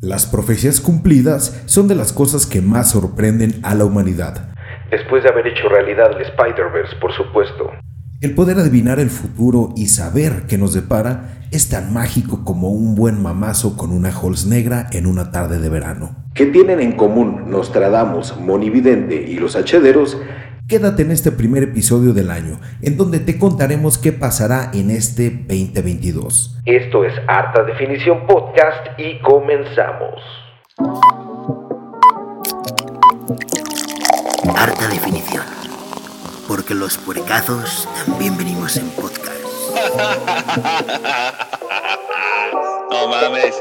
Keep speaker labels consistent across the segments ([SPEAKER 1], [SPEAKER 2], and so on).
[SPEAKER 1] Las profecías cumplidas son de las cosas que más sorprenden a la humanidad.
[SPEAKER 2] Después de haber hecho realidad el Spider-Verse, por supuesto.
[SPEAKER 1] El poder adivinar el futuro y saber qué nos depara es tan mágico como un buen mamazo con una Halls negra en una tarde de verano.
[SPEAKER 2] ¿Qué tienen en común Nostradamus, Monividente y los hachederos?
[SPEAKER 1] Quédate en este primer episodio del año, en donde te contaremos qué pasará en este 2022.
[SPEAKER 2] Esto es Harta Definición Podcast y comenzamos.
[SPEAKER 3] Harta Definición. Porque los puercazos también venimos en podcast.
[SPEAKER 4] No mames.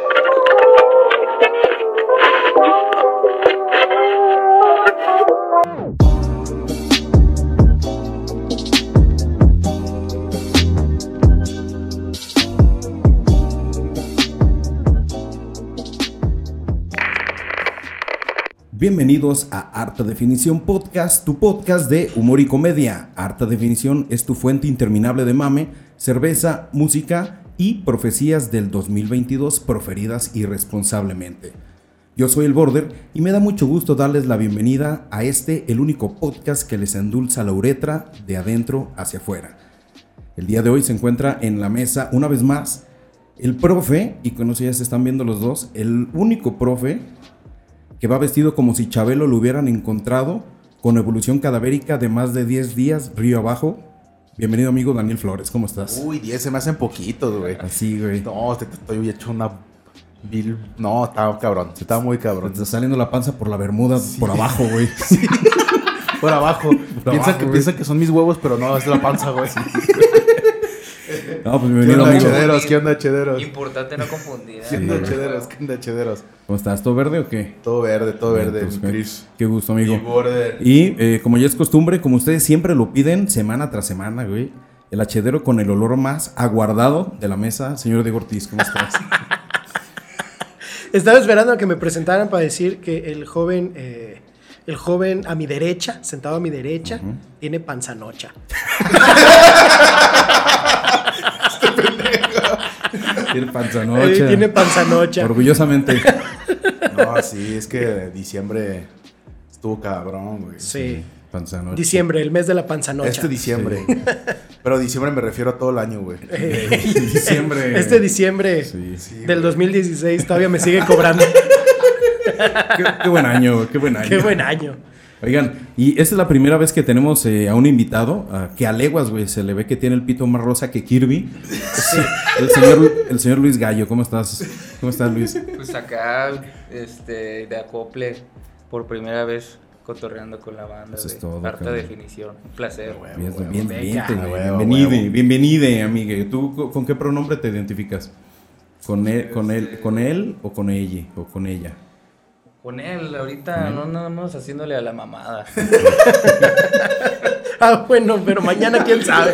[SPEAKER 1] Bienvenidos a Harta Definición Podcast, tu podcast de humor y comedia. Harta Definición es tu fuente interminable de mame, cerveza, música y profecías del 2022 proferidas irresponsablemente. Yo soy el Border y me da mucho gusto darles la bienvenida a este, el único podcast que les endulza la uretra de adentro hacia afuera. El día de hoy se encuentra en la mesa una vez más el profe, y con eso ya se están viendo los dos, el único profe que va vestido como si Chabelo lo hubieran encontrado con evolución cadavérica de más de 10 días río abajo. Bienvenido amigo Daniel Flores, ¿cómo estás?
[SPEAKER 5] Uy, 10 se me hacen poquitos, güey.
[SPEAKER 1] Así, güey.
[SPEAKER 5] No, te, te estoy hecho una vil. No, estaba cabrón. Estaba muy
[SPEAKER 1] Te
[SPEAKER 5] cabrón.
[SPEAKER 1] está saliendo la panza por la bermuda por abajo, güey.
[SPEAKER 5] Por abajo.
[SPEAKER 1] abajo,
[SPEAKER 5] piensa, que,
[SPEAKER 1] güey.
[SPEAKER 5] piensa que son mis huevos, pero no, es la panza, güey.
[SPEAKER 1] No, pues
[SPEAKER 5] ¿Qué
[SPEAKER 1] bienvenido
[SPEAKER 5] onda,
[SPEAKER 1] amigo.
[SPEAKER 5] chederos? ¿Qué onda, chederos?
[SPEAKER 6] Importante no confundir. ¿eh?
[SPEAKER 5] ¿Qué onda, chederos? ¿Qué onda, chederos?
[SPEAKER 1] ¿Cómo estás? ¿Todo verde o qué?
[SPEAKER 5] Todo verde, todo verde.
[SPEAKER 1] Pues,
[SPEAKER 5] mi
[SPEAKER 1] güey,
[SPEAKER 5] Chris.
[SPEAKER 1] Qué gusto,
[SPEAKER 5] Mi
[SPEAKER 1] amigo.
[SPEAKER 5] border.
[SPEAKER 1] Y eh, como ya es costumbre, como ustedes siempre lo piden semana tras semana, güey, el hachedero con el olor más aguardado de la mesa, señor Diego Ortiz, ¿cómo estás?
[SPEAKER 7] Estaba esperando a que me presentaran para decir que el joven, eh, el joven a mi derecha, sentado a mi derecha, tiene panzanocha.
[SPEAKER 1] Tiene
[SPEAKER 7] Eh,
[SPEAKER 1] panzanocha.
[SPEAKER 7] tiene panzanocha.
[SPEAKER 1] Orgullosamente.
[SPEAKER 5] No, sí, es que diciembre estuvo cabrón, güey.
[SPEAKER 7] Sí.
[SPEAKER 1] Panzanocha.
[SPEAKER 7] Diciembre, el mes de la panzanocha.
[SPEAKER 5] Este diciembre. Pero diciembre me refiero a todo el año, güey.
[SPEAKER 7] Eh,
[SPEAKER 1] diciembre.
[SPEAKER 7] Este diciembre
[SPEAKER 1] Sí.
[SPEAKER 5] Sí,
[SPEAKER 7] del 2016 todavía me sigue cobrando.
[SPEAKER 1] Qué, qué buen año, güey, qué buen año.
[SPEAKER 7] Qué buen año.
[SPEAKER 1] Oigan, y esta es la primera vez que tenemos eh, a un invitado ah, que a leguas, güey, se le ve que tiene el pito más rosa que Kirby. El señor, el señor Luis Gallo, ¿cómo estás? ¿Cómo estás, Luis?
[SPEAKER 6] Pues acá, este, de acople, por primera vez cotorreando con la banda.
[SPEAKER 1] Eso es
[SPEAKER 6] güey.
[SPEAKER 1] todo,
[SPEAKER 6] Harta
[SPEAKER 1] cabrón.
[SPEAKER 6] definición. Un placer.
[SPEAKER 1] Bien,
[SPEAKER 5] huevo,
[SPEAKER 1] bien,
[SPEAKER 6] venga.
[SPEAKER 1] bien, te-
[SPEAKER 5] Ah, huevo,
[SPEAKER 1] bienvenide,
[SPEAKER 5] huevo.
[SPEAKER 1] bienvenide, amiga. ¿Tú co- con qué pronombre te identificas? ¿Con él, con él, con él o con ella? ¿O con ella?
[SPEAKER 6] Con él, ahorita no nada más haciéndole a la mamada.
[SPEAKER 7] Ah, bueno, pero mañana quién sabe.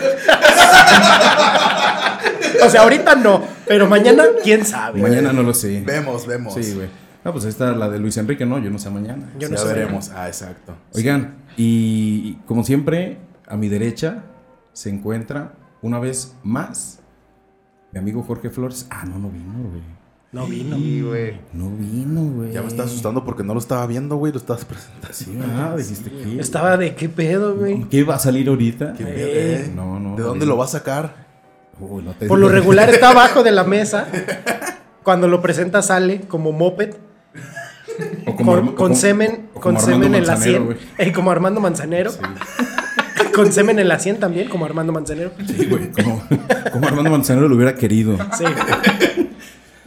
[SPEAKER 7] O sea, ahorita no, pero mañana quién sabe.
[SPEAKER 1] Mañana no lo sé.
[SPEAKER 5] Vemos, vemos.
[SPEAKER 1] Sí, güey. No, pues esta la de Luis Enrique, no, yo no sé mañana.
[SPEAKER 7] Yo
[SPEAKER 5] ya
[SPEAKER 7] no sé.
[SPEAKER 5] veremos. Ah, exacto.
[SPEAKER 1] Oigan, y como siempre, a mi derecha se encuentra una vez más mi amigo Jorge Flores. Ah, no, no vino, güey.
[SPEAKER 7] No vino.
[SPEAKER 1] No vino, güey.
[SPEAKER 5] Ya me está asustando porque no lo estaba viendo, güey. Lo estabas presentando.
[SPEAKER 1] Sí, ¿verdad? Dijiste que.
[SPEAKER 7] Estaba de qué pedo, güey.
[SPEAKER 1] ¿Qué va a salir ahorita?
[SPEAKER 5] Qué
[SPEAKER 1] Eh,
[SPEAKER 5] miedo, ¿eh?
[SPEAKER 1] No, no.
[SPEAKER 5] ¿De dónde lo va a sacar?
[SPEAKER 1] Uy, no te
[SPEAKER 7] Por
[SPEAKER 1] digo.
[SPEAKER 7] lo regular está abajo de la mesa. Cuando lo presenta sale como moped,
[SPEAKER 1] O como
[SPEAKER 7] con,
[SPEAKER 1] Arma- o
[SPEAKER 7] con
[SPEAKER 1] como-
[SPEAKER 7] semen,
[SPEAKER 1] o como
[SPEAKER 7] con
[SPEAKER 1] Armando
[SPEAKER 7] semen en la
[SPEAKER 1] Manzanero,
[SPEAKER 7] sien.
[SPEAKER 1] güey.
[SPEAKER 7] Eh, como Armando Manzanero. con semen en la sien también, como Armando Manzanero.
[SPEAKER 1] Sí, güey. Como, como Armando Manzanero lo hubiera querido.
[SPEAKER 7] Sí.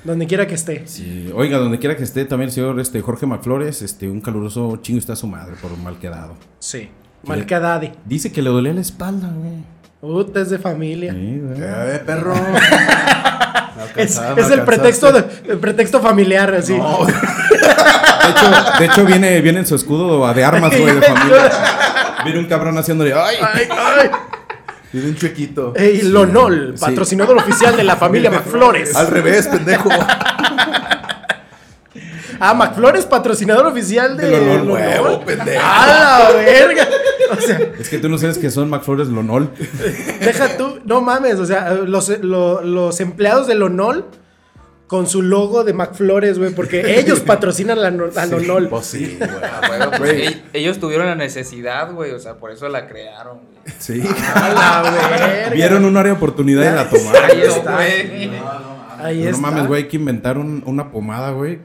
[SPEAKER 7] Donde quiera que esté.
[SPEAKER 1] Sí. Oiga, donde quiera que esté, también el señor este, Jorge Macflores, este, un caluroso chingo está su madre por mal quedado.
[SPEAKER 7] Sí. Malcadade.
[SPEAKER 1] Dice que le dolía la espalda, güey.
[SPEAKER 7] Puta, es de familia.
[SPEAKER 1] Sí, güey.
[SPEAKER 5] Eh, perro. Me alcanzaste,
[SPEAKER 7] Es,
[SPEAKER 5] me
[SPEAKER 7] es el
[SPEAKER 5] alcanzaste.
[SPEAKER 7] pretexto, de- el pretexto familiar, así.
[SPEAKER 5] No, güey.
[SPEAKER 1] De hecho, de hecho viene, viene en su escudo de armas, güey, de familia. Viene un cabrón haciéndole, ¡ay!
[SPEAKER 7] Ay, ay.
[SPEAKER 5] Tiene un chuequito.
[SPEAKER 7] Ey, Lonol,
[SPEAKER 1] Sí.
[SPEAKER 7] patrocinador oficial de la familia McFlores.
[SPEAKER 5] Al revés, pendejo.
[SPEAKER 7] Ah, McFlores, patrocinador oficial de.
[SPEAKER 1] Del olor
[SPEAKER 7] Lonol.
[SPEAKER 5] nuevo, pendejo.
[SPEAKER 7] ¡A la verga! O sea,
[SPEAKER 1] Es que tú no sabes que son McFlores Lonol.
[SPEAKER 7] deja tú, no mames, o sea, los, lo- los empleados de Lonol con su logo de McFlores, güey, porque ellos patrocinan la, no- a Nonol.
[SPEAKER 5] Pues sí, güey.
[SPEAKER 6] Ah, bueno, pues, ell- ellos tuvieron la necesidad, güey, o sea, por eso la crearon, güey.
[SPEAKER 1] Sí.
[SPEAKER 7] A la verga.
[SPEAKER 1] Vieron un área de oportunidad y la tomaron.
[SPEAKER 6] Ahí
[SPEAKER 7] está.
[SPEAKER 6] güey.
[SPEAKER 7] Ahí
[SPEAKER 1] No
[SPEAKER 7] está.
[SPEAKER 1] mames, güey, hay que inventar un- una pomada, güey.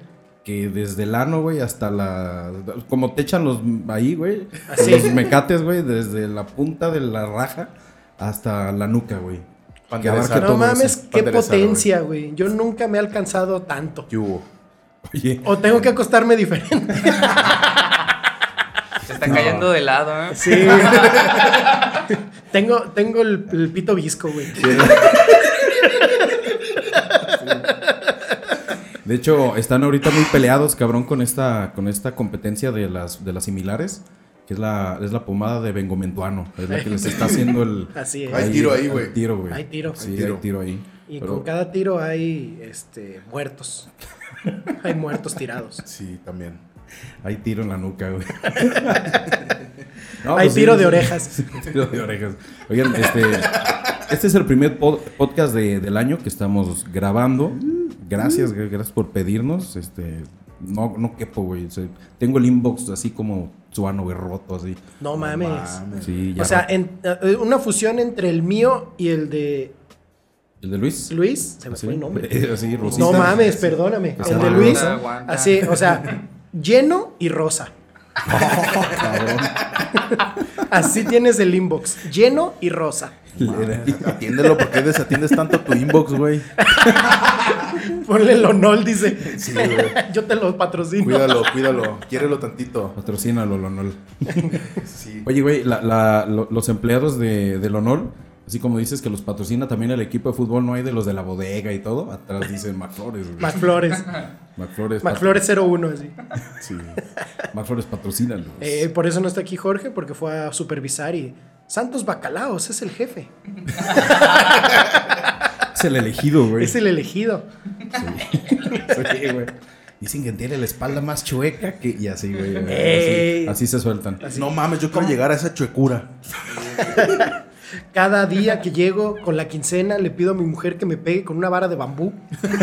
[SPEAKER 1] Que desde el ano, güey, hasta la. Como te echan los. Ahí, güey.
[SPEAKER 7] Así.
[SPEAKER 1] Los mecates, güey. Desde la punta de la raja hasta la nuca, güey.
[SPEAKER 5] Para
[SPEAKER 1] Que
[SPEAKER 5] enderezar.
[SPEAKER 1] abarca
[SPEAKER 7] No
[SPEAKER 1] todo
[SPEAKER 7] mames,
[SPEAKER 1] eso.
[SPEAKER 7] qué
[SPEAKER 5] para aderezar,
[SPEAKER 7] potencia, güey. Yo nunca me he alcanzado tanto.
[SPEAKER 5] ¿Qué hubo?
[SPEAKER 1] Oye,
[SPEAKER 7] O tengo que acostarme diferente.
[SPEAKER 6] Se está cayendo de lado, ¿eh?
[SPEAKER 7] Sí. tengo tengo el, el pito visco, güey.
[SPEAKER 1] de hecho, están ahorita muy peleados, cabrón, con esta, con esta competencia de las, de las similares. Que es la, es la pomada de Bengomentuano. Es la que les está haciendo el.
[SPEAKER 7] Así es.
[SPEAKER 5] Hay tiro ahí, güey.
[SPEAKER 1] Hay tiro, güey.
[SPEAKER 7] Hay tiro.
[SPEAKER 1] Sí,
[SPEAKER 5] Hay
[SPEAKER 1] hay
[SPEAKER 5] tiro.
[SPEAKER 1] tiro, ahí.
[SPEAKER 7] Y
[SPEAKER 1] Pero-
[SPEAKER 7] con cada tiro hay este muertos. hay muertos tirados.
[SPEAKER 5] Sí, también.
[SPEAKER 1] Hay tiro en la nuca, güey. No,
[SPEAKER 7] Hay
[SPEAKER 1] pues sí,
[SPEAKER 7] tiro
[SPEAKER 1] sí,
[SPEAKER 7] de
[SPEAKER 1] sí.
[SPEAKER 7] orejas.
[SPEAKER 1] tiro de orejas. Oigan, este, este es el primer pod- podcast de- del año que estamos grabando. Gracias, gra- gracias por pedirnos. Este, no, no quepo, güey. O sea, tengo el inbox así como suano, güey, roto, así.
[SPEAKER 7] No mames.
[SPEAKER 5] mames.
[SPEAKER 1] Sí, ya
[SPEAKER 7] O sea,
[SPEAKER 1] roto.
[SPEAKER 7] en- eh, una fusión entre el mío y el de
[SPEAKER 1] el de Luis.
[SPEAKER 7] Luis. Se me
[SPEAKER 1] Así,
[SPEAKER 7] fue el nombre.
[SPEAKER 1] eh, así, rosita.
[SPEAKER 7] No mames, perdóname.
[SPEAKER 1] Pues
[SPEAKER 7] El de
[SPEAKER 1] aguanta,
[SPEAKER 7] Luis.
[SPEAKER 6] aguanta.
[SPEAKER 7] Así, o sea, lleno y rosa.
[SPEAKER 1] Cabrón.
[SPEAKER 7] Así tienes el inbox. Lleno y rosa.
[SPEAKER 5] Mames, Atiéndelo, ¿por qué desatiendes tanto tu inbox, güey?
[SPEAKER 7] Ponle el honor, dice.
[SPEAKER 5] Sí, güey.
[SPEAKER 7] Yo te lo patrocino.
[SPEAKER 5] Cuídalo, cuídalo. Quiérelo tantito.
[SPEAKER 1] Patrocínalo, Lonol.
[SPEAKER 5] Sí.
[SPEAKER 1] Oye, güey, la- la- lo- los empleados de, del honor, así como dices que los patrocina también el equipo de fútbol, no hay de los de la bodega y todo. Atrás dicen McFlores, güey.
[SPEAKER 7] McFlores.
[SPEAKER 1] McFlores. pat-
[SPEAKER 7] McFlores 01, así.
[SPEAKER 5] Sí.
[SPEAKER 1] McFlores patrocínalo.
[SPEAKER 7] Eh, por eso no está aquí Jorge, porque fue a supervisar y. Santos Bacalaos es el jefe.
[SPEAKER 1] es el elegido, güey.
[SPEAKER 7] Es el elegido.
[SPEAKER 1] Sí, güey. Dicen que tiene la espalda más chueca que. Y así, güey. güey,
[SPEAKER 7] Ey.
[SPEAKER 1] Así, así se sueltan.
[SPEAKER 5] No mames, yo quiero llegar a esa chuecura.
[SPEAKER 7] Cada día que llego con la quincena le pido a mi mujer que me pegue con una vara de bambú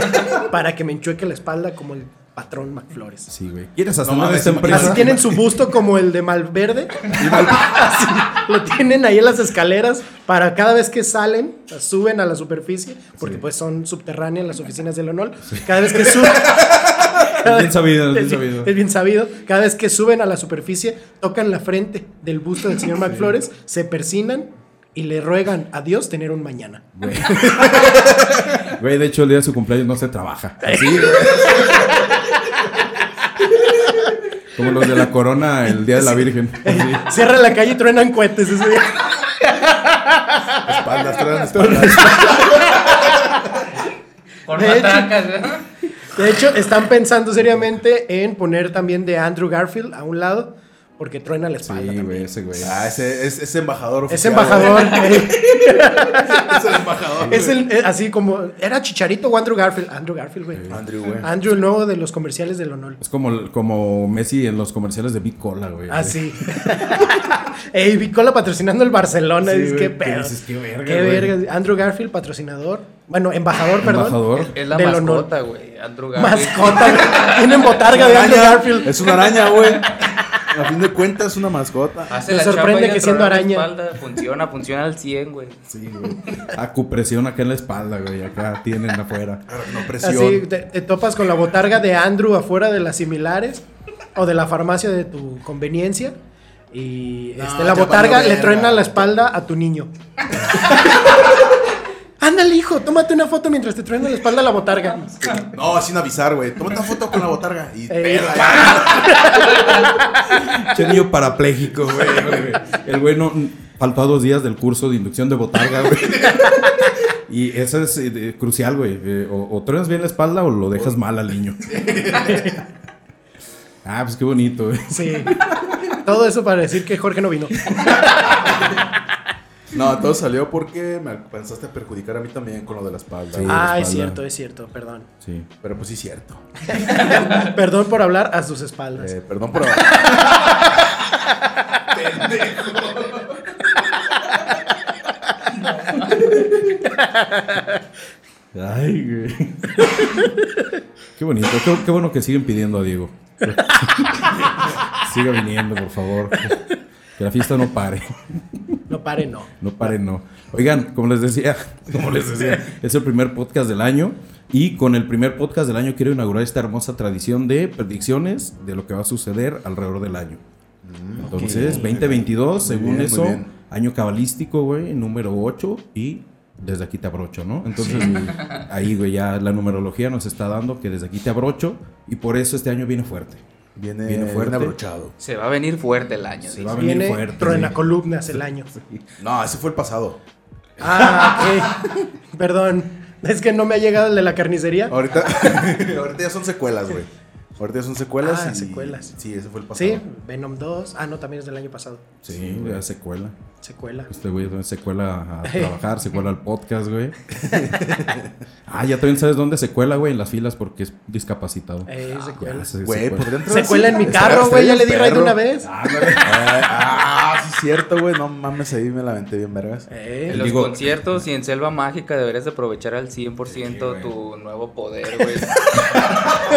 [SPEAKER 7] para que me enchueque la espalda como el patrón McFlores.
[SPEAKER 1] Sí, güey. ¿Quieres hasta
[SPEAKER 5] No
[SPEAKER 1] más de
[SPEAKER 5] mames,
[SPEAKER 1] esta empresa?
[SPEAKER 7] Así tienen su busto como el de Malverde. Así, lo tienen ahí en las escaleras para cada vez que salen, suben a la superficie, porque pues son subterráneas las oficinas del ONOL. Cada vez que suben...
[SPEAKER 1] Es bien sabido, es bien
[SPEAKER 7] Es bien-
[SPEAKER 1] sabido.
[SPEAKER 7] es bien sabido. Cada vez que suben a la superficie, tocan la frente del busto del señor McFlores, se persinan y le ruegan a Dios tener un mañana.
[SPEAKER 1] Güey. Güey, de hecho, el día de su cumpleaños no se trabaja. Así, güey. Como los de la corona el día de la Virgen. Así.
[SPEAKER 7] Cierra la calle y truenan cohetes ese día.
[SPEAKER 5] Espaldas, traen espaldas.
[SPEAKER 6] Por
[SPEAKER 7] De hecho.
[SPEAKER 6] matracas, ¿verdad?
[SPEAKER 7] De hecho, están pensando seriamente en poner también de Andrew Garfield a un lado, porque truena la espalda
[SPEAKER 1] Sí,
[SPEAKER 7] también.
[SPEAKER 1] güey, ese güey.
[SPEAKER 5] Ah, ese es, es embajador
[SPEAKER 7] Es
[SPEAKER 5] oficial.
[SPEAKER 7] embajador. eh,
[SPEAKER 5] güey. Es el embajador.
[SPEAKER 7] es el, eh, así como. Era Chicharito o Andrew Garfield. Andrew Garfield, güey.
[SPEAKER 5] Andrew, güey.
[SPEAKER 7] Andrew, el nuevo de los comerciales del Honor.
[SPEAKER 1] Es como, como Messi en los comerciales de Big Cola, güey.
[SPEAKER 7] Así. Ah, Ey, Bicola patrocinando el Barcelona.
[SPEAKER 1] Sí,
[SPEAKER 7] dices,
[SPEAKER 1] güey,
[SPEAKER 7] qué
[SPEAKER 1] ¿qué
[SPEAKER 7] pedo.
[SPEAKER 1] dices? Qué verga,
[SPEAKER 7] Qué
[SPEAKER 1] güey.
[SPEAKER 7] verga. Andrew Garfield, patrocinador. Bueno, embajador, perdón.
[SPEAKER 1] Embajador.
[SPEAKER 6] Es la
[SPEAKER 7] Del honor.
[SPEAKER 6] mascota, güey. Andrew Garfield.
[SPEAKER 7] Mascota. güey. Tienen botarga de Andrew Garfield.
[SPEAKER 5] Es una araña, güey. A fin de cuentas, es una mascota.
[SPEAKER 6] Hace
[SPEAKER 7] Me
[SPEAKER 6] la chamba
[SPEAKER 7] sorprende
[SPEAKER 6] ahí de
[SPEAKER 7] que siendo
[SPEAKER 6] tronar la
[SPEAKER 7] araña.
[SPEAKER 6] espalda. Funciona, funciona al 100, güey.
[SPEAKER 1] Sí, güey. Acupresión acá en la espalda, güey. Acá tienen afuera.
[SPEAKER 5] No presión.
[SPEAKER 7] Así te, te topas con la botarga de Andrew afuera de las similares o de la farmacia de tu conveniencia. Y
[SPEAKER 5] No,
[SPEAKER 7] este, la
[SPEAKER 5] te
[SPEAKER 7] botarga
[SPEAKER 5] valió
[SPEAKER 7] le
[SPEAKER 5] verga.
[SPEAKER 7] truena la espalda a tu niño. Ándale, hijo, tómate una foto mientras te truena la espalda la botarga.
[SPEAKER 5] No, sin avisar, güey. Toma una foto con la botarga. Y
[SPEAKER 7] Eh,
[SPEAKER 5] pela,
[SPEAKER 1] Che niño parapléjico, güey. güey. El güey no faltó a dos días del curso de inducción de botarga, güey. Y eso es eh, de- crucial, güey. Eh, O, o truenas bien la espalda o lo dejas mal al niño. Ah, pues qué bonito, güey.
[SPEAKER 7] Sí. Todo eso para decir que Jorge no vino.
[SPEAKER 5] No, todo salió porque me alcanzaste a perjudicar a mí también con lo de la espalda.
[SPEAKER 1] Sí.
[SPEAKER 5] güey.
[SPEAKER 7] Ah, es
[SPEAKER 1] espalda.
[SPEAKER 7] cierto, es cierto, perdón.
[SPEAKER 1] Sí.
[SPEAKER 5] Pero pues sí, cierto.
[SPEAKER 7] Perdón por hablar a sus espaldas.
[SPEAKER 5] Eh, perdón por.
[SPEAKER 1] Ay, güey. Qué bonito. Qué, qué bueno que siguen pidiendo a Diego. Siga viniendo, por favor. Que la fiesta no pare.
[SPEAKER 7] No pare, no.
[SPEAKER 1] No paren, no. Oigan, como les decía, como les decía, es el primer podcast del año. Y con el primer podcast del año quiero inaugurar esta hermosa tradición de predicciones de lo que va a suceder alrededor del año. Entonces, 2022, según
[SPEAKER 5] bien, Mm, muy
[SPEAKER 1] eso,
[SPEAKER 5] bien.
[SPEAKER 1] año cabalístico, güey, número 8 y desde aquí te abrocho, ¿no? Entonces, ahí, güey, ya la numerología nos está dando que desde aquí te abrocho y por eso este año viene fuerte.
[SPEAKER 5] Viene,
[SPEAKER 1] Viene fuerte.
[SPEAKER 5] fuerte. abrochado.
[SPEAKER 6] Se va a venir fuerte el año.
[SPEAKER 1] Se
[SPEAKER 6] dice.
[SPEAKER 1] va a venir
[SPEAKER 7] Viene
[SPEAKER 1] fuerte.
[SPEAKER 7] truena
[SPEAKER 1] güey.
[SPEAKER 7] columnas el año.
[SPEAKER 5] No, ese fue el pasado.
[SPEAKER 7] Ah, ok. Perdón. Es que no me ha llegado el de la carnicería.
[SPEAKER 5] Ahorita, ahorita ya son secuelas, güey. Ahorita ya son secuelas.
[SPEAKER 7] Ah,
[SPEAKER 5] y-
[SPEAKER 7] secuelas.
[SPEAKER 5] Sí, ese fue el pasado.
[SPEAKER 7] Sí, Venom 2. Ah, no, también es del año pasado.
[SPEAKER 1] Sí, la secuela.
[SPEAKER 7] Secuela.
[SPEAKER 1] Este güey también se cuela a trabajar, se cuela al podcast, güey. ah, ya también sabes dónde se cuela, güey, en las filas porque es discapacitado.
[SPEAKER 7] Eh, secuela.
[SPEAKER 1] Ya, se- se
[SPEAKER 5] Güey,
[SPEAKER 1] cuela.
[SPEAKER 5] podrían traer-
[SPEAKER 7] Secuela en mi
[SPEAKER 5] Estaría-
[SPEAKER 7] carro, güey. Ya le
[SPEAKER 5] estaría
[SPEAKER 7] di
[SPEAKER 5] bien
[SPEAKER 7] raid
[SPEAKER 5] perro.
[SPEAKER 7] una vez.
[SPEAKER 5] Ah, no, eh, ah, sí, es cierto, güey. No mames, ahí me la aventé bien, vergas.
[SPEAKER 7] Eh,
[SPEAKER 6] En los
[SPEAKER 1] Digo-
[SPEAKER 6] conciertos y en Selva Mágica deberías de aprovechar al 100% tu nuevo poder, güey.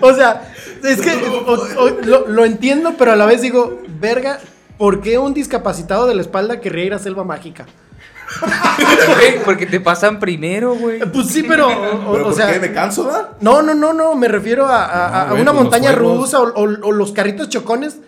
[SPEAKER 7] O sea, es que o- o- lo, lo entiendo, pero a la vez digo, verga, ¿por qué un discapacitado de la espalda querría ir a Selva Mágica?
[SPEAKER 6] Güey, Porque te pasan primero, güey.
[SPEAKER 7] Eh, Pues sí, pero, o, o-
[SPEAKER 5] Pero,
[SPEAKER 7] o
[SPEAKER 5] ¿por
[SPEAKER 7] sea...
[SPEAKER 5] qué? ¿Me canso, da?
[SPEAKER 7] No, no, no, no, me refiero a, a- a- a
[SPEAKER 1] No, güey,
[SPEAKER 7] una
[SPEAKER 1] con los
[SPEAKER 7] montaña
[SPEAKER 1] juegos.
[SPEAKER 7] rusa o, o- o los carritos chocones.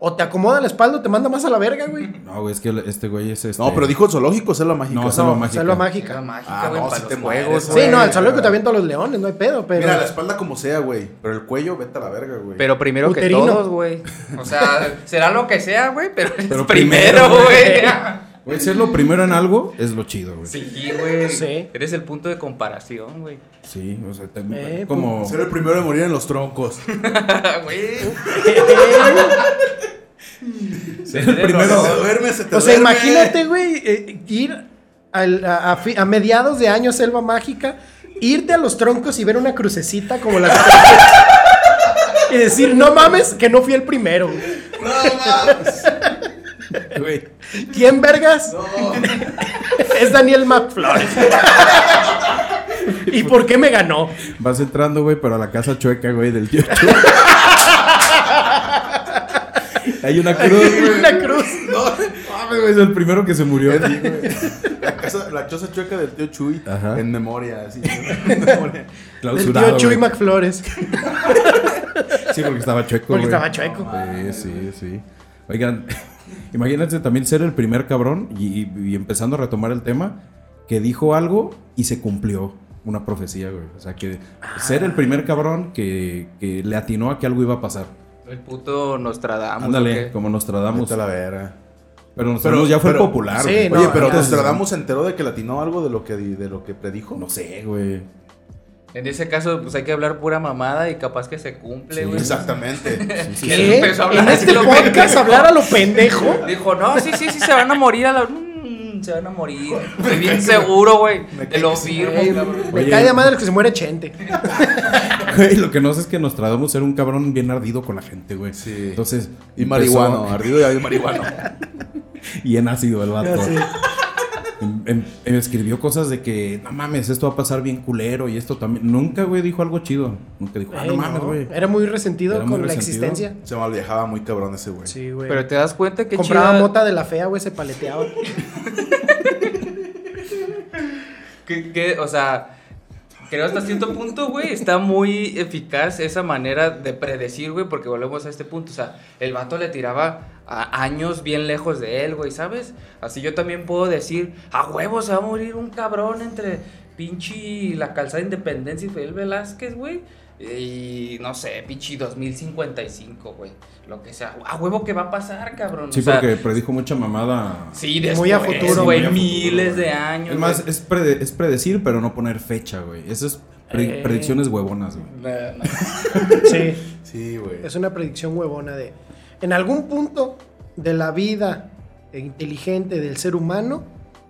[SPEAKER 7] O te acomoda la espalda o te manda más a la verga, güey.
[SPEAKER 1] No, güey, es que este güey es este.
[SPEAKER 5] No, pero dijo el zoológico, es la mágica.
[SPEAKER 1] No, Selva Mágica.
[SPEAKER 7] Selva
[SPEAKER 6] Selva
[SPEAKER 7] Mágica.
[SPEAKER 6] Mágica,
[SPEAKER 5] Ah,
[SPEAKER 6] güey,
[SPEAKER 5] no,
[SPEAKER 6] para
[SPEAKER 5] si
[SPEAKER 6] los
[SPEAKER 5] te
[SPEAKER 6] juegos,
[SPEAKER 5] mueres,
[SPEAKER 6] güey.
[SPEAKER 7] Sí, no, al saludo que
[SPEAKER 5] güey.
[SPEAKER 7] te avientan los leones, no hay pedo, pero.
[SPEAKER 5] Mira, la espalda como sea, güey. Pero el cuello, vete a la verga, güey.
[SPEAKER 6] Pero primero
[SPEAKER 7] Uterino.
[SPEAKER 6] que todos, güey. O sea, será lo que sea, güey, pero,
[SPEAKER 1] Pero
[SPEAKER 6] primero,
[SPEAKER 1] primero,
[SPEAKER 6] güey.
[SPEAKER 1] Güey, ser lo primero en algo es lo chido, güey. Sí.
[SPEAKER 6] Sí, güey.
[SPEAKER 7] Sí.
[SPEAKER 6] Eres el punto de comparación, güey.
[SPEAKER 1] o sea, te-
[SPEAKER 7] Eh,
[SPEAKER 1] como.
[SPEAKER 5] Ser el primero en morir en los troncos.
[SPEAKER 6] Ah, Güey.
[SPEAKER 1] Ser el primero.
[SPEAKER 5] Se duerme, se te
[SPEAKER 7] O sea,
[SPEAKER 5] duerme.
[SPEAKER 7] imagínate, güey, eh, ir al- a, a fi- a mediados de año a Selva Mágica, irte a los troncos y ver una crucecita como las. y decir, no mames, que no fui el primero.
[SPEAKER 1] Güey,
[SPEAKER 7] ¿Quién vergas? es Daniel McFlores. ¿Y por qué me ganó?
[SPEAKER 1] Vas entrando, güey, pero a la casa chueca, güey, del tío. Hay una cruz, güey.
[SPEAKER 7] una cruz.
[SPEAKER 1] Mames, güey, Es el primero que se murió.
[SPEAKER 5] Sí, güey. La, casa- la choza chueca del tío Chuy
[SPEAKER 1] Ajá.
[SPEAKER 5] en memoria, así. En memoria.
[SPEAKER 7] Del
[SPEAKER 1] Clausurado.
[SPEAKER 7] tío Chuy
[SPEAKER 1] güey.
[SPEAKER 7] McFlores.
[SPEAKER 1] Sí, porque estaba chueco.
[SPEAKER 7] Porque
[SPEAKER 1] güey.
[SPEAKER 7] estaba chueco.
[SPEAKER 1] Sí, sí, sí. Oigan, imagínense también ser el primer cabrón y, y- y empezando a retomar el tema, que dijo algo y se cumplió una profecía, güey. O sea, que ser el primer cabrón que, que le atinó a que algo iba a pasar.
[SPEAKER 6] El puto Nostradamus.
[SPEAKER 1] Ándale,
[SPEAKER 6] ¿o qué?
[SPEAKER 1] como Nostradamus.
[SPEAKER 5] Vete a la verga.
[SPEAKER 1] Pero Nostradamus ya fue
[SPEAKER 5] pero-
[SPEAKER 1] popular.
[SPEAKER 7] sí,
[SPEAKER 1] güey.
[SPEAKER 7] No,
[SPEAKER 5] Oye, pero
[SPEAKER 7] ya.
[SPEAKER 5] Nostradamus se enteró de que latinó algo de lo que, di- de lo que predijo.
[SPEAKER 1] No sé, güey.
[SPEAKER 6] En ese caso, pues hay que hablar pura mamada y capaz que se cumple,
[SPEAKER 1] Sí,
[SPEAKER 6] güey.
[SPEAKER 5] Exactamente.
[SPEAKER 6] Él
[SPEAKER 7] ¿Qué?
[SPEAKER 6] empezó a hablar
[SPEAKER 7] ¿En
[SPEAKER 6] así
[SPEAKER 7] este
[SPEAKER 6] lo
[SPEAKER 7] podcast
[SPEAKER 6] pendejo.
[SPEAKER 7] hablar a lo pendejo?
[SPEAKER 6] Dijo, no, sí, sí, sí, se van a morir a la. Mm, se van a morir. Estoy bien seguro, güey. Te lo firmo, cabrón.
[SPEAKER 7] Me
[SPEAKER 1] Oye. Ah,
[SPEAKER 7] cae de madre que se muere Chente.
[SPEAKER 1] Güey, lo que no sé es que Nostradamus era un cabrón bien ardido con la gente, güey.
[SPEAKER 5] Sí.
[SPEAKER 1] Entonces.
[SPEAKER 5] Y
[SPEAKER 1] empezó-
[SPEAKER 5] marihuano, ardido y marihuano.
[SPEAKER 1] Y en ácido el vato. Em- em- em- escribió cosas de que, no mames, esto va a pasar bien culero y esto también. Nunca, güey, dijo algo chido. Nunca dijo, ah, no
[SPEAKER 7] Ey,
[SPEAKER 1] mames,
[SPEAKER 7] no,
[SPEAKER 1] güey.
[SPEAKER 7] Era muy resentido
[SPEAKER 1] Era muy
[SPEAKER 7] con la
[SPEAKER 1] resentido.
[SPEAKER 7] existencia.
[SPEAKER 5] Se mal viajaba muy cabrón ese güey.
[SPEAKER 7] Sí, güey.
[SPEAKER 6] Pero te das cuenta que
[SPEAKER 7] Compraba
[SPEAKER 6] chida-
[SPEAKER 7] mota de la fea, güey, se paleteaba.
[SPEAKER 6] que, que, o sea, creo hasta cierto punto, güey, está muy eficaz esa manera de predecir, güey, porque volvemos a este punto. O sea, el vato le tiraba a años bien lejos de él, güey, ¿sabes? Así yo también puedo decir, a huevo se va a morir un cabrón entre pinche la calzada Independencia y Fidel Velázquez, güey. Y no sé, pinche 2055, güey. Lo que sea. A huevo que va a pasar, cabrón.
[SPEAKER 1] Sí,
[SPEAKER 6] o sea,
[SPEAKER 1] porque predijo mucha mamada.
[SPEAKER 6] Sí,
[SPEAKER 7] Muy
[SPEAKER 6] después,
[SPEAKER 7] a futuro,
[SPEAKER 6] güey,
[SPEAKER 1] muy a futuro,
[SPEAKER 6] miles
[SPEAKER 1] güey.
[SPEAKER 6] de años.
[SPEAKER 1] es más,
[SPEAKER 6] güey.
[SPEAKER 1] es, prede- es predecir, pero no poner fecha, güey. Esas es pre-
[SPEAKER 7] Eh.
[SPEAKER 1] predicciones huevonas, güey.
[SPEAKER 6] No, no.
[SPEAKER 7] sí,
[SPEAKER 5] Sí, güey.
[SPEAKER 7] es una predicción huevona de... En algún punto de la vida inteligente del ser humano,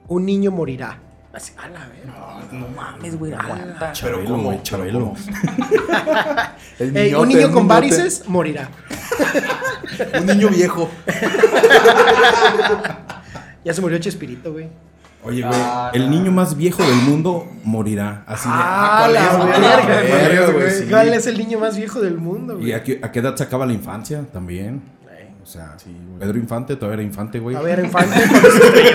[SPEAKER 7] un niño morirá. Así, a la verga.
[SPEAKER 6] No mames, güey, aguanta.
[SPEAKER 5] Pero
[SPEAKER 1] Chabelo,
[SPEAKER 5] como,
[SPEAKER 1] güey, Chabelo.
[SPEAKER 5] El
[SPEAKER 7] Ey,
[SPEAKER 5] niñote,
[SPEAKER 7] Eh, un niño
[SPEAKER 5] el
[SPEAKER 7] con
[SPEAKER 5] niñote.
[SPEAKER 7] varices morirá.
[SPEAKER 5] Un niño viejo.
[SPEAKER 7] Ya se murió Chespirito, güey.
[SPEAKER 1] Oye, güey,
[SPEAKER 6] Ah,
[SPEAKER 1] el niño más viejo del mundo morirá. Así de.
[SPEAKER 7] Ah,
[SPEAKER 5] ¿cuál
[SPEAKER 7] la
[SPEAKER 5] es, güey?
[SPEAKER 7] verga,
[SPEAKER 5] Ah,
[SPEAKER 7] güey.
[SPEAKER 5] verga, güey, sí.
[SPEAKER 7] ¿Cuál es el niño más viejo del mundo,
[SPEAKER 1] ¿Y
[SPEAKER 7] güey?
[SPEAKER 1] a qué, a qué edad se acaba la infancia también? O sea,
[SPEAKER 5] güey.
[SPEAKER 1] Pedro Infante todavía era infante, güey.
[SPEAKER 7] A ver, infante. cuando se murió.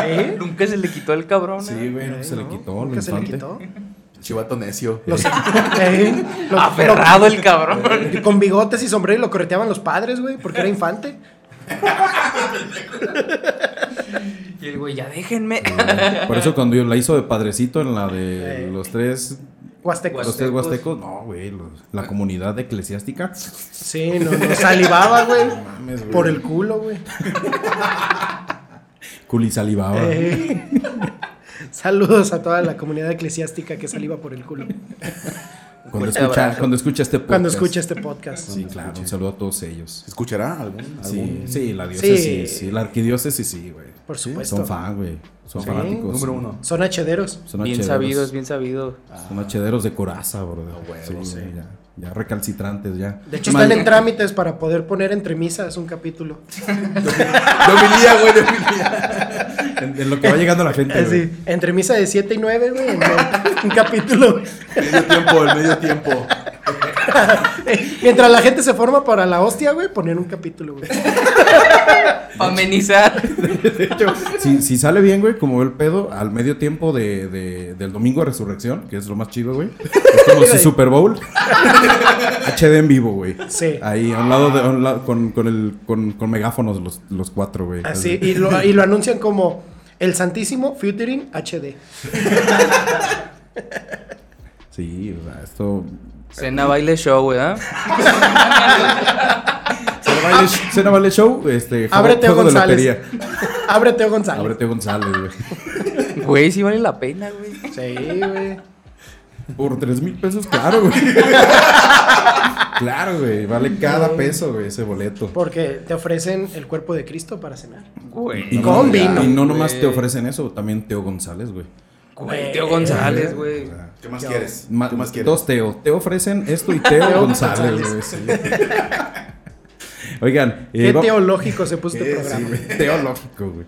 [SPEAKER 7] ¿Sí?
[SPEAKER 6] Nunca se le quitó el cabrón. ¿eh?
[SPEAKER 1] Sí, güey, no se le
[SPEAKER 7] ¿No?
[SPEAKER 1] quitó. lo
[SPEAKER 7] ¿Nunca se le
[SPEAKER 1] infante.
[SPEAKER 7] quitó?
[SPEAKER 5] Chivato necio.
[SPEAKER 7] Los- ¿Eh? Los-
[SPEAKER 6] Aferrado el cabrón.
[SPEAKER 7] lo- con bigotes y sombrero y lo correteaban los padres, güey, porque era infante.
[SPEAKER 6] Y el güey, ya déjenme.
[SPEAKER 1] Por eso cuando yo la hizo de padrecito en la de
[SPEAKER 7] Eh.
[SPEAKER 1] los tres,
[SPEAKER 7] Huastecos.
[SPEAKER 1] los tres huastecos, no, güey, los- la comunidad eclesiástica.
[SPEAKER 7] Sí, no, no, salivaba, güey.
[SPEAKER 1] mames, güey.
[SPEAKER 7] Por el culo, güey.
[SPEAKER 1] Culisalivaba.
[SPEAKER 7] Eh, Saludos a toda la comunidad eclesiástica que saliva por el culo
[SPEAKER 1] Cuando
[SPEAKER 6] Fuerte
[SPEAKER 1] escucha,
[SPEAKER 6] abrazo.
[SPEAKER 1] cuando escucha este podcast.
[SPEAKER 7] cuando escucha este podcast.
[SPEAKER 1] Sí, claro, un saludo a todos ellos.
[SPEAKER 5] ¿Se escuchará algún?
[SPEAKER 1] Sí,
[SPEAKER 5] algún-
[SPEAKER 1] sí, la diócesis,
[SPEAKER 7] Sí.
[SPEAKER 1] sí, la arquidiócesis, sí, güey.
[SPEAKER 7] Por
[SPEAKER 1] Sí,
[SPEAKER 7] supuesto.
[SPEAKER 1] Son fan, güey. Son
[SPEAKER 7] Sí,
[SPEAKER 1] fanáticos.
[SPEAKER 5] número uno.
[SPEAKER 7] Son hachederos.
[SPEAKER 1] Son
[SPEAKER 6] bien
[SPEAKER 1] hachederos.
[SPEAKER 6] sabidos, bien Ah, sabido.
[SPEAKER 1] Son hachederos de coraza, bro. sí,
[SPEAKER 5] sí.
[SPEAKER 1] güey, ya, ya recalcitrantes, ya.
[SPEAKER 7] De hecho,
[SPEAKER 1] Man-
[SPEAKER 7] están en trámites para poder poner entre misas un capítulo.
[SPEAKER 5] De homilía, güey, de homilía.
[SPEAKER 1] en, en lo que va llegando la gente.
[SPEAKER 7] Así,
[SPEAKER 1] güey.
[SPEAKER 7] entre misa de 7 y 9, güey, en un capítulo.
[SPEAKER 5] Medio tiempo, el medio tiempo.
[SPEAKER 7] Mientras la gente se forma para la hostia, güey, poner un capítulo, güey.
[SPEAKER 6] Para amenizar.
[SPEAKER 1] Si, si sale bien, güey, como el pedo, al medio tiempo de, de- del domingo de resurrección, que es lo más chido, güey. Es como si Super Bowl. HD en vivo, güey.
[SPEAKER 7] Sí.
[SPEAKER 1] Ahí, a un lado, de, a un lado- con, con, el, con, con megáfonos los, los cuatro, güey.
[SPEAKER 7] Así, y lo, y lo anuncian como el Santísimo Featuring HD.
[SPEAKER 1] Sí, o sea, esto.
[SPEAKER 6] Cena, baile, show, güey. ¿ah?
[SPEAKER 1] Cena Vale, Cena Vale Show, este. juego-
[SPEAKER 7] Ábrete
[SPEAKER 1] juego de
[SPEAKER 7] González.
[SPEAKER 1] lotería.
[SPEAKER 7] Ábrete González.
[SPEAKER 1] Ábrete González, güey.
[SPEAKER 6] Güey, sí vale la pena, güey.
[SPEAKER 7] Sí, güey.
[SPEAKER 1] Por tres mil pesos, claro, güey. claro, güey. Vale cada peso, güey, ese boleto.
[SPEAKER 7] Porque te ofrecen el cuerpo de Cristo para cenar.
[SPEAKER 6] Güey.
[SPEAKER 1] Y
[SPEAKER 7] Con
[SPEAKER 1] no,
[SPEAKER 7] vino,
[SPEAKER 1] Y no nomás
[SPEAKER 6] güey.
[SPEAKER 1] te ofrecen eso, también Teo González, güey.
[SPEAKER 6] Güey, Teo González, güey.
[SPEAKER 5] ¿Qué más quieres?
[SPEAKER 1] Ma-
[SPEAKER 5] ¿Qué más quieres?
[SPEAKER 1] Dos Teo. Te ofrecen esto y Teo
[SPEAKER 7] Teo
[SPEAKER 1] González,
[SPEAKER 7] González.
[SPEAKER 1] güey. sí. Oigan, eh,
[SPEAKER 7] Qué
[SPEAKER 1] va-
[SPEAKER 7] teológico se puso este
[SPEAKER 5] Eh,
[SPEAKER 7] programa.
[SPEAKER 5] sí, güey.
[SPEAKER 1] teológico, güey.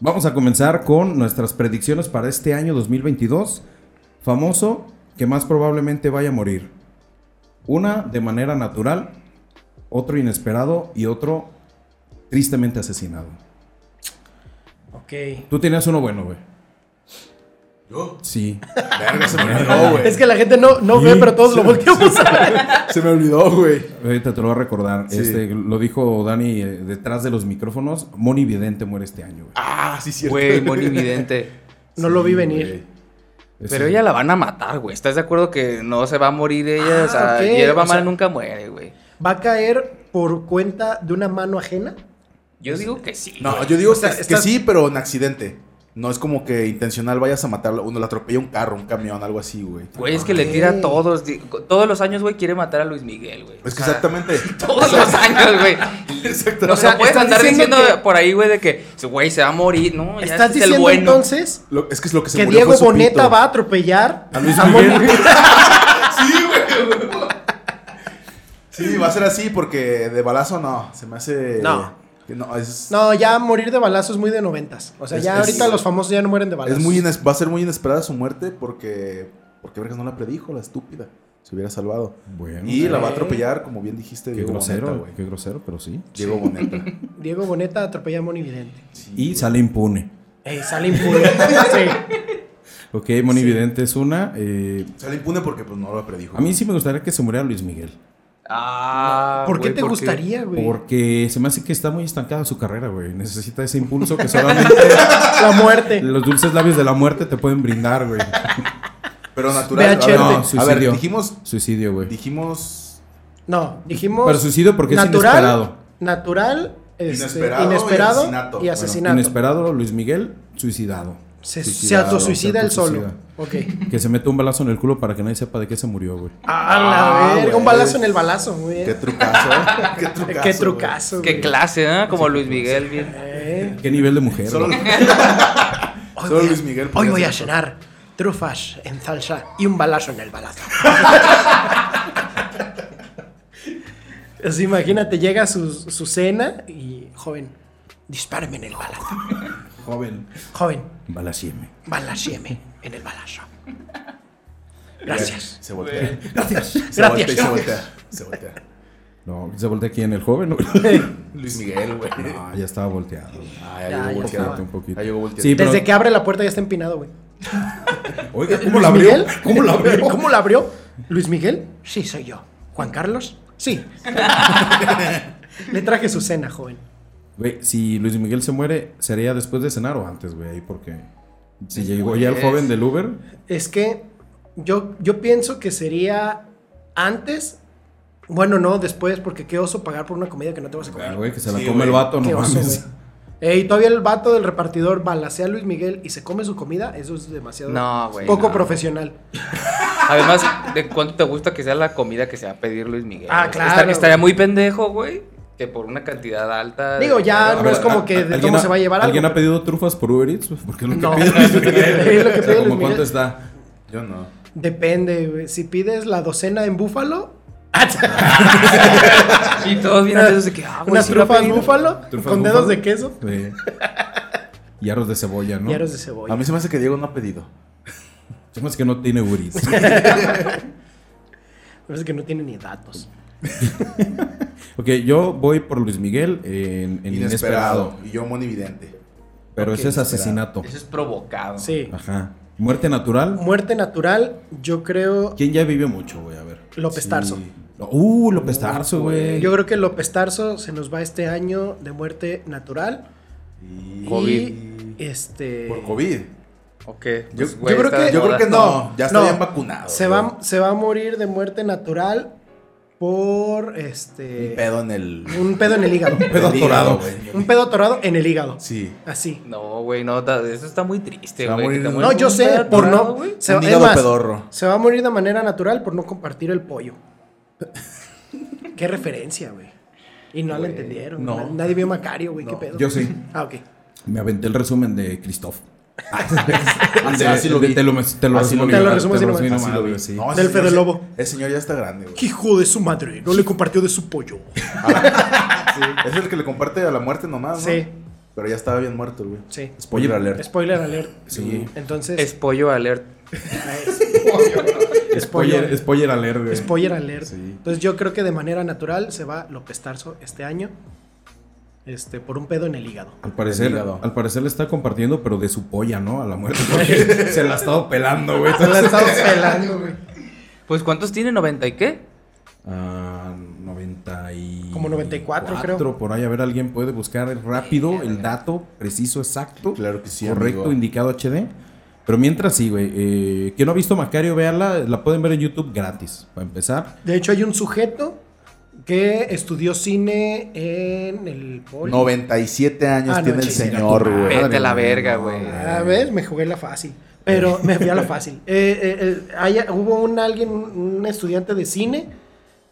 [SPEAKER 1] Vamos a comenzar con nuestras predicciones para este año 2022. Famoso que más probablemente vaya a morir. Una de manera natural, otro inesperado y otro tristemente asesinado.
[SPEAKER 7] Ok.
[SPEAKER 1] Tú tenías uno bueno, güey.
[SPEAKER 5] ¿Yo?
[SPEAKER 1] Sí.
[SPEAKER 5] Verga, se me olvidó, güey.
[SPEAKER 7] Es que la gente no, no ve,
[SPEAKER 1] Sí,
[SPEAKER 7] pero todos
[SPEAKER 1] sí,
[SPEAKER 7] lo volteamos a ver.
[SPEAKER 5] Se me olvidó, güey.
[SPEAKER 1] Ahorita te lo voy a recordar.
[SPEAKER 5] Sí.
[SPEAKER 1] Este, lo dijo Dani eh, detrás de los micrófonos. Moni Vidente muere este año, güey.
[SPEAKER 5] Ah, sí, cierto.
[SPEAKER 6] Güey, monividente.
[SPEAKER 7] No lo vi venir.
[SPEAKER 6] Pero ella la van a matar, güey. ¿Estás de acuerdo que no se va a morir ella?
[SPEAKER 7] Ah,
[SPEAKER 6] o sea,
[SPEAKER 7] ok,
[SPEAKER 6] hierba
[SPEAKER 7] o sea-
[SPEAKER 6] mala nunca muere, güey.
[SPEAKER 7] ¿Va a caer por cuenta de una mano ajena?
[SPEAKER 6] Yo digo que sí.
[SPEAKER 5] No, yo digo
[SPEAKER 7] Está-
[SPEAKER 5] que,
[SPEAKER 7] está-
[SPEAKER 5] que sí, pero en accidente. No es como que intencional vayas a matarlo. Uno le atropella un carro, un camión, algo así, güey.
[SPEAKER 6] Güey, es que le tira a todos. di- Todos los años, güey, quiere matar a Luis Miguel, güey.
[SPEAKER 5] Es que
[SPEAKER 6] O sea,
[SPEAKER 5] exactamente.
[SPEAKER 6] Todos los años, güey.
[SPEAKER 5] Exactamente.
[SPEAKER 6] No
[SPEAKER 7] O sea,
[SPEAKER 6] se puedes
[SPEAKER 7] ¿estás
[SPEAKER 6] andar
[SPEAKER 7] diciendo
[SPEAKER 6] diciendo
[SPEAKER 7] que-
[SPEAKER 6] por ahí, güey, de que, güey, se va a morir. No, ya
[SPEAKER 7] ¿Estás
[SPEAKER 6] este es el
[SPEAKER 7] diciendo
[SPEAKER 6] bueno.
[SPEAKER 7] entonces
[SPEAKER 5] Lo- es que es lo que se
[SPEAKER 7] que
[SPEAKER 5] murió
[SPEAKER 7] Diego
[SPEAKER 5] fue su
[SPEAKER 7] Boneta
[SPEAKER 5] pito.
[SPEAKER 7] va a atropellar a
[SPEAKER 1] Luis
[SPEAKER 7] Moni
[SPEAKER 1] Miguel.
[SPEAKER 7] Vidente?
[SPEAKER 5] Sí, va a ser así porque de balazo no. Se me hace.
[SPEAKER 7] No.
[SPEAKER 5] que No, es.
[SPEAKER 7] No, ya morir de balazo es muy de noventas. O sea,
[SPEAKER 5] Es-
[SPEAKER 7] ya
[SPEAKER 5] es-
[SPEAKER 7] ahorita los famosos ya no mueren de balazo.
[SPEAKER 5] Es muy ines- va a ser muy inesperada su muerte porque. Porque vergas no la predijo, la estúpida. Se hubiera salvado.
[SPEAKER 1] Bueno,
[SPEAKER 5] Y la va a
[SPEAKER 7] Sí.
[SPEAKER 5] atropellar, como bien dijiste,
[SPEAKER 1] qué
[SPEAKER 5] Diego
[SPEAKER 1] grosero,
[SPEAKER 5] Boneta,
[SPEAKER 1] güey.
[SPEAKER 5] güey.
[SPEAKER 1] Qué grosero, pero sí.
[SPEAKER 5] Diego Boneta.
[SPEAKER 7] Diego Boneta atropella a Moni Vidente.
[SPEAKER 1] Y sale impune.
[SPEAKER 7] Ey, Eh, sale impune. Ah, Sí.
[SPEAKER 1] Ok, Moni Vidente es una. eh,
[SPEAKER 5] Sale impune porque pues no la predijo.
[SPEAKER 1] a mí sí me gustaría que se muriera Luis Miguel.
[SPEAKER 6] Ah,
[SPEAKER 7] ¿Por qué
[SPEAKER 6] güey,
[SPEAKER 7] te gustaría, güey?
[SPEAKER 1] Porque se me hace que está muy estancada su carrera, güey. Necesita ese impulso que solamente
[SPEAKER 7] La muerte.
[SPEAKER 1] los dulces labios de la muerte te pueden brindar, güey.
[SPEAKER 5] Pero natural.
[SPEAKER 7] VHR.
[SPEAKER 5] a ver,
[SPEAKER 1] No,
[SPEAKER 5] no, a ver, dijimos.
[SPEAKER 1] Suicidio, güey.
[SPEAKER 5] Dijimos.
[SPEAKER 7] No, dijimos.
[SPEAKER 1] Pero suicidio porque es inesperado.
[SPEAKER 7] Natural, este,
[SPEAKER 5] Inesperado
[SPEAKER 7] inesperado,
[SPEAKER 5] y
[SPEAKER 7] y asesinato.
[SPEAKER 5] asesinato. Bueno,
[SPEAKER 1] Inesperado, Luis Miguel, suicidado.
[SPEAKER 7] se, se
[SPEAKER 1] Suicidado,
[SPEAKER 7] autosuicida él solo.
[SPEAKER 1] autosuicida.
[SPEAKER 7] Ok.
[SPEAKER 1] Que se mete un balazo en el culo para que nadie sepa de qué se murió, güey.
[SPEAKER 7] A la verga,
[SPEAKER 5] Ah, güey.
[SPEAKER 7] Un balazo en el balazo, muy bien.
[SPEAKER 5] Qué trucazo, ¿eh? Qué trucazo.
[SPEAKER 7] Qué
[SPEAKER 5] güey.
[SPEAKER 7] trucazo,
[SPEAKER 6] Qué
[SPEAKER 7] güey.
[SPEAKER 6] clase, ¿eh? Como Luis Miguel, bien.
[SPEAKER 7] Eh.
[SPEAKER 1] ¿Qué nivel de mujer?
[SPEAKER 5] Solo,
[SPEAKER 1] güey?
[SPEAKER 7] Hoy
[SPEAKER 5] Solo
[SPEAKER 7] voy a-
[SPEAKER 5] Luis Miguel
[SPEAKER 7] Hoy
[SPEAKER 5] podría
[SPEAKER 7] voy a
[SPEAKER 5] hacer
[SPEAKER 7] llenar trufas en salsa y un balazo en el balazo. Así, imagínate, llega su, su cena y, joven, dispárame en el balazo.
[SPEAKER 1] Joven.
[SPEAKER 7] Joven,
[SPEAKER 1] Balasieme.
[SPEAKER 7] balashieme en el balazo. Gracias.
[SPEAKER 5] Se voltea.
[SPEAKER 1] Gracias.
[SPEAKER 5] Se voltea y se voltea. Se voltea.
[SPEAKER 1] No, se voltea aquí en el joven. ¿no?
[SPEAKER 5] Luis Miguel, güey.
[SPEAKER 1] No, ya estaba volteado. güey.
[SPEAKER 5] Ah, ya,
[SPEAKER 7] Ya,
[SPEAKER 5] llegó
[SPEAKER 7] ya
[SPEAKER 5] volteado.
[SPEAKER 7] estaba.
[SPEAKER 1] Un poquito.
[SPEAKER 5] Ya llegó volteado.
[SPEAKER 1] Sí, pero-
[SPEAKER 7] Desde que abre la puerta ya está empinado, güey.
[SPEAKER 1] Oiga, ¿cómo
[SPEAKER 7] ¿Luis
[SPEAKER 1] la abrió?
[SPEAKER 7] Miguel?
[SPEAKER 1] ¿Cómo la abrió?
[SPEAKER 7] ¿Cómo la abrió? ¿Luis Miguel? Sí, soy yo. ¿Juan Carlos? Sí. Le traje su cena, joven.
[SPEAKER 1] Güey, si Luis Miguel se muere, ¿sería después de cenar o antes, güey? Ahí porque si llegó ya el joven del Uber,
[SPEAKER 7] Es que yo, yo pienso que sería antes. Bueno, no, después, porque qué oso pagar por una comida que no te vas a
[SPEAKER 1] ah,
[SPEAKER 7] comer.
[SPEAKER 1] güey, que se la
[SPEAKER 5] Sí,
[SPEAKER 1] come el
[SPEAKER 5] güey.
[SPEAKER 1] vato, no
[SPEAKER 7] Qué oso,
[SPEAKER 1] mames.
[SPEAKER 7] güey. Eh, y todavía el vato del repartidor balacea a Luis Miguel y se come su comida, eso es demasiado
[SPEAKER 6] No, güey,
[SPEAKER 7] poco
[SPEAKER 6] no.
[SPEAKER 7] profesional.
[SPEAKER 6] Además, ¿de cuánto te gusta que sea la comida que se va a pedir Luis Miguel?
[SPEAKER 7] Ah,
[SPEAKER 6] Estar-
[SPEAKER 7] claro,
[SPEAKER 6] estaría muy pendejo, güey, que por una cantidad alta. de
[SPEAKER 7] Digo, ya
[SPEAKER 6] dinero-
[SPEAKER 7] no es como que de
[SPEAKER 1] ¿alguien
[SPEAKER 7] cómo
[SPEAKER 1] ha-
[SPEAKER 7] se va a llevar
[SPEAKER 1] ¿Alguien
[SPEAKER 7] algo.
[SPEAKER 1] ha pedido trufas por Uber Eats? Pues, Porque es lo que
[SPEAKER 7] No,
[SPEAKER 1] pide
[SPEAKER 7] es
[SPEAKER 1] Luis
[SPEAKER 7] lo que pide
[SPEAKER 1] Miguel. O sea,
[SPEAKER 7] Luis
[SPEAKER 1] ¿cómo cuánto
[SPEAKER 7] Miguel.
[SPEAKER 1] está?
[SPEAKER 5] Yo no.
[SPEAKER 7] Depende, güey. Si pides la docena en búfalo,
[SPEAKER 6] Y todos vienen de esos de que, ah, güey,
[SPEAKER 7] unas
[SPEAKER 6] sí lo ha
[SPEAKER 7] trufas
[SPEAKER 6] pedido.
[SPEAKER 7] búfalo con
[SPEAKER 1] ¿Trufas
[SPEAKER 7] dedos
[SPEAKER 1] búfalo?
[SPEAKER 7] de queso.
[SPEAKER 1] Sí. Y arroz de cebolla, ¿no?
[SPEAKER 7] Y aros de cebolla.
[SPEAKER 5] A mí se me hace que Diego no ha pedido.
[SPEAKER 1] Se me hace que no tiene Uber Eats.
[SPEAKER 7] Parece que no tiene ni datos.
[SPEAKER 1] ok, yo voy por Luis Miguel en, en
[SPEAKER 5] Inesperado.
[SPEAKER 1] inesperado.
[SPEAKER 5] Y yo monividente.
[SPEAKER 1] Pero
[SPEAKER 6] Ok,
[SPEAKER 1] ese es
[SPEAKER 6] inesperado.
[SPEAKER 1] asesinato.
[SPEAKER 6] Eso es provocado.
[SPEAKER 7] Sí.
[SPEAKER 1] Ajá. Muerte natural.
[SPEAKER 7] Muerte natural, yo creo
[SPEAKER 1] ¿Quién ya vive mucho, güey? A ver.
[SPEAKER 7] López Tarso.
[SPEAKER 1] Uh, López Tarso, güey.
[SPEAKER 7] Yo creo que López Tarso se nos va este año de muerte natural.
[SPEAKER 5] Y-
[SPEAKER 6] COVID.
[SPEAKER 7] Y este.
[SPEAKER 5] Por COVID.
[SPEAKER 6] Ok.
[SPEAKER 5] Yo,
[SPEAKER 6] pues, güey,
[SPEAKER 7] yo creo
[SPEAKER 6] está
[SPEAKER 7] que-
[SPEAKER 6] de
[SPEAKER 5] yo creo
[SPEAKER 6] moda.
[SPEAKER 5] que no.
[SPEAKER 7] No,
[SPEAKER 5] ya está
[SPEAKER 7] no.
[SPEAKER 5] bien vacunado.
[SPEAKER 7] Se va, se va a morir de muerte natural por este.
[SPEAKER 5] Un pedo en el.
[SPEAKER 7] Un pedo en el hígado.
[SPEAKER 1] pedo
[SPEAKER 5] en el hígado,
[SPEAKER 1] atorado.
[SPEAKER 7] un pedo atorado en el hígado.
[SPEAKER 5] Sí.
[SPEAKER 7] Así.
[SPEAKER 6] No, güey, no, ta- eso está muy triste,
[SPEAKER 5] Se va a
[SPEAKER 6] güey. que
[SPEAKER 5] morir
[SPEAKER 6] te
[SPEAKER 5] de-
[SPEAKER 7] No,
[SPEAKER 6] mueras
[SPEAKER 7] yo
[SPEAKER 6] un
[SPEAKER 7] sé,
[SPEAKER 6] pedo
[SPEAKER 7] por
[SPEAKER 6] atorado,
[SPEAKER 7] no.
[SPEAKER 6] güey.
[SPEAKER 7] Se,
[SPEAKER 5] Un
[SPEAKER 7] es
[SPEAKER 5] hígado
[SPEAKER 7] más,
[SPEAKER 5] pedorro.
[SPEAKER 7] se va a morir de manera natural por no compartir el pollo. Qué referencia, güey. Y no la entendieron.
[SPEAKER 5] no.
[SPEAKER 7] na- Nadie vio Macario, güey. Qué pedo.
[SPEAKER 1] Yo sí.
[SPEAKER 7] Ah, ok.
[SPEAKER 1] Me aventé el resumen de Christoph.
[SPEAKER 5] Así-
[SPEAKER 1] De-
[SPEAKER 5] Ah, así lo
[SPEAKER 1] de-
[SPEAKER 5] vi.
[SPEAKER 1] te lo te lo
[SPEAKER 5] Así
[SPEAKER 1] resumo
[SPEAKER 5] lo vi.
[SPEAKER 1] nomás,
[SPEAKER 7] Te lo resumo
[SPEAKER 1] te
[SPEAKER 7] así
[SPEAKER 1] lo
[SPEAKER 7] nomás.
[SPEAKER 1] resumo
[SPEAKER 5] Así lo
[SPEAKER 1] nomás,
[SPEAKER 5] vi.
[SPEAKER 1] sí.
[SPEAKER 5] No, ese
[SPEAKER 7] Del
[SPEAKER 5] señor
[SPEAKER 7] Fede
[SPEAKER 5] ya-
[SPEAKER 7] Lobo.
[SPEAKER 5] Ese señor ya está grande, güey.
[SPEAKER 7] Hijo de su madre, no le compartió de su pollo.
[SPEAKER 5] Ah, Es el que le comparte a la muerte nomás, ¿no?
[SPEAKER 7] Sí.
[SPEAKER 5] Pero ya estaba bien muerto, güey.
[SPEAKER 7] Sí.
[SPEAKER 5] Spoiler alert.
[SPEAKER 7] Spoiler alert.
[SPEAKER 1] Sí.
[SPEAKER 7] Entonces,
[SPEAKER 6] Es pollo alert.
[SPEAKER 1] Spoiler, spoiler alert, güey.
[SPEAKER 7] spoiler alert. Entonces, yo creo que de manera natural se va López Tarso este año. Este, por un pedo en el hígado.
[SPEAKER 1] Al parecer,
[SPEAKER 5] El hígado.
[SPEAKER 1] al parecer le está compartiendo, pero de su polla, ¿no? A la muerte. porque se la ha estado pelando, güey.
[SPEAKER 7] Se la estaba pelando, güey.
[SPEAKER 6] Pues, ¿cuántos tiene? ¿90 y qué?
[SPEAKER 1] Ah, 90 y...
[SPEAKER 7] Como 94, creo.
[SPEAKER 1] Por ahí, a ver, alguien puede buscar rápido el dato preciso, exacto.
[SPEAKER 5] Claro que sí,
[SPEAKER 1] Correcto,
[SPEAKER 5] amigo.
[SPEAKER 1] indicado HD. Pero mientras sí, güey. eh, quien no ha visto Macario, véanla. La pueden ver en YouTube gratis, para empezar.
[SPEAKER 7] De hecho, hay un sujeto que estudió cine en el poli.
[SPEAKER 5] 97 años
[SPEAKER 7] Ah, no,
[SPEAKER 5] tiene el
[SPEAKER 7] chinga tu
[SPEAKER 5] señor,
[SPEAKER 1] madre.
[SPEAKER 5] güey.
[SPEAKER 6] Vete a la
[SPEAKER 1] mía,
[SPEAKER 6] verga,
[SPEAKER 1] no,
[SPEAKER 6] güey.
[SPEAKER 7] A ver, Ah, me jugué la fácil. Pero me fui a la fácil. Eh, eh, eh, hay- hubo un alguien, un un estudiante de cine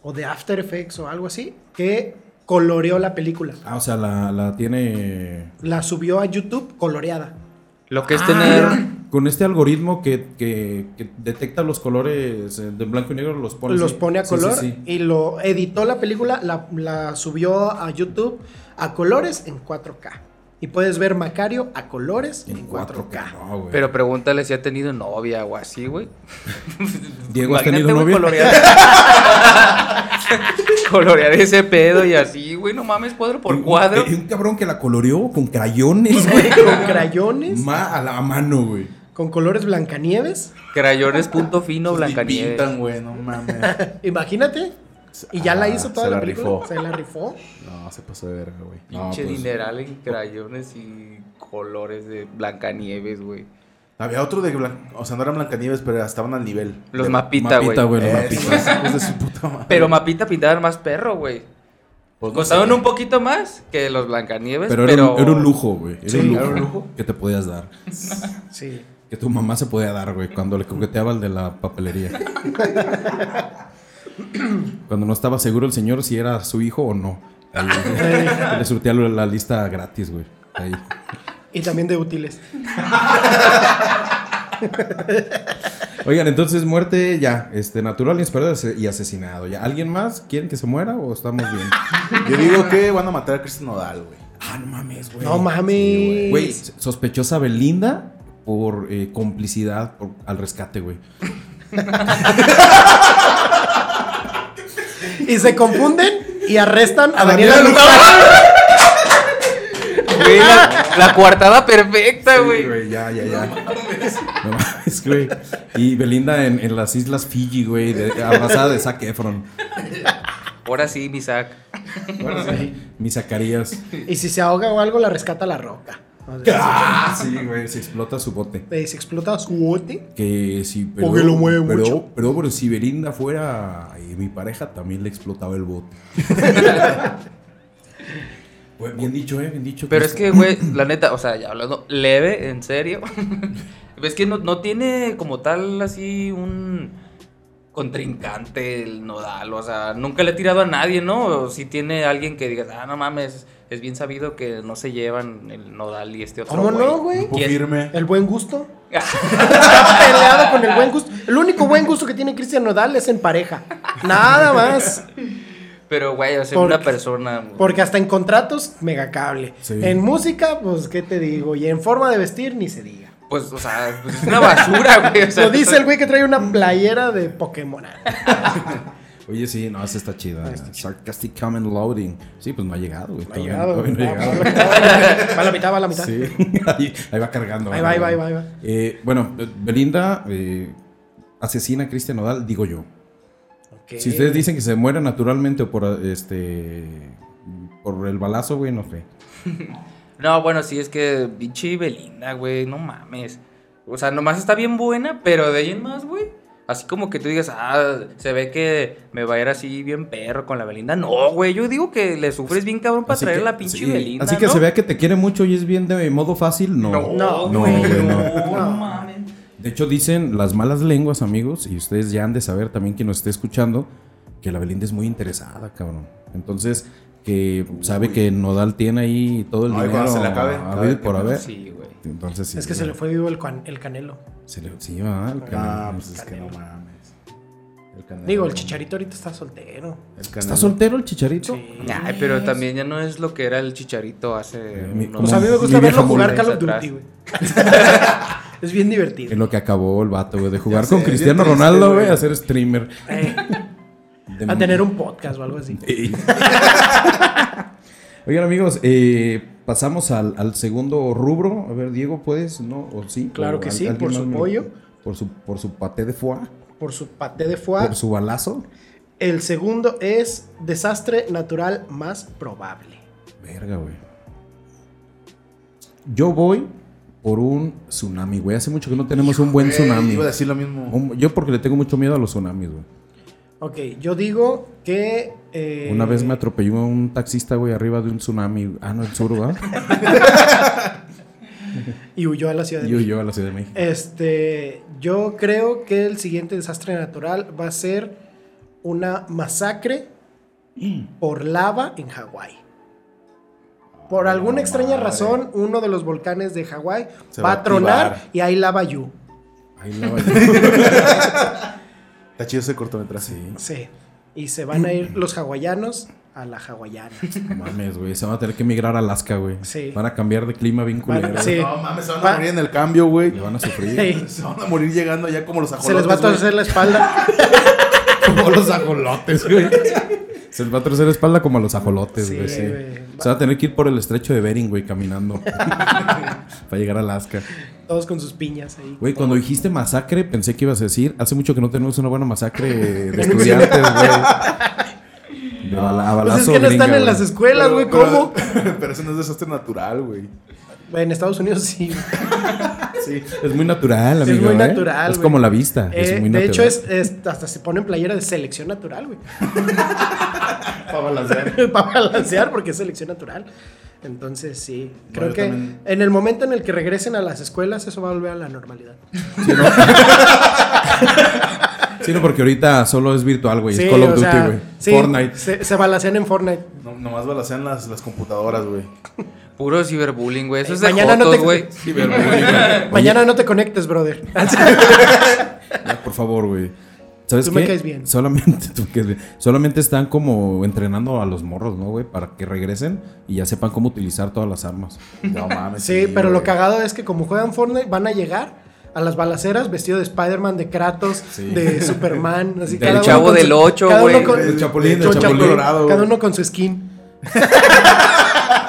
[SPEAKER 7] o de After Effects o algo así, que coloreó la película.
[SPEAKER 1] Ah, o sea, la, la tiene...
[SPEAKER 7] La subió a YouTube coloreada.
[SPEAKER 6] Lo que es
[SPEAKER 1] Ah,
[SPEAKER 6] tener.
[SPEAKER 1] Con este algoritmo que, que- que detecta los colores eh, de blanco y negro, los pone.
[SPEAKER 7] los
[SPEAKER 1] sí.
[SPEAKER 7] pone a
[SPEAKER 1] Sí,
[SPEAKER 7] color
[SPEAKER 1] sí, sí.
[SPEAKER 7] y lo editó la película, la, la subió a YouTube a colores en 4K. Y puedes ver Macario a colores en, 4K.
[SPEAKER 1] no, güey.
[SPEAKER 6] Pero pregúntale si ha tenido novia o así, güey.
[SPEAKER 1] Diego, ¿has
[SPEAKER 6] Imagínate,
[SPEAKER 1] tenido
[SPEAKER 6] güey,
[SPEAKER 1] novia?
[SPEAKER 6] colorear- Colorear ese pedo y así, güey, no mames, cuadro
[SPEAKER 1] Y
[SPEAKER 6] por
[SPEAKER 1] un-
[SPEAKER 6] cuadro.
[SPEAKER 1] y un cabrón que la coloreó con crayones, güey.
[SPEAKER 7] Con crayones,
[SPEAKER 1] Ma- a la mano, güey.
[SPEAKER 7] con colores Blancanieves.
[SPEAKER 6] Crayones punto fino,
[SPEAKER 5] Esos ni
[SPEAKER 6] Blancanieves.
[SPEAKER 5] Pues, pintan, güey, no mames.
[SPEAKER 7] Imagínate. Y ya la
[SPEAKER 5] Ah,
[SPEAKER 7] hizo toda
[SPEAKER 5] se
[SPEAKER 7] la,
[SPEAKER 5] la
[SPEAKER 7] película.
[SPEAKER 5] rifó.
[SPEAKER 7] Se la rifó.
[SPEAKER 5] No, se pasó de verga, güey. No,
[SPEAKER 6] Pinche
[SPEAKER 5] pues,
[SPEAKER 6] dineral en crayones y colores de Blancanieves, güey.
[SPEAKER 5] Había otro de Blan... O sea, no eran Blancanieves, pero estaban al nivel.
[SPEAKER 6] Los
[SPEAKER 5] De-
[SPEAKER 6] mapita,
[SPEAKER 1] Mapita,
[SPEAKER 6] güey.
[SPEAKER 1] güey. los
[SPEAKER 5] Esos
[SPEAKER 1] mapitas.
[SPEAKER 5] hijos de su puta madre.
[SPEAKER 6] Pero mapita pintaban más perro, güey.
[SPEAKER 5] Pues no
[SPEAKER 6] Costaban
[SPEAKER 5] sé.
[SPEAKER 6] un poquito más que los Blancanieves,
[SPEAKER 1] Pero
[SPEAKER 6] pero...
[SPEAKER 1] era, Un, era un lujo, güey. Era,
[SPEAKER 7] Sí,
[SPEAKER 1] un lujo
[SPEAKER 5] era un lujo.
[SPEAKER 1] que te podías dar.
[SPEAKER 7] Sí.
[SPEAKER 1] Que tu mamá se podía dar, güey, cuando le coqueteaba al de la papelería. cuando no estaba seguro el señor si era su hijo o no. Ahí, güey, le surtía la la lista gratis, güey. Ahí.
[SPEAKER 7] Y también de útiles.
[SPEAKER 1] Oigan, entonces muerte ya, este natural inesperada y asesinado. Ya, ¿alguien más quieren que se muera o estamos bien?
[SPEAKER 5] Yo digo que van a matar a Cristian Nodal, güey.
[SPEAKER 1] Ah, no mames, güey.
[SPEAKER 7] No mames.
[SPEAKER 1] Sí, güey. Güey, sospechosa Belinda por eh, complicidad por- al rescate, güey.
[SPEAKER 7] Y se confunden y arrestan a Daniela
[SPEAKER 5] Daniela
[SPEAKER 7] Luján.
[SPEAKER 6] Güey, la, la coartada perfecta, güey.
[SPEAKER 1] ya, ya, ya. No mames, güey. Y Belinda en, en las islas Fiji, güey, de- abrazada de Zac Efron.
[SPEAKER 6] Ahora sí, mi sac.
[SPEAKER 1] Mi Zacarías.
[SPEAKER 7] Y si se ahoga o algo, la rescata la roca. O sea,
[SPEAKER 1] Ah, sí, güey, se explota su bote.
[SPEAKER 7] eh, se explota su bote.
[SPEAKER 1] Que sí, pero.
[SPEAKER 7] Porque lo mueve
[SPEAKER 1] pero,
[SPEAKER 7] mucho.
[SPEAKER 1] Pero, pero si Belinda fuera eh, mi pareja, también le explotaba el bote. Güey, bien dicho, eh, bien dicho.
[SPEAKER 6] Pero es que, güey, la neta, o sea, ya hablando leve, en serio. es que no, no tiene como tal así un contrincante el nodal. O sea, nunca le ha tirado a nadie, ¿no? O si tiene alguien que digas, ah, no mames, es bien sabido que no se llevan el nodal y este otro.
[SPEAKER 7] ¿Cómo no, güey?
[SPEAKER 5] Grupo firme.
[SPEAKER 7] El buen gusto. Está peleado con el buen gusto. El único buen gusto que tiene Cristian Nodal es en pareja. Nada más.
[SPEAKER 6] Pero, güey, o sea,
[SPEAKER 7] Porque-
[SPEAKER 6] una persona.
[SPEAKER 7] Porque hasta en contratos, megacable.
[SPEAKER 1] Sí.
[SPEAKER 7] En música, pues, ¿qué te digo? Y en forma de vestir, ni se diga.
[SPEAKER 6] Pues, o sea, pues, es una basura, güey. O sea,
[SPEAKER 7] Lo dice el güey que trae una playera de Pokémon. Ah,
[SPEAKER 1] Oye, sí, no, esa está chida. Sarcastic Comment Loading. Sí, pues no ha llegado, güey.
[SPEAKER 7] No ha
[SPEAKER 1] todavía-
[SPEAKER 7] llegado.
[SPEAKER 1] todavía no ha
[SPEAKER 7] Va,
[SPEAKER 1] llegado.
[SPEAKER 7] va, va, va, va a la mitad, va a la mitad.
[SPEAKER 1] Sí, ahí, ahí va cargando.
[SPEAKER 7] Ahí va, ahí
[SPEAKER 1] cargando.
[SPEAKER 7] va, ahí va, ahí va.
[SPEAKER 1] Eh, bueno, eh, Belinda eh, asesina a Cristian Nodal, digo yo.
[SPEAKER 7] Ok.
[SPEAKER 1] Si ustedes dicen que se muera naturalmente o por este por el balazo, güey, no sé.
[SPEAKER 6] No, bueno, sí, es que pinche Belinda, güey, no mames. O sea, nomás está bien buena, pero de ahí en más, güey. Así como que tú digas, ah, se ve que me va a ir así bien perro con la Belinda. No, güey, yo digo que le sufres bien cabrón para
[SPEAKER 1] Así
[SPEAKER 6] traer
[SPEAKER 1] que-
[SPEAKER 6] la pinche
[SPEAKER 1] sí,
[SPEAKER 6] Belinda.
[SPEAKER 1] Así que
[SPEAKER 6] ¿no?
[SPEAKER 1] se vea que te quiere mucho y es bien de modo fácil, no.
[SPEAKER 6] No,
[SPEAKER 1] No,
[SPEAKER 6] güey,
[SPEAKER 1] güey, no.
[SPEAKER 6] no, no mames.
[SPEAKER 1] De hecho, dicen las malas lenguas, amigos, y ustedes ya han de saber también quien nos esté escuchando, que la Belinda es muy interesada, cabrón. Entonces, que sabe que Nodal tiene ahí todo el
[SPEAKER 5] Ay,
[SPEAKER 1] dinero.
[SPEAKER 5] cuando se le acabe,
[SPEAKER 1] habido
[SPEAKER 5] cada vez que
[SPEAKER 1] por haber.
[SPEAKER 6] Sí, güey.
[SPEAKER 1] Entonces, sí,
[SPEAKER 7] Es que se le fue vivo el, cuan- el canelo.
[SPEAKER 1] se le- sí, va, el
[SPEAKER 5] Ah,
[SPEAKER 1] canelo.
[SPEAKER 5] pues es que no mames. El Canelo.
[SPEAKER 7] Digo, el chicharito ahorita está soltero.
[SPEAKER 5] El
[SPEAKER 1] ¿Está
[SPEAKER 5] Canelo.
[SPEAKER 1] soltero el chicharito?
[SPEAKER 7] Sí.
[SPEAKER 6] Ay, pero también ya no es lo que era el chicharito hace.
[SPEAKER 1] Eh, mi-
[SPEAKER 6] unos
[SPEAKER 7] Pues a mí me
[SPEAKER 1] Mi
[SPEAKER 7] gusta verlo
[SPEAKER 1] vieja
[SPEAKER 7] jugar
[SPEAKER 6] mole.
[SPEAKER 7] Call of Duty,
[SPEAKER 6] Atrás.
[SPEAKER 7] güey. es bien divertido.
[SPEAKER 1] Es lo que acabó el vato, güey, de jugar con
[SPEAKER 5] sé,
[SPEAKER 1] Cristiano
[SPEAKER 5] bien triste,
[SPEAKER 1] Ronaldo, güey,
[SPEAKER 5] güey.
[SPEAKER 1] a ser streamer.
[SPEAKER 7] Eh,
[SPEAKER 1] De-
[SPEAKER 7] a tener un podcast o algo así.
[SPEAKER 1] Ey. Oigan, amigos, eh, pasamos al, al segundo rubro. A ver, Diego, ¿puedes? ¿No? ¿O sí?
[SPEAKER 7] Claro
[SPEAKER 1] ¿O
[SPEAKER 7] que
[SPEAKER 1] al-
[SPEAKER 7] sí,
[SPEAKER 1] alguien
[SPEAKER 7] por
[SPEAKER 1] más
[SPEAKER 7] su
[SPEAKER 1] me-
[SPEAKER 7] pollo.
[SPEAKER 1] Por su, por su paté de foie,
[SPEAKER 7] Por su paté de foie.
[SPEAKER 1] por su balazo.
[SPEAKER 7] El segundo es desastre natural más probable.
[SPEAKER 1] Verga, güey. Yo voy por un tsunami, güey. Hace mucho que no tenemos un buen
[SPEAKER 5] Eh,
[SPEAKER 1] tsunami.
[SPEAKER 5] Iba a decir lo mismo.
[SPEAKER 1] Un- Yo porque le tengo mucho miedo a los tsunamis, güey.
[SPEAKER 7] Ok, yo digo que. eh,
[SPEAKER 1] Una vez me atropelló un taxista, güey, arriba de un tsunami. Ah, no, el sur, ¿verdad?
[SPEAKER 7] Y huyó a la ciudad de
[SPEAKER 1] Yo,
[SPEAKER 7] México.
[SPEAKER 1] yo a la Ciudad de México.
[SPEAKER 7] Este. Yo creo que el siguiente desastre natural va a ser una masacre por lava en Hawái. Por alguna extraña
[SPEAKER 5] madre.
[SPEAKER 7] razón, uno de los volcanes de Hawái
[SPEAKER 5] Se
[SPEAKER 7] va
[SPEAKER 5] va
[SPEAKER 7] a
[SPEAKER 5] a
[SPEAKER 7] tronar
[SPEAKER 5] activar.
[SPEAKER 7] y hay lava yu.
[SPEAKER 1] Ahí la va-
[SPEAKER 5] Está chido ese cortometraje.
[SPEAKER 1] Sí.
[SPEAKER 7] Sí. Y se van a ir los hawaianos a la hawaiana.
[SPEAKER 1] No mames, güey. Se van a tener que emigrar a Alaska, güey.
[SPEAKER 7] Sí.
[SPEAKER 1] Van a cambiar de clima bien
[SPEAKER 7] Van-
[SPEAKER 1] culero.
[SPEAKER 7] sí.
[SPEAKER 5] No mames, se van
[SPEAKER 7] Va-
[SPEAKER 5] a morir en el cambio, güey.
[SPEAKER 1] Le van a sufrir.
[SPEAKER 7] Sí.
[SPEAKER 5] Se van a morir llegando allá como los ajolotes.
[SPEAKER 7] Se les va a
[SPEAKER 5] güey.
[SPEAKER 7] torcer la espalda.
[SPEAKER 1] como los ajolotes, güey. Se les va a torcer la espalda como a los ajolotes,
[SPEAKER 7] Sí,
[SPEAKER 1] güey. sí.
[SPEAKER 7] güey.
[SPEAKER 1] Se va a tener que ir por el estrecho de Bering, güey, caminando. para llegar a Alaska.
[SPEAKER 7] Todos con sus piñas ahí.
[SPEAKER 1] Güey, cuando dijiste masacre, pensé que ibas a decir, hace mucho que no tenemos una buena masacre de estudiantes, güey. De bala- a
[SPEAKER 7] Pues es
[SPEAKER 1] balazo
[SPEAKER 7] que no están
[SPEAKER 1] gringa,
[SPEAKER 7] en las
[SPEAKER 1] güey.
[SPEAKER 7] escuelas, güey. ¿Cómo?
[SPEAKER 5] Pero, pero eso no es desastre natural, güey.
[SPEAKER 7] En Estados Unidos sí.
[SPEAKER 5] Sí.
[SPEAKER 1] Es muy natural,
[SPEAKER 7] Es
[SPEAKER 1] amigo.
[SPEAKER 7] muy
[SPEAKER 1] ¿eh?
[SPEAKER 7] natural,
[SPEAKER 1] Es
[SPEAKER 7] güey.
[SPEAKER 1] como la vista.
[SPEAKER 7] Eh,
[SPEAKER 1] es muy
[SPEAKER 7] de
[SPEAKER 1] natural.
[SPEAKER 7] hecho, es, es- hasta se ponen playera de selección natural, güey.
[SPEAKER 5] Para balancear.
[SPEAKER 7] Para balancear, porque es selección natural. Entonces, sí. Creo
[SPEAKER 5] yo
[SPEAKER 7] que
[SPEAKER 5] también.
[SPEAKER 7] en el momento en el que regresen a las escuelas, eso va a volver a la normalidad.
[SPEAKER 1] Sí, no, porque ahorita solo es virtual, güey.
[SPEAKER 7] Sí,
[SPEAKER 1] es Call of
[SPEAKER 7] o
[SPEAKER 1] Duty,
[SPEAKER 7] sea,
[SPEAKER 1] güey.
[SPEAKER 7] sí,
[SPEAKER 1] Fortnite.
[SPEAKER 7] Se, se balancean en Fortnite.
[SPEAKER 5] No, nomás balacean las, las computadoras, güey.
[SPEAKER 6] Puro ciberbullying, güey. Eso
[SPEAKER 7] Eh,
[SPEAKER 6] es de
[SPEAKER 7] mañana no
[SPEAKER 6] jotos,
[SPEAKER 7] te-
[SPEAKER 6] güey.
[SPEAKER 1] Oye,
[SPEAKER 7] Mañana no te conectes, brother.
[SPEAKER 1] por Ah, favor, güey. ¿Sabes
[SPEAKER 7] Tú me
[SPEAKER 1] qué?
[SPEAKER 7] caes bien.
[SPEAKER 1] Solamente, tú me caes bien. Solamente están como entrenando a los morros, ¿no, güey? Para que regresen y ya sepan cómo utilizar todas las armas.
[SPEAKER 5] No mames.
[SPEAKER 7] Sí, pero lo
[SPEAKER 5] güey.
[SPEAKER 7] cagado es que como juegan Fortnite van a llegar a las balaceras vestido de Spider-Man, de Kratos,
[SPEAKER 1] Sí.
[SPEAKER 7] de Superman, así
[SPEAKER 1] Del
[SPEAKER 7] cada uno
[SPEAKER 6] Chavo
[SPEAKER 7] con
[SPEAKER 6] del
[SPEAKER 7] su-
[SPEAKER 6] Ocho,
[SPEAKER 7] cada uno
[SPEAKER 6] güey.
[SPEAKER 7] con-
[SPEAKER 5] El
[SPEAKER 1] Chapulín,
[SPEAKER 5] de
[SPEAKER 1] el Chapulín.
[SPEAKER 5] Colorado.
[SPEAKER 7] Cada uno con su skin.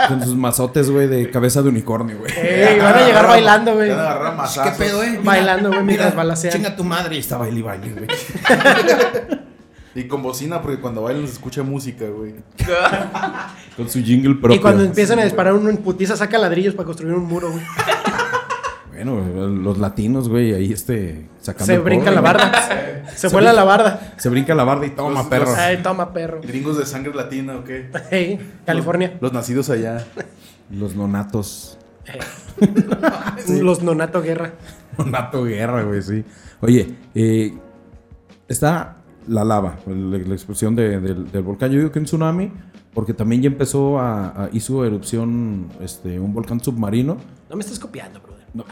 [SPEAKER 1] Con sus mazotes, güey, de cabeza de unicornio, güey.
[SPEAKER 7] Ey, Eh, van a llegar bailando, güey.
[SPEAKER 5] Te van a agarrar
[SPEAKER 8] ¿Qué
[SPEAKER 5] masazos.
[SPEAKER 8] pedo, eh? Mira,
[SPEAKER 7] Bailando, güey, mientras
[SPEAKER 8] mira,
[SPEAKER 7] balacean.
[SPEAKER 8] Chinga tu madre. Y está baile y baile, güey.
[SPEAKER 5] Y con bocina, porque cuando bailan se escucha música, güey.
[SPEAKER 1] Con su jingle propio.
[SPEAKER 7] y cuando empiezan a disparar uno en putiza saca ladrillos para construir un muro, güey.
[SPEAKER 1] Bueno, los latinos, güey, ahí este. Sacando
[SPEAKER 7] Se
[SPEAKER 1] el
[SPEAKER 7] brinca
[SPEAKER 1] cobre,
[SPEAKER 7] la
[SPEAKER 1] güey.
[SPEAKER 7] barda.
[SPEAKER 1] Se
[SPEAKER 7] Se vuela
[SPEAKER 1] brinca-
[SPEAKER 7] la barda.
[SPEAKER 1] Se brinca la barda y toma,
[SPEAKER 5] Los-
[SPEAKER 1] perro.
[SPEAKER 7] Ay, toma, perro.
[SPEAKER 5] Gringos de sangre latina, ¿o qué?
[SPEAKER 7] Ey, California.
[SPEAKER 5] Los nacidos allá.
[SPEAKER 1] Los nonatos.
[SPEAKER 7] Los Nonato Guerra.
[SPEAKER 1] Nonato guerra, güey, sí. Oye, eh, está la lava, la, la explosión de- del, del volcán. Yo digo que un tsunami, porque también ya empezó a. a- hizo erupción este, un volcán submarino.
[SPEAKER 7] No me estás copiando, brother.
[SPEAKER 1] No,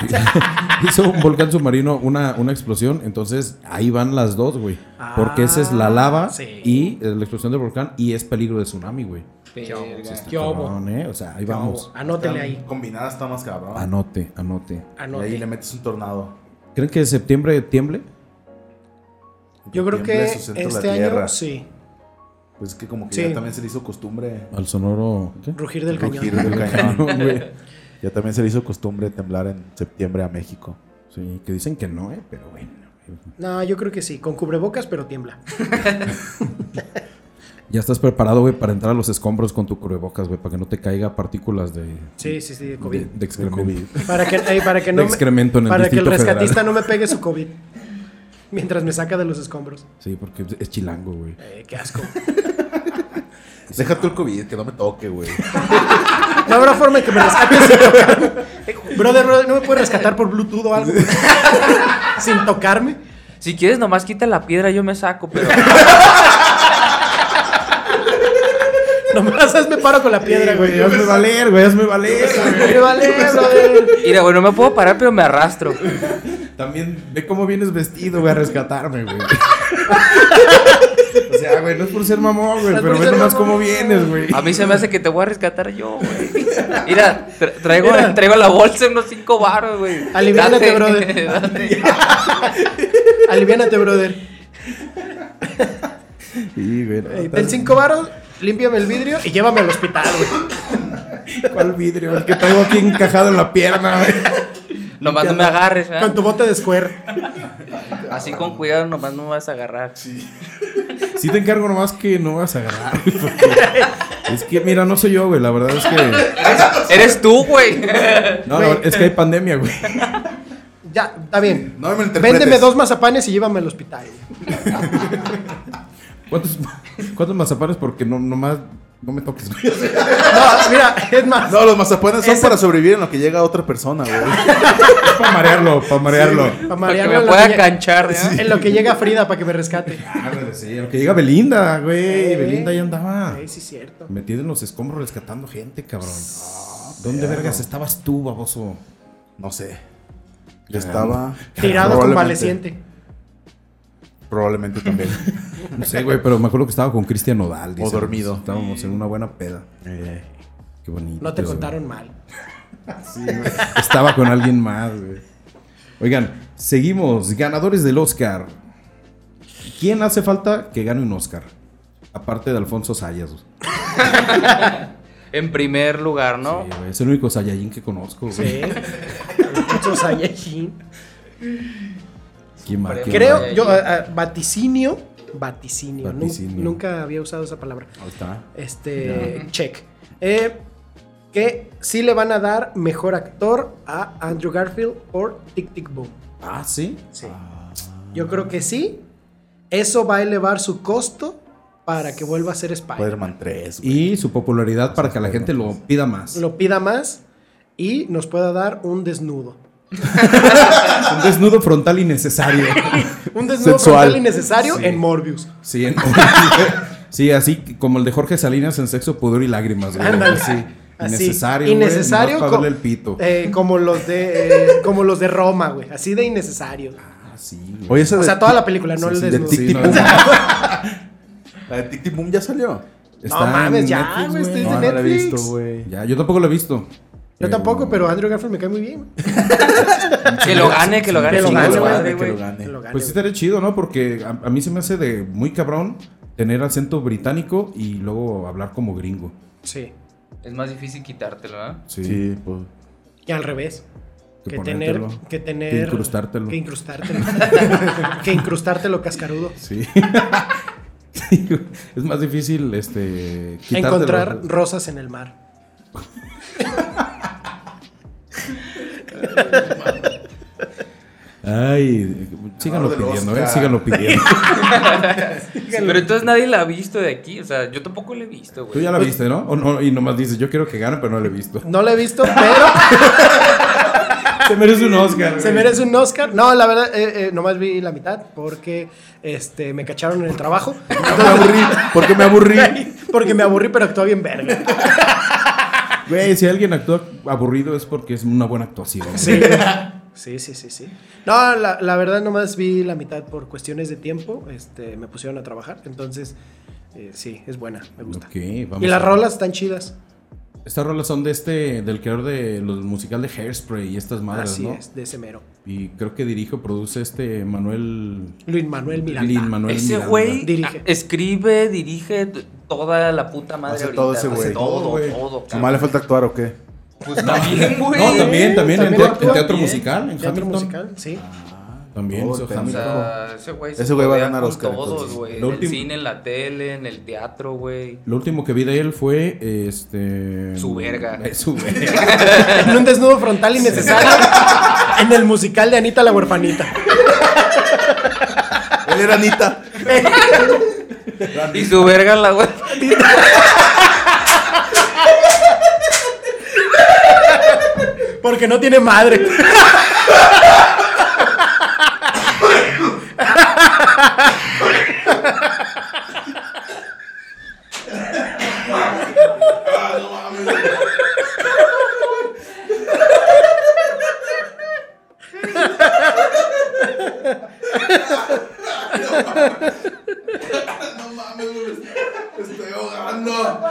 [SPEAKER 1] hizo un volcán submarino una, una explosión, entonces ahí van las dos, güey. Porque esa es la lava
[SPEAKER 7] Ah, sí.
[SPEAKER 1] y eh, la explosión del volcán y es peligro de tsunami, güey.
[SPEAKER 6] Verga.
[SPEAKER 7] ¿Qué hubo?
[SPEAKER 1] Cabrón, ¿eh? O sea, ahí
[SPEAKER 7] ¿Qué
[SPEAKER 1] vamos.
[SPEAKER 7] hubo? Anótele ahí.
[SPEAKER 5] Combinada está más cabrón.
[SPEAKER 1] Ah, Anote, anote.
[SPEAKER 5] Y ahí le
[SPEAKER 7] Anótele.
[SPEAKER 5] metes un tornado.
[SPEAKER 1] ¿Creen que septiembre tiemble?
[SPEAKER 7] Yo creo que
[SPEAKER 5] Tiembla su centro
[SPEAKER 7] este
[SPEAKER 5] la tierra.
[SPEAKER 7] año, sí.
[SPEAKER 5] Pues es que como que
[SPEAKER 7] Sí.
[SPEAKER 5] ya también se le hizo costumbre.
[SPEAKER 1] Al sonoro. ¿qué?
[SPEAKER 7] Rugir del
[SPEAKER 5] rugir
[SPEAKER 7] cañón.
[SPEAKER 5] del cañón.
[SPEAKER 1] Cañón, güey.
[SPEAKER 5] Ya también se le hizo costumbre temblar en septiembre a México.
[SPEAKER 1] Sí, que dicen que no, ¿eh? Pero bueno.
[SPEAKER 7] No, yo creo que sí. Con cubrebocas, pero tiembla.
[SPEAKER 1] Ya estás preparado, güey, para entrar a los escombros con tu cubrebocas, güey, para que no te caiga partículas de,
[SPEAKER 7] Sí, sí, sí, de COVID.
[SPEAKER 1] de, de excremento.
[SPEAKER 7] Para que, ey, para que
[SPEAKER 1] De
[SPEAKER 7] no me-
[SPEAKER 1] excremento en el
[SPEAKER 7] para que el
[SPEAKER 1] Distrito Federal.
[SPEAKER 7] rescatista no me pegue su COVID. Mientras me saca de los escombros.
[SPEAKER 1] Sí, porque es chilango, güey.
[SPEAKER 7] Eh, qué asco.
[SPEAKER 5] Deja tú el COVID, que no me toque, güey.
[SPEAKER 7] No habrá forma de que me rescates sin tocarme. Brother, brother, ¿no me puedes rescatar por Bluetooth o algo? sin tocarme.
[SPEAKER 6] Si quieres, nomás quita la piedra, yo me saco, pero.
[SPEAKER 7] Nomás hazme paro con la piedra, güey.
[SPEAKER 1] hazme valer, güey, hazme valer.
[SPEAKER 7] Me vale, brother.
[SPEAKER 6] Mira, güey, no me puedo parar, pero me arrastro.
[SPEAKER 1] También ve cómo vienes vestido, güey, a rescatarme, güey. O sea, güey, no es por ser mamón, güey,
[SPEAKER 7] No es
[SPEAKER 1] pero
[SPEAKER 7] por
[SPEAKER 1] ve
[SPEAKER 7] ser
[SPEAKER 1] nomás
[SPEAKER 7] mamón.
[SPEAKER 1] cómo vienes, güey.
[SPEAKER 6] A mí se me hace que te voy a rescatar yo, güey. Mira, tra- traigo,
[SPEAKER 7] Mira.
[SPEAKER 6] traigo la bolsa unos cinco baros, güey.
[SPEAKER 7] Aliviánate,
[SPEAKER 6] Date,
[SPEAKER 7] brother.
[SPEAKER 6] date.
[SPEAKER 7] Aliviánate, brother.
[SPEAKER 1] Sí, güey. no,
[SPEAKER 7] Eh,
[SPEAKER 1] estás-
[SPEAKER 7] Ten cinco varos, límpiame el vidrio y llévame al hospital, güey.
[SPEAKER 1] ¿Cuál vidrio? El que traigo aquí encajado en la pierna, güey.
[SPEAKER 6] Nomás no me agarres,
[SPEAKER 1] Ah.
[SPEAKER 6] ¿verdad?
[SPEAKER 7] Con tu bote de square.
[SPEAKER 6] Así con cuidado, nomás no me vas a agarrar.
[SPEAKER 1] Sí te encargo nomás que no vas a agarrar. güey, porque- Es que, mira, no soy yo, güey, la verdad es que...
[SPEAKER 6] Eres tú, güey.
[SPEAKER 1] No, la- es que hay pandemia, güey.
[SPEAKER 7] Ya, está bien.
[SPEAKER 5] No me interpretes.
[SPEAKER 7] Véndeme dos mazapanes y llévame al hospital.
[SPEAKER 1] ¿Cuántos, cuántos mazapanes? Porque no, nomás no me toques, güey.
[SPEAKER 7] No, mira, es más.
[SPEAKER 5] No, los mazapanes son
[SPEAKER 7] Ese-
[SPEAKER 5] para sobrevivir en lo que llega a otra persona, güey.
[SPEAKER 1] Es para marearlo, para marearlo.
[SPEAKER 7] pa'
[SPEAKER 6] Para que
[SPEAKER 7] marearlo
[SPEAKER 6] me
[SPEAKER 7] en lo
[SPEAKER 6] pueda
[SPEAKER 7] que lle-
[SPEAKER 6] canchar, ¿eh? ¿verdad?
[SPEAKER 7] En lo que llega Frida para que me rescate.
[SPEAKER 1] Ah, güey, sí, aunque llega Belinda, güey.
[SPEAKER 7] Eh.
[SPEAKER 1] Belinda ya
[SPEAKER 5] Ah.
[SPEAKER 1] andaba.
[SPEAKER 7] Ay, sí, cierto.
[SPEAKER 1] Metida en los escombros rescatando gente, cabrón. ¿Dónde vergas estabas tú, baboso?
[SPEAKER 5] No sé. Yo
[SPEAKER 1] Ah,
[SPEAKER 5] estaba.
[SPEAKER 7] Tirado
[SPEAKER 5] probablemente-
[SPEAKER 7] convaleciente.
[SPEAKER 5] Probablemente también.
[SPEAKER 1] No sé, güey, pero me acuerdo que estaba con Cristian Odal. dice,
[SPEAKER 5] dormido.
[SPEAKER 1] Estábamos en una buena peda. Qué bonito.
[SPEAKER 7] Eh. No te
[SPEAKER 1] güey.
[SPEAKER 7] contaron mal.
[SPEAKER 1] Sí, güey. Estaba con alguien más, güey. Oigan, seguimos. Ganadores del Oscar. ¿Quién hace falta que gane un Oscar? Aparte de Alfonso Sayas. güey.
[SPEAKER 6] En primer lugar, ¿no?
[SPEAKER 1] Sí, güey, es el único Sayajin que conozco,
[SPEAKER 7] Sí.
[SPEAKER 1] güey.
[SPEAKER 7] Alfonso Sayajin.
[SPEAKER 1] ¿Quién más? ¿Quién más?
[SPEAKER 6] Creo-
[SPEAKER 7] Creo, yo, ah, ah, vaticinio. Vaticinio. Nun-
[SPEAKER 1] Vaticinio.
[SPEAKER 7] Nunca había usado esa palabra.
[SPEAKER 1] Ahí está.
[SPEAKER 7] Este, check. Eh, que sí le van a dar mejor actor a Andrew Garfield por Tic Tic Boom.
[SPEAKER 1] Ah, sí.
[SPEAKER 7] Sí. Yo creo que sí. Eso va a elevar su costo para que vuelva a ser Spider.
[SPEAKER 5] Spider-Man 3. güey.
[SPEAKER 1] Y su popularidad para que la gente lo pida más.
[SPEAKER 7] Lo pida más y nos pueda dar un desnudo.
[SPEAKER 1] Un desnudo frontal innecesario.
[SPEAKER 7] Un desnudo
[SPEAKER 1] Sensual.
[SPEAKER 7] frontal innecesario
[SPEAKER 1] Sí.
[SPEAKER 7] en Morbius.
[SPEAKER 1] Sí, en- sí, así como el de Jorge Salinas en Sexo, Pudor y Lágrimas. güey.
[SPEAKER 7] Ándale.
[SPEAKER 1] Sí.
[SPEAKER 7] Así,
[SPEAKER 1] Innecesario. güey,
[SPEAKER 7] innecesario Eh.
[SPEAKER 1] nomás para
[SPEAKER 7] co-
[SPEAKER 1] darle el pito.
[SPEAKER 7] eh, como los de eh, como los de Roma, güey, así de innecesario.
[SPEAKER 1] Ah, sí, güey.
[SPEAKER 5] Oye, esa
[SPEAKER 7] O
[SPEAKER 5] de
[SPEAKER 7] sea, toda la película, no
[SPEAKER 5] Sí,
[SPEAKER 7] el
[SPEAKER 5] sí, de
[SPEAKER 7] desnudo.
[SPEAKER 5] Tic
[SPEAKER 1] Sí,
[SPEAKER 5] Tic
[SPEAKER 1] no,
[SPEAKER 5] Boom.
[SPEAKER 1] no.
[SPEAKER 5] La de Tic Tic Boom ya salió.
[SPEAKER 1] Está en
[SPEAKER 7] mames, ya, güey,
[SPEAKER 1] güey.
[SPEAKER 7] Es
[SPEAKER 5] No,
[SPEAKER 7] de
[SPEAKER 5] no la he
[SPEAKER 7] Netflix.
[SPEAKER 5] visto, güey.
[SPEAKER 1] Ya, yo tampoco lo he visto.
[SPEAKER 7] Yo
[SPEAKER 1] Eh,
[SPEAKER 7] tampoco, pero Andrew Garfield me cae muy bien. güey.
[SPEAKER 6] Que lo gane, que lo gane.
[SPEAKER 7] Que lo
[SPEAKER 6] chingue
[SPEAKER 7] gane,
[SPEAKER 6] su
[SPEAKER 7] güey,
[SPEAKER 6] madre,
[SPEAKER 5] que lo
[SPEAKER 6] güey.
[SPEAKER 5] gane.
[SPEAKER 7] Que lo gane,
[SPEAKER 1] Pues sí
[SPEAKER 7] güey.
[SPEAKER 1] estaría chido, ¿no? Porque a, a mí se me hace de muy cabrón tener acento británico y luego hablar como gringo.
[SPEAKER 7] Sí.
[SPEAKER 6] Es más difícil quitártelo, ¿ah?
[SPEAKER 5] Sí, pues.
[SPEAKER 7] Y al revés. Que, tener,
[SPEAKER 1] ponértelo.
[SPEAKER 7] que tener.
[SPEAKER 1] Que incrustártelo.
[SPEAKER 7] Que incrustártelo. que incrustártelo cascarudo.
[SPEAKER 1] Sí. es más difícil este quitártelo.
[SPEAKER 7] Encontrar rosas en el mar.
[SPEAKER 1] Ay, síganlo
[SPEAKER 5] Ganador del
[SPEAKER 1] pidiendo, eh,
[SPEAKER 5] Oscar.
[SPEAKER 1] síganlo pidiendo.
[SPEAKER 6] Pero entonces nadie la ha visto de aquí. O sea, yo tampoco la he visto,
[SPEAKER 1] Tú
[SPEAKER 6] güey.
[SPEAKER 1] ya la viste, ¿no? O no y nomás dices, "Yo quiero que gane, pero no la he visto."
[SPEAKER 7] No la he visto, pero
[SPEAKER 1] Se merece un Oscar.
[SPEAKER 7] se merece un Oscar. No, la verdad, eh, eh, nomás vi la mitad porque este, me cacharon en el trabajo.
[SPEAKER 1] Me aburrí, porque me aburrí.
[SPEAKER 7] Porque me aburrí, pero actuó bien verga.
[SPEAKER 1] Güey, si alguien actúa aburrido es porque es una buena actuación.
[SPEAKER 7] Sí. Sí, sí, sí, sí. No, la, la verdad nomás vi la mitad por cuestiones de tiempo. Este, me pusieron a trabajar. Entonces, eh, sí, es buena, me gusta.
[SPEAKER 1] Ok, vamos
[SPEAKER 7] y las
[SPEAKER 1] a-
[SPEAKER 7] rolas están chidas.
[SPEAKER 1] Estas rolas son de este, del creador de los musical de Hairspray y estas madres,
[SPEAKER 7] Así
[SPEAKER 1] ¿no?
[SPEAKER 7] es, de ese mero.
[SPEAKER 1] Y creo que dirige o produce este Manuel.
[SPEAKER 7] Luis Manuel Miranda.
[SPEAKER 1] Lin Manuel
[SPEAKER 6] Ese
[SPEAKER 1] Miranda.
[SPEAKER 6] güey
[SPEAKER 7] Dirige.
[SPEAKER 6] a- escribe, dirige t- toda la puta madre
[SPEAKER 5] Hace
[SPEAKER 6] ahorita.
[SPEAKER 5] todo ese
[SPEAKER 6] hace
[SPEAKER 5] güey.
[SPEAKER 1] Todo,
[SPEAKER 6] Todo,
[SPEAKER 1] güey.
[SPEAKER 6] todo.
[SPEAKER 5] ¿Su madre le falta actuar o qué?
[SPEAKER 6] Pues también, güey.
[SPEAKER 1] No, también, también, en, te- en
[SPEAKER 7] actúa.
[SPEAKER 1] teatro musical, en
[SPEAKER 7] Teatro
[SPEAKER 1] Hamilton.
[SPEAKER 7] musical, sí.
[SPEAKER 1] También
[SPEAKER 5] Oh,
[SPEAKER 1] hizo
[SPEAKER 5] te-
[SPEAKER 6] O
[SPEAKER 1] Hamilton.
[SPEAKER 6] sea, ese güey se
[SPEAKER 5] Ese güey va a
[SPEAKER 6] rodea
[SPEAKER 5] ganar
[SPEAKER 6] con
[SPEAKER 5] Oscar,
[SPEAKER 6] Todos,
[SPEAKER 5] entonces.
[SPEAKER 6] güey. En
[SPEAKER 1] Lo
[SPEAKER 6] el
[SPEAKER 1] último-
[SPEAKER 6] cine, en la tele, en el teatro, güey.
[SPEAKER 1] Lo último que vi de él fue este.
[SPEAKER 6] Su verga.
[SPEAKER 1] eh, su verga.
[SPEAKER 7] En un desnudo frontal innecesario. en el musical de Anita la huerfanita.
[SPEAKER 5] Él era Anita.
[SPEAKER 6] Y su verga en la güey.
[SPEAKER 7] Porque no tiene madre.
[SPEAKER 5] Estoy ahogando.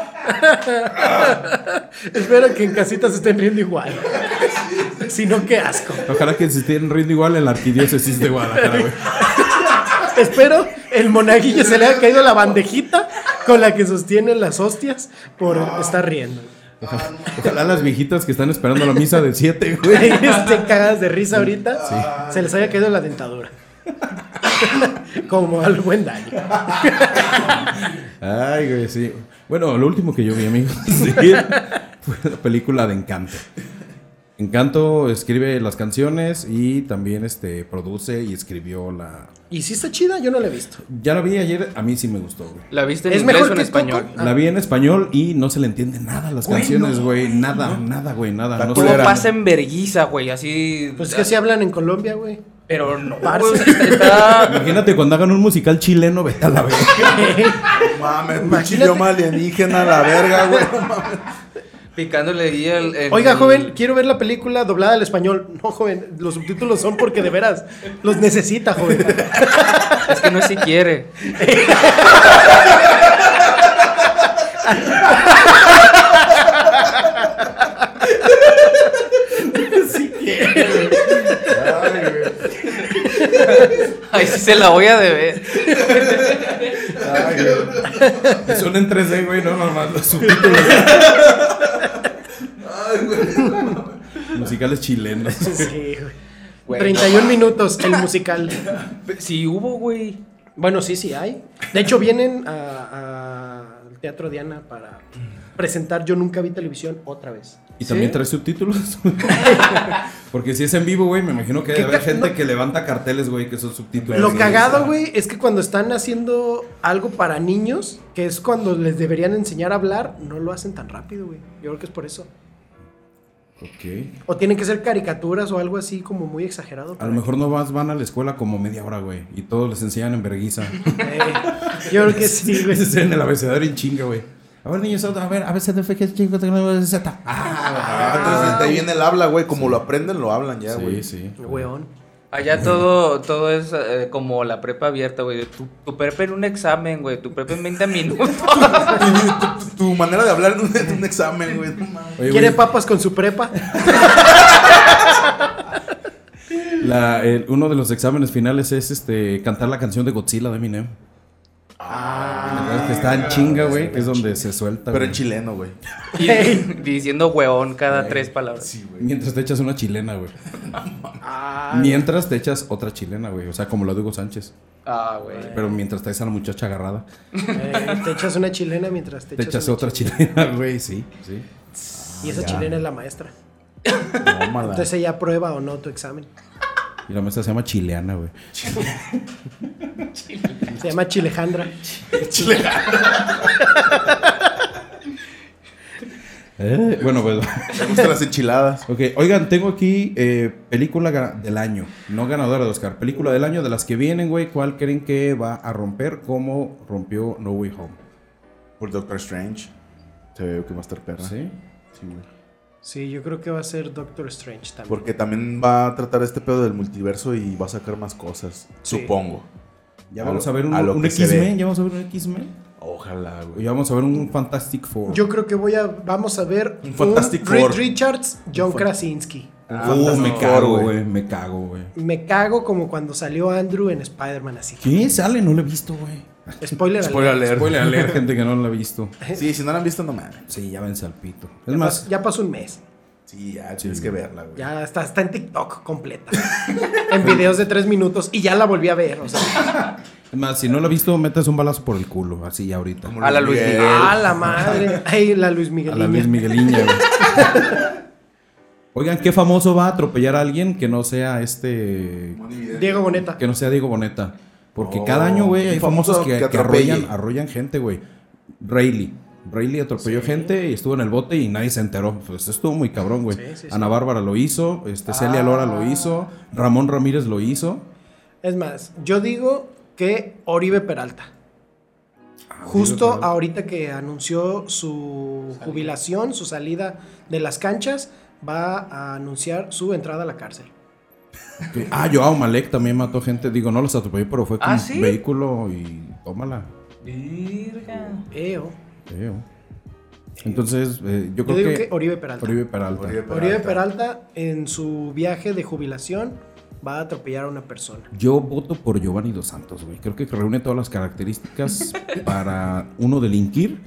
[SPEAKER 7] Espero que en casitas estén riendo igual. si no, qué asco.
[SPEAKER 1] Ojalá que se estén riendo igual en la arquidiócesis de Guadalajara, güey.
[SPEAKER 7] Espero el monaguillo se le haya caído la bandejita con la que sostiene las hostias por estar riendo.
[SPEAKER 1] Ojalá las viejitas que están esperando la misa de 7, güey.
[SPEAKER 7] Estén cagadas Este, de risa ahorita. Se les haya caído la dentadura. Como al buen daño.
[SPEAKER 1] Ay, güey, sí. Bueno, lo último que yo vi, amigos, sí, fue la película de Encanto. Encanto escribe las canciones y también este, produce y escribió la...
[SPEAKER 7] Y si está chida, yo no la he visto.
[SPEAKER 1] Ya la vi ayer, a mí sí me gustó, güey.
[SPEAKER 6] ¿La viste en
[SPEAKER 7] ¿Es
[SPEAKER 6] inglés
[SPEAKER 7] mejor
[SPEAKER 6] o en
[SPEAKER 7] que
[SPEAKER 6] español?
[SPEAKER 7] Coco?
[SPEAKER 1] La vi en español y no se le entiende nada a las canciones, güey. Nada, nada, güey, nada.
[SPEAKER 5] La
[SPEAKER 1] No sé.
[SPEAKER 6] Todo
[SPEAKER 5] culera.
[SPEAKER 6] pasa en verguiza, güey. Así.
[SPEAKER 7] Pues es que así hablan en Colombia, güey.
[SPEAKER 6] Pero no.
[SPEAKER 7] Parce.
[SPEAKER 6] güey, o sea, está-
[SPEAKER 1] Imagínate cuando hagan un musical chileno, vete a la verga.
[SPEAKER 5] Mames, pinche
[SPEAKER 7] Imagínate.
[SPEAKER 5] idioma alienígena, la verga, güey. No mames.
[SPEAKER 6] Picándole ahí el. el-
[SPEAKER 7] Oiga, joven, quiero ver la película doblada al español. No, joven, los subtítulos son porque de veras los necesita, joven.
[SPEAKER 6] Es que no es si quiere. Ay, sí se la voy a deber.
[SPEAKER 1] Son en 3D, güey, no, nomás los subtítulos. Musicales chilenos.
[SPEAKER 7] Sí, güey.
[SPEAKER 6] Güey,
[SPEAKER 7] 31 minutos el musical.
[SPEAKER 6] Sí hubo, güey.
[SPEAKER 7] Bueno, sí, sí hay. De hecho, vienen a- al Teatro Diana para presentar Yo Nunca Vi Televisión otra vez.
[SPEAKER 1] Y también
[SPEAKER 6] ¿Sí?
[SPEAKER 1] trae subtítulos. Porque si es en vivo, güey, me imagino que
[SPEAKER 7] ¿Qué
[SPEAKER 1] debe haber
[SPEAKER 7] ca-
[SPEAKER 1] gente
[SPEAKER 7] no?
[SPEAKER 1] que levanta carteles, güey, que son subtítulos.
[SPEAKER 7] Lo
[SPEAKER 1] Sí.
[SPEAKER 7] cagado, güey, es que cuando están haciendo algo para niños, que es cuando les deberían enseñar a hablar, no lo hacen tan rápido, güey. Yo creo que es por eso.
[SPEAKER 1] Ok.
[SPEAKER 7] O tienen que ser caricaturas o algo así como muy exagerado.
[SPEAKER 1] A lo mejor no vas, van a la escuela como media hora, güey. Y todos les enseñan en verguiza.
[SPEAKER 7] Eh, yo creo que sí,
[SPEAKER 1] Les
[SPEAKER 7] güey.
[SPEAKER 1] enseñan el abecedario en chinga, güey. A ver, niños, a ver, a ver, se te fue que chingo, tengo Z.
[SPEAKER 5] Ah, entonces de ahí viene el habla, güey. Como lo aprenden, lo hablan ya,
[SPEAKER 1] Sí,
[SPEAKER 5] güey.
[SPEAKER 1] sí.
[SPEAKER 7] Weón.
[SPEAKER 6] Allá todo, todo es eh, como la prepa abierta, güey. Tu, tu prepa en un examen, güey. Tu prepa en 20 minutos.
[SPEAKER 5] tu, tu- tu manera de hablar en un, en un examen, güey. no mames.
[SPEAKER 1] Oye,
[SPEAKER 7] ¿Quiere
[SPEAKER 1] güey,
[SPEAKER 7] papas con su prepa?
[SPEAKER 1] la- el- uno de los exámenes finales es este cantar la canción de Godzilla de Eminem. La verdad es que está en chinga, güey, que es donde se suelta.
[SPEAKER 5] Pero
[SPEAKER 1] güey.
[SPEAKER 5] en chileno, güey.
[SPEAKER 6] Y diciendo hueón cada tres palabras.
[SPEAKER 5] Sí, güey.
[SPEAKER 1] Mientras te echas una chilena, güey. Mientras te echas otra chilena, güey. O sea, como lo de Hugo Sánchez.
[SPEAKER 6] Ah, güey.
[SPEAKER 1] Pero mientras traes a la muchacha agarrada,
[SPEAKER 7] Eh, te echas una chilena mientras te,
[SPEAKER 1] te echas
[SPEAKER 7] una
[SPEAKER 1] otra chilena, güey. Sí, sí.
[SPEAKER 7] chi- Y esa chilena es la maestra.
[SPEAKER 1] Ah.
[SPEAKER 5] Tómala.
[SPEAKER 7] Entonces ella aprueba o no tu examen.
[SPEAKER 1] Y la mesa se llama chileana, güey.
[SPEAKER 7] Se llama Chilejandra.
[SPEAKER 1] Eh, bueno, pues.
[SPEAKER 5] Me gustan las enchiladas.
[SPEAKER 1] Ok, oigan, tengo aquí eh, película ga- del año. No ganadora de Oscar. Película del año de las que vienen, güey. ¿Cuál creen que va a romper? ¿Cómo rompió No Way Home?
[SPEAKER 5] Por Doctor Strange. Se ve que va a estar perra.
[SPEAKER 1] ¿Sí?
[SPEAKER 5] Sí, güey.
[SPEAKER 7] Sí, yo creo que va a ser Doctor Strange también.
[SPEAKER 5] Porque también va a tratar este pedo del multiverso y va a sacar más cosas.
[SPEAKER 7] Sí.
[SPEAKER 5] Supongo.
[SPEAKER 1] Ya
[SPEAKER 5] A
[SPEAKER 1] vamos
[SPEAKER 5] lo-
[SPEAKER 1] a ver un,
[SPEAKER 5] a lo
[SPEAKER 1] un
[SPEAKER 5] que se
[SPEAKER 1] X-Men.
[SPEAKER 5] ve.
[SPEAKER 1] Ya vamos a ver un X-Men.
[SPEAKER 5] Ojalá,
[SPEAKER 1] O
[SPEAKER 5] güey.
[SPEAKER 1] Ya vamos a ver un Fantastic Four.
[SPEAKER 7] Yo creo que voy a, vamos a ver
[SPEAKER 5] Un Fantastic
[SPEAKER 7] Reed
[SPEAKER 5] Four.
[SPEAKER 7] Richards, John Krasinski.
[SPEAKER 1] Uh,
[SPEAKER 5] Fantastic
[SPEAKER 1] me
[SPEAKER 5] Four,
[SPEAKER 1] cago,
[SPEAKER 5] güey.
[SPEAKER 1] güey. Me cago, güey.
[SPEAKER 7] Me cago como cuando salió Andrew en Spider-Man así.
[SPEAKER 1] ¿Qué? Sale, no lo he visto, güey.
[SPEAKER 7] Spoiler, alert.
[SPEAKER 5] Spoiler alert.
[SPEAKER 1] Spoiler leer gente que no lo ha visto.
[SPEAKER 5] Sí, si no la han visto, no mames.
[SPEAKER 1] Sí, ya ven salpito.
[SPEAKER 7] Ya
[SPEAKER 1] Es más,
[SPEAKER 7] pas- ya pasó un mes.
[SPEAKER 5] Sí, ya tienes que verla, güey.
[SPEAKER 7] Ya está, está en TikTok completa. en videos de tres minutos. Y ya la volví a ver. O sea,
[SPEAKER 1] es más, si no lo ha visto, metes un balazo por el culo, así ya ahorita.
[SPEAKER 5] Como
[SPEAKER 6] A la Luis Miguel.
[SPEAKER 7] ¡ah, la madre! Ay, la Luis
[SPEAKER 1] A
[SPEAKER 7] Miguel.
[SPEAKER 1] la Luis Migueliña, güey. Oigan, ¿qué famoso va a atropellar a alguien que no sea este.
[SPEAKER 7] Diego Boneta.
[SPEAKER 1] que no sea Diego Boneta? Porque
[SPEAKER 5] Oh,
[SPEAKER 1] cada año, güey,
[SPEAKER 5] un
[SPEAKER 1] hay famosos
[SPEAKER 5] famoso
[SPEAKER 1] que,
[SPEAKER 5] que
[SPEAKER 1] que
[SPEAKER 5] atropelle.
[SPEAKER 1] arrollan, arrollan gente, güey. Rayleigh. Rayleigh atropelló gente y estuvo en el bote y nadie se enteró. Pues estuvo muy cabrón, güey.
[SPEAKER 7] Sí, sí, sí.
[SPEAKER 1] Ana Bárbara lo hizo, este, Celia Lora lo hizo, Ramón Ramírez lo hizo.
[SPEAKER 7] Es más, yo digo que Oribe Peralta. Justo
[SPEAKER 1] Ah, Peralta.
[SPEAKER 7] ahorita que anunció su jubilación, su salida de las canchas, va a anunciar su entrada a la cárcel.
[SPEAKER 1] Que- ah, Joao Malek también mató gente. Digo, no los atropelló, pero fue con
[SPEAKER 6] ¿Ah, sí?
[SPEAKER 1] vehículo y tómala.
[SPEAKER 6] Virga.
[SPEAKER 7] Eo.
[SPEAKER 1] Creo. Entonces, eh, yo
[SPEAKER 7] Yo
[SPEAKER 1] creo
[SPEAKER 7] digo
[SPEAKER 1] que,
[SPEAKER 7] que Oribe Peralta.
[SPEAKER 1] Oribe Peralta.
[SPEAKER 5] Oribe Peralta.
[SPEAKER 7] Oribe Peralta en su viaje de jubilación va a atropellar a una persona.
[SPEAKER 1] Yo voto por Giovanni Dos Santos, güey. Creo que reúne todas las características para uno delinquir.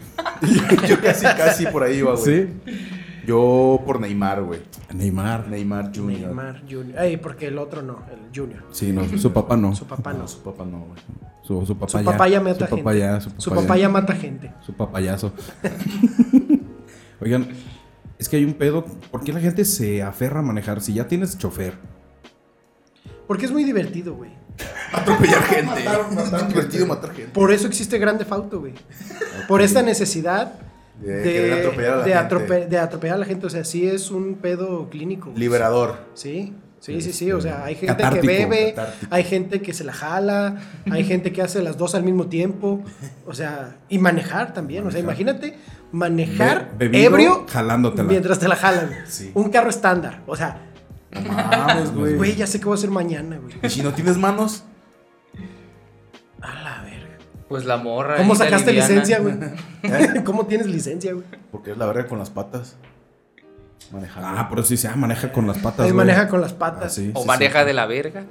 [SPEAKER 5] Yo casi, casi por ahí iba, güey.
[SPEAKER 1] Sí.
[SPEAKER 5] Yo por Neymar, güey.
[SPEAKER 1] Neymar.
[SPEAKER 5] Neymar Jr.
[SPEAKER 7] Neymar Junior. Ey, porque el otro no, el Junior.
[SPEAKER 1] Sí, no, su papá no.
[SPEAKER 7] Su papá no.
[SPEAKER 5] No, su papá no, güey.
[SPEAKER 1] Su, su papá
[SPEAKER 7] Su
[SPEAKER 1] ya.
[SPEAKER 7] papá ya mata
[SPEAKER 1] su papá
[SPEAKER 7] gente.
[SPEAKER 1] ya, su papá
[SPEAKER 7] Su papá ya mata gente.
[SPEAKER 1] Su papayazo. Oigan, es que hay un pedo. ¿Por qué la gente se aferra a manejar? Si ya tienes chofer.
[SPEAKER 7] Porque es muy divertido, güey.
[SPEAKER 5] Atropellar gente. Es divertido matar gente.
[SPEAKER 7] Por eso existe Grande Fauto, güey. Por esta necesidad
[SPEAKER 5] De
[SPEAKER 7] de,
[SPEAKER 5] querer atropellar a la
[SPEAKER 7] de
[SPEAKER 5] gente.
[SPEAKER 7] atrope- de atropellar a la gente. O sea, sí es un pedo clínico. güey.
[SPEAKER 5] Liberador.
[SPEAKER 7] Sí, sí, sí, sí. O sea, hay gente
[SPEAKER 1] Catártico,
[SPEAKER 7] que bebe,
[SPEAKER 5] catártico.
[SPEAKER 7] hay gente que se la jala, hay gente que hace las dos al mismo tiempo. O sea, y manejar también. O sea, imagínate manejar
[SPEAKER 1] Be- bebido,
[SPEAKER 7] ebrio
[SPEAKER 1] jalándotela.
[SPEAKER 7] mientras te la jalan.
[SPEAKER 5] Sí.
[SPEAKER 7] Un carro estándar. O sea, pues,
[SPEAKER 5] Mames, güey.
[SPEAKER 7] güey, ya sé qué voy a hacer mañana, güey.
[SPEAKER 5] Y si no tienes manos,
[SPEAKER 7] A la verga.
[SPEAKER 6] Pues la morra.
[SPEAKER 7] ¿Cómo
[SPEAKER 6] ahí, la
[SPEAKER 7] sacaste
[SPEAKER 6] liviana.
[SPEAKER 7] licencia, güey?
[SPEAKER 5] ¿eh?
[SPEAKER 7] ¿Cómo tienes licencia, güey?
[SPEAKER 5] porque es la verga con las patas. Manejando.
[SPEAKER 1] Ah, pero sí, se ah, maneja con las patas.
[SPEAKER 7] Ahí
[SPEAKER 1] güey.
[SPEAKER 7] maneja con las patas.
[SPEAKER 1] Ah, sí,
[SPEAKER 6] O
[SPEAKER 1] sí,
[SPEAKER 6] maneja de la verga.
[SPEAKER 1] sí.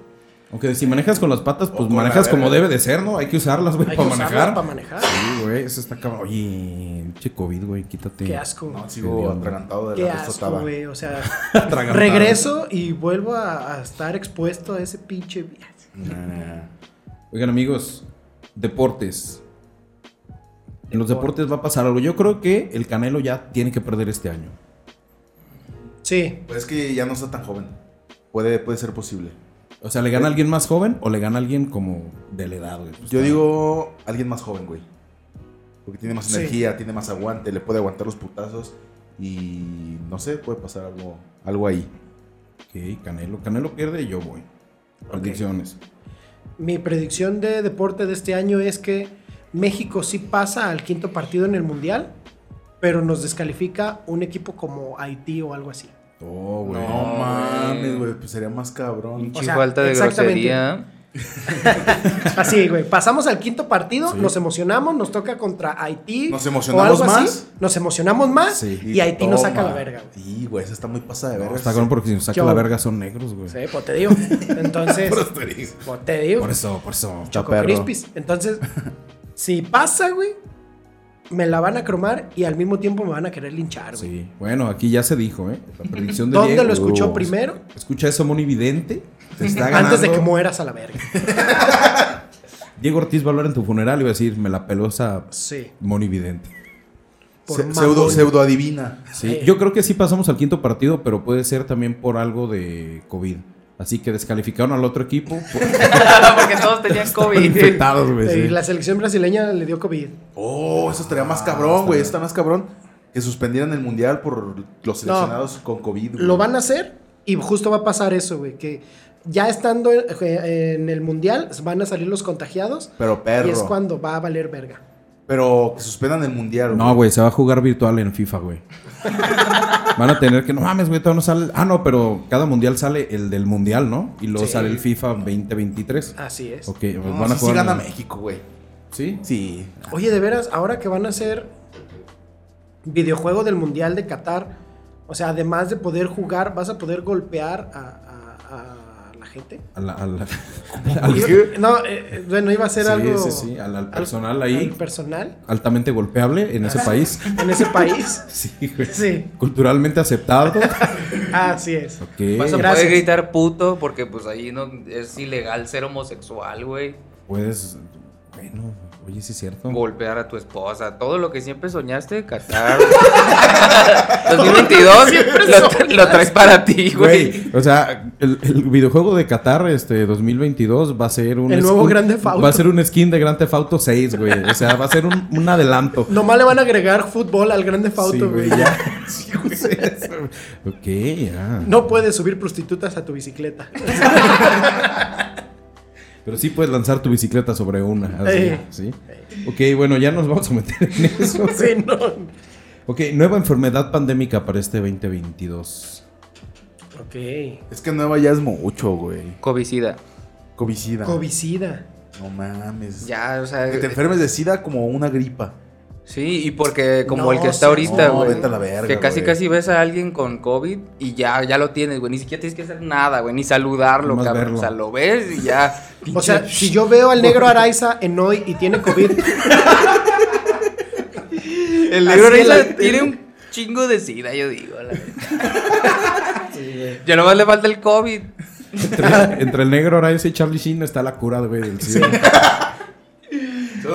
[SPEAKER 1] Aunque si manejas con las patas,
[SPEAKER 5] O
[SPEAKER 1] pues
[SPEAKER 5] con la
[SPEAKER 1] manejas como
[SPEAKER 5] verga.
[SPEAKER 1] debe de ser, ¿no? Hay que usarlas, güey,
[SPEAKER 7] Hay
[SPEAKER 1] para
[SPEAKER 7] que usarlas
[SPEAKER 1] manejar.
[SPEAKER 7] Para manejar.
[SPEAKER 1] Sí, güey, eso está cabrón. Oye, che COVID, güey, quítate.
[SPEAKER 7] Qué asco.
[SPEAKER 5] No, sigo
[SPEAKER 1] Sí,
[SPEAKER 5] atragantado de
[SPEAKER 7] Qué
[SPEAKER 5] la
[SPEAKER 7] asco,
[SPEAKER 5] tostotada.
[SPEAKER 7] güey. O sea,
[SPEAKER 1] Atragantado.
[SPEAKER 7] regreso y vuelvo a, a estar expuesto a ese pinche.
[SPEAKER 5] Nah.
[SPEAKER 1] Oigan, amigos, deportes. En los deportes va a pasar algo. Yo creo que el Canelo ya tiene que perder este año.
[SPEAKER 7] Sí,
[SPEAKER 5] Pues es que ya no está tan joven. Puede, puede ser posible.
[SPEAKER 1] O sea, ¿le gana alguien más joven o le gana alguien como de la edad, güey? Pues
[SPEAKER 5] Yo
[SPEAKER 1] está-
[SPEAKER 5] digo alguien más joven, güey. Porque tiene más
[SPEAKER 7] Sí.
[SPEAKER 5] energía, tiene más aguante, le puede aguantar los putazos. Y no sé, puede pasar algo, algo ahí.
[SPEAKER 1] Ok, Canelo. Canelo pierde y yo voy. Predicciones.
[SPEAKER 7] mi predicción de deporte de este año es que México sí pasa al quinto partido en el mundial, pero nos descalifica un equipo como Haití o algo así.
[SPEAKER 1] Oh, güey.
[SPEAKER 5] No mames, güey. Pues sería más cabrón. Pues,
[SPEAKER 7] O
[SPEAKER 6] Pinche
[SPEAKER 7] sea,
[SPEAKER 6] falta de
[SPEAKER 7] exactamente.
[SPEAKER 6] grosería.
[SPEAKER 7] Así, güey. Pasamos al quinto partido, nos emocionamos, nos toca contra Haití.
[SPEAKER 5] ¿Nos
[SPEAKER 7] o
[SPEAKER 5] emocionamos
[SPEAKER 7] algo así,
[SPEAKER 5] más?
[SPEAKER 7] Nos emocionamos más
[SPEAKER 1] Sí.
[SPEAKER 7] y Haití nos saca
[SPEAKER 5] Toma.
[SPEAKER 7] la verga, güey.
[SPEAKER 5] Sí, güey, esa está muy pasada de verga.
[SPEAKER 1] Está cabrón porque si nos saca
[SPEAKER 7] Yo-
[SPEAKER 1] la verga son negros, güey.
[SPEAKER 7] Sí, pues te digo. Entonces, pues te digo.
[SPEAKER 1] Por eso, por eso.
[SPEAKER 5] Está
[SPEAKER 7] Choco
[SPEAKER 5] perro.
[SPEAKER 7] Crispis. Entonces, si pasa, güey, me la van a cromar y al mismo tiempo me van a querer linchar, güey.
[SPEAKER 1] Sí. Bueno, aquí ya se dijo, ¿eh? La predicción de
[SPEAKER 7] ¿Dónde
[SPEAKER 1] Diego.
[SPEAKER 7] lo escuchó primero?
[SPEAKER 1] Escucha eso, Moni Vidente. Te está ganando.
[SPEAKER 7] Antes de que mueras a la verga.
[SPEAKER 1] Diego Ortiz va a hablar en tu funeral y va a decir, me la peló esa
[SPEAKER 7] Sí.
[SPEAKER 1] Moni Vidente.
[SPEAKER 7] Por
[SPEAKER 5] Se-
[SPEAKER 7] mamón.
[SPEAKER 5] pseudo, pseudo adivina.
[SPEAKER 1] Sí,
[SPEAKER 7] Sí.
[SPEAKER 1] yo creo que sí pasamos al quinto partido, pero puede ser también por algo de COVID. Así que descalificaron al otro equipo. por-
[SPEAKER 6] Porque todos tenían COVID.
[SPEAKER 1] infectados, güey.
[SPEAKER 7] Eh,
[SPEAKER 1] Pues sí.
[SPEAKER 7] y la selección brasileña le dio COVID.
[SPEAKER 5] Oh, eso estaría
[SPEAKER 7] Ah,
[SPEAKER 5] más cabrón, güey. Está más cabrón que suspendieran el mundial por los seleccionados con COVID.
[SPEAKER 7] Lo van a hacer y justo va a pasar eso, güey. Que ya estando eh, en el mundial van a salir los contagiados.
[SPEAKER 5] Pero perro.
[SPEAKER 7] Y es cuando va a valer verga.
[SPEAKER 5] Pero que suspendan el mundial,
[SPEAKER 1] No, güey, se va a jugar virtual en FIFA, güey. Van a tener que, no mames, güey, todo no sale. Ah, no, pero cada mundial sale el del mundial, ¿no? Y luego
[SPEAKER 7] Sí.
[SPEAKER 1] sale el FIFA 2023.
[SPEAKER 7] Así es.
[SPEAKER 1] Ok, pues
[SPEAKER 5] No,
[SPEAKER 1] van a
[SPEAKER 5] sí, sí
[SPEAKER 1] jugar.
[SPEAKER 5] gana
[SPEAKER 1] en-
[SPEAKER 5] México, güey.
[SPEAKER 1] ¿Sí?
[SPEAKER 5] Sí.
[SPEAKER 7] Oye, de veras, ahora que van a hacer videojuego del Mundial de Qatar, o sea, además de poder jugar, ¿vas a poder golpear a, a- a la gente?
[SPEAKER 1] A la- a la-
[SPEAKER 7] Iba- No, eh, eh, bueno, iba a ser
[SPEAKER 1] Sí,
[SPEAKER 7] algo...
[SPEAKER 1] sí, sí, al- al personal ahí.
[SPEAKER 7] Al personal
[SPEAKER 1] altamente golpeable en ese país.
[SPEAKER 7] en ese país.
[SPEAKER 1] Sí, güey.
[SPEAKER 7] Sí,
[SPEAKER 1] Culturalmente aceptado.
[SPEAKER 7] así
[SPEAKER 6] Vas
[SPEAKER 7] es.
[SPEAKER 6] a
[SPEAKER 1] Ok.
[SPEAKER 7] Gracias.
[SPEAKER 6] poder gritar puto porque pues ahí no es ilegal ser homosexual, güey.
[SPEAKER 1] Puedes. Bueno, oye, sí es cierto.
[SPEAKER 6] Golpear a tu esposa, todo lo que siempre soñaste, Qatar. 2022 lo, tra- lo traes para ti, güey.
[SPEAKER 1] Güey, o sea, el, el videojuego de Qatar este 2022 va a ser un
[SPEAKER 7] El nuevo Grand Theft Auto.
[SPEAKER 1] Fauto. Va a ser un skin de Grand Theft Auto 6, güey. O sea, va a ser un, un adelanto.
[SPEAKER 7] Nomás le van a agregar fútbol al grande
[SPEAKER 1] Sí,
[SPEAKER 7] fauto, güey.
[SPEAKER 1] ya. Sí, güey, eso, güey. ok, ya.
[SPEAKER 7] No puedes subir prostitutas a tu bicicleta.
[SPEAKER 1] Pero sí puedes lanzar tu bicicleta sobre una. así,
[SPEAKER 7] Eh.
[SPEAKER 1] ¿sí? Ok, bueno, ya nos vamos a meter en eso.
[SPEAKER 7] Sí, no.
[SPEAKER 1] Ok, nueva enfermedad pandémica para este 2022.
[SPEAKER 7] Ok.
[SPEAKER 5] Es que nueva ya es mucho, güey.
[SPEAKER 6] Covicida.
[SPEAKER 5] Covicida.
[SPEAKER 7] Covicida.
[SPEAKER 5] No mames.
[SPEAKER 6] Ya, eh, o sea.
[SPEAKER 5] Que te enfermes de sida como una gripa.
[SPEAKER 6] Sí, y porque como
[SPEAKER 7] No,
[SPEAKER 6] el que está ahorita,
[SPEAKER 5] no,
[SPEAKER 6] güey.
[SPEAKER 5] vete a la verga,
[SPEAKER 6] que casi
[SPEAKER 5] güey.
[SPEAKER 6] casi ves a alguien con COVID y ya, ya lo tienes, güey. Ni siquiera tienes que hacer nada, güey. Ni saludarlo,
[SPEAKER 1] Nomás
[SPEAKER 6] cabrón.
[SPEAKER 1] verlo.
[SPEAKER 6] O sea, lo ves y ya.
[SPEAKER 7] O
[SPEAKER 6] pinche-
[SPEAKER 7] sea, si yo veo al negro Araiza en hoy y tiene COVID,
[SPEAKER 6] el
[SPEAKER 7] así
[SPEAKER 6] negro
[SPEAKER 7] en la
[SPEAKER 6] Araiza
[SPEAKER 7] tele.
[SPEAKER 6] tiene un chingo de sida, yo digo. la neta. ya nomás le falta el COVID.
[SPEAKER 1] Entre, entre el negro Araiza y Charlie Sheen está la cura, güey, del SIDA.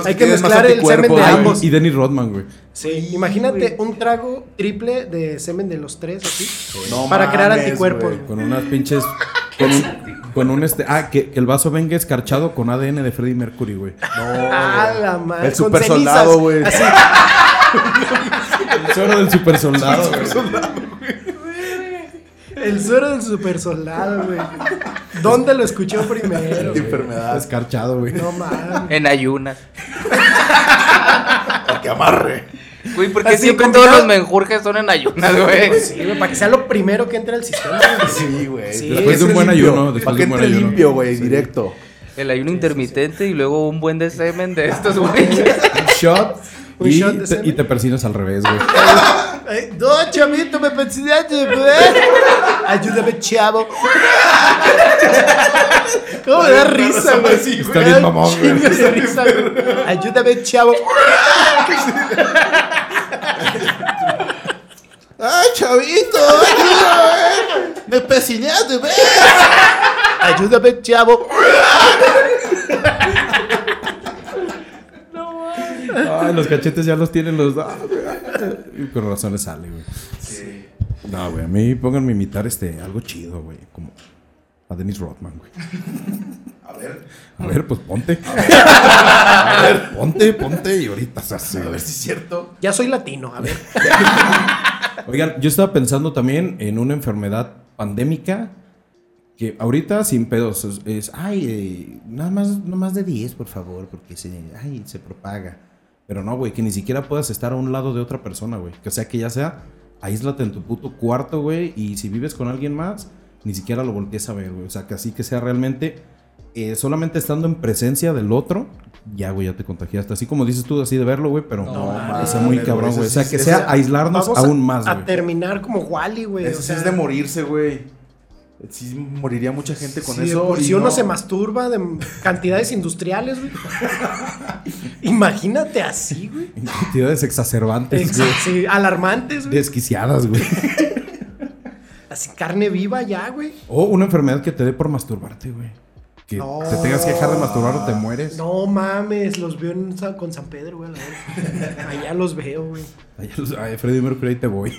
[SPEAKER 7] Hay que mezclar el semen de
[SPEAKER 1] Ay,
[SPEAKER 7] ambos.
[SPEAKER 1] Y Dennis Rodman, güey.
[SPEAKER 7] Sí, imagínate un trago triple de semen de los tres así
[SPEAKER 5] No
[SPEAKER 7] para crear
[SPEAKER 5] mames,
[SPEAKER 7] anticuerpos.
[SPEAKER 5] güey.
[SPEAKER 1] Con unas pinches. Con un, con un este. Ah, que, que el vaso venga escarchado con ADN de Freddie Mercury, güey.
[SPEAKER 7] Ah, la madre.
[SPEAKER 5] El
[SPEAKER 7] con
[SPEAKER 5] super
[SPEAKER 7] cenizas,
[SPEAKER 5] soldado, güey.
[SPEAKER 7] así.
[SPEAKER 1] El suero del super soldado,
[SPEAKER 7] El suero del super soldado, güey. ¿Dónde lo escuchó primero?
[SPEAKER 5] De
[SPEAKER 7] güey?
[SPEAKER 5] enfermedad.
[SPEAKER 1] Escarchado, güey.
[SPEAKER 7] No mames.
[SPEAKER 6] En ayunas.
[SPEAKER 5] Para que amarre.
[SPEAKER 6] Güey, porque
[SPEAKER 7] Así
[SPEAKER 6] siempre
[SPEAKER 7] como
[SPEAKER 6] todos
[SPEAKER 7] ya-
[SPEAKER 6] los menjurjes son en ayunas, güey.
[SPEAKER 7] Pues sí, güey, para que sea lo primero que entre al sistema. güey.
[SPEAKER 5] Sí, güey.
[SPEAKER 7] Sí.
[SPEAKER 5] Pero
[SPEAKER 1] Después de un
[SPEAKER 5] que
[SPEAKER 1] buen
[SPEAKER 5] entre limpio.
[SPEAKER 1] ayuno, después
[SPEAKER 5] Para
[SPEAKER 1] de
[SPEAKER 5] que
[SPEAKER 1] un buen
[SPEAKER 5] entre
[SPEAKER 1] ayuno.
[SPEAKER 5] limpio, güey,
[SPEAKER 1] Sí.
[SPEAKER 5] directo.
[SPEAKER 6] El ayuno intermitente y luego un buen de semen de estos, güeyes.
[SPEAKER 1] Un shot.
[SPEAKER 7] Un
[SPEAKER 1] y,
[SPEAKER 7] shot de
[SPEAKER 1] te,
[SPEAKER 7] semen.
[SPEAKER 1] y te persinas al revés, güey.
[SPEAKER 7] Ay, No, chavito, me pensé de ayudar. Ayúdame, chavo. ¿Cómo me da risa, güey?
[SPEAKER 1] Está bien mamón, güey.
[SPEAKER 7] Chingo de risa, güey. Ayúdame, chavo.
[SPEAKER 5] ¡Ay, chavito! ¡Me pesineaste, güey!
[SPEAKER 7] Ayúdame, chavo.
[SPEAKER 1] Ay, los cachetes ya los tienen los. ah, güey. Y con razón le sale, güey. No, güey, a mí pónganme a imitar este, algo chido, güey. Como a Dennis Rodman, güey. A ver. A ver, pues ponte. A ver, ponte, ponte y ahorita se hace.
[SPEAKER 5] A ver si es cierto.
[SPEAKER 7] Ya soy latino, a ver.
[SPEAKER 1] Oigan, yo estaba pensando también en una enfermedad pandémica que ahorita sin pedos es, es, ay, eh, nada más nada más de 10, por favor, porque se ay, se propaga. Pero no, güey, que ni siquiera puedas estar a un lado de otra persona, güey, que sea que ya sea aíslate en tu puto cuarto, güey, y si vives con alguien más, ni siquiera lo voltees a ver, güey. O sea, que así que sea realmente, eh, solamente estando en presencia del otro, ya, güey, ya te contagiaste. Así como dices tú, así de verlo, güey, pero
[SPEAKER 6] No,
[SPEAKER 1] no,
[SPEAKER 6] mames,
[SPEAKER 1] sea muy
[SPEAKER 5] güey,
[SPEAKER 1] cabrón,
[SPEAKER 5] eso
[SPEAKER 1] güey. O sea,
[SPEAKER 5] sí-
[SPEAKER 1] que
[SPEAKER 5] eso-
[SPEAKER 1] sea aislarnos
[SPEAKER 7] Vamos
[SPEAKER 1] aún
[SPEAKER 7] a-
[SPEAKER 1] más,
[SPEAKER 7] a
[SPEAKER 1] güey.
[SPEAKER 7] terminar como Wally, güey.
[SPEAKER 5] Eso
[SPEAKER 7] o
[SPEAKER 5] sí
[SPEAKER 7] sea,
[SPEAKER 5] es de morirse, güey. Sí moriría mucha gente con
[SPEAKER 7] sí, de
[SPEAKER 5] eso.
[SPEAKER 7] por
[SPEAKER 5] y
[SPEAKER 7] si uno
[SPEAKER 5] no-
[SPEAKER 7] se masturba de cantidades industriales, güey. Imagínate así, güey.
[SPEAKER 1] En cantidades exacerbantes, güey.
[SPEAKER 7] Sí, alarmantes, güey.
[SPEAKER 1] Desquiciadas, güey.
[SPEAKER 7] Así carne viva ya, güey.
[SPEAKER 1] O una enfermedad que te dé por masturbarte, güey. Que
[SPEAKER 7] No.
[SPEAKER 1] te tengas que dejar de masturbar o te mueres.
[SPEAKER 7] No mames, los veo en San- con San Pedro, güey. a la verga. Allá los veo, güey.
[SPEAKER 1] Ay, ya lo- ay, Freddy Mercury, ahí te voy.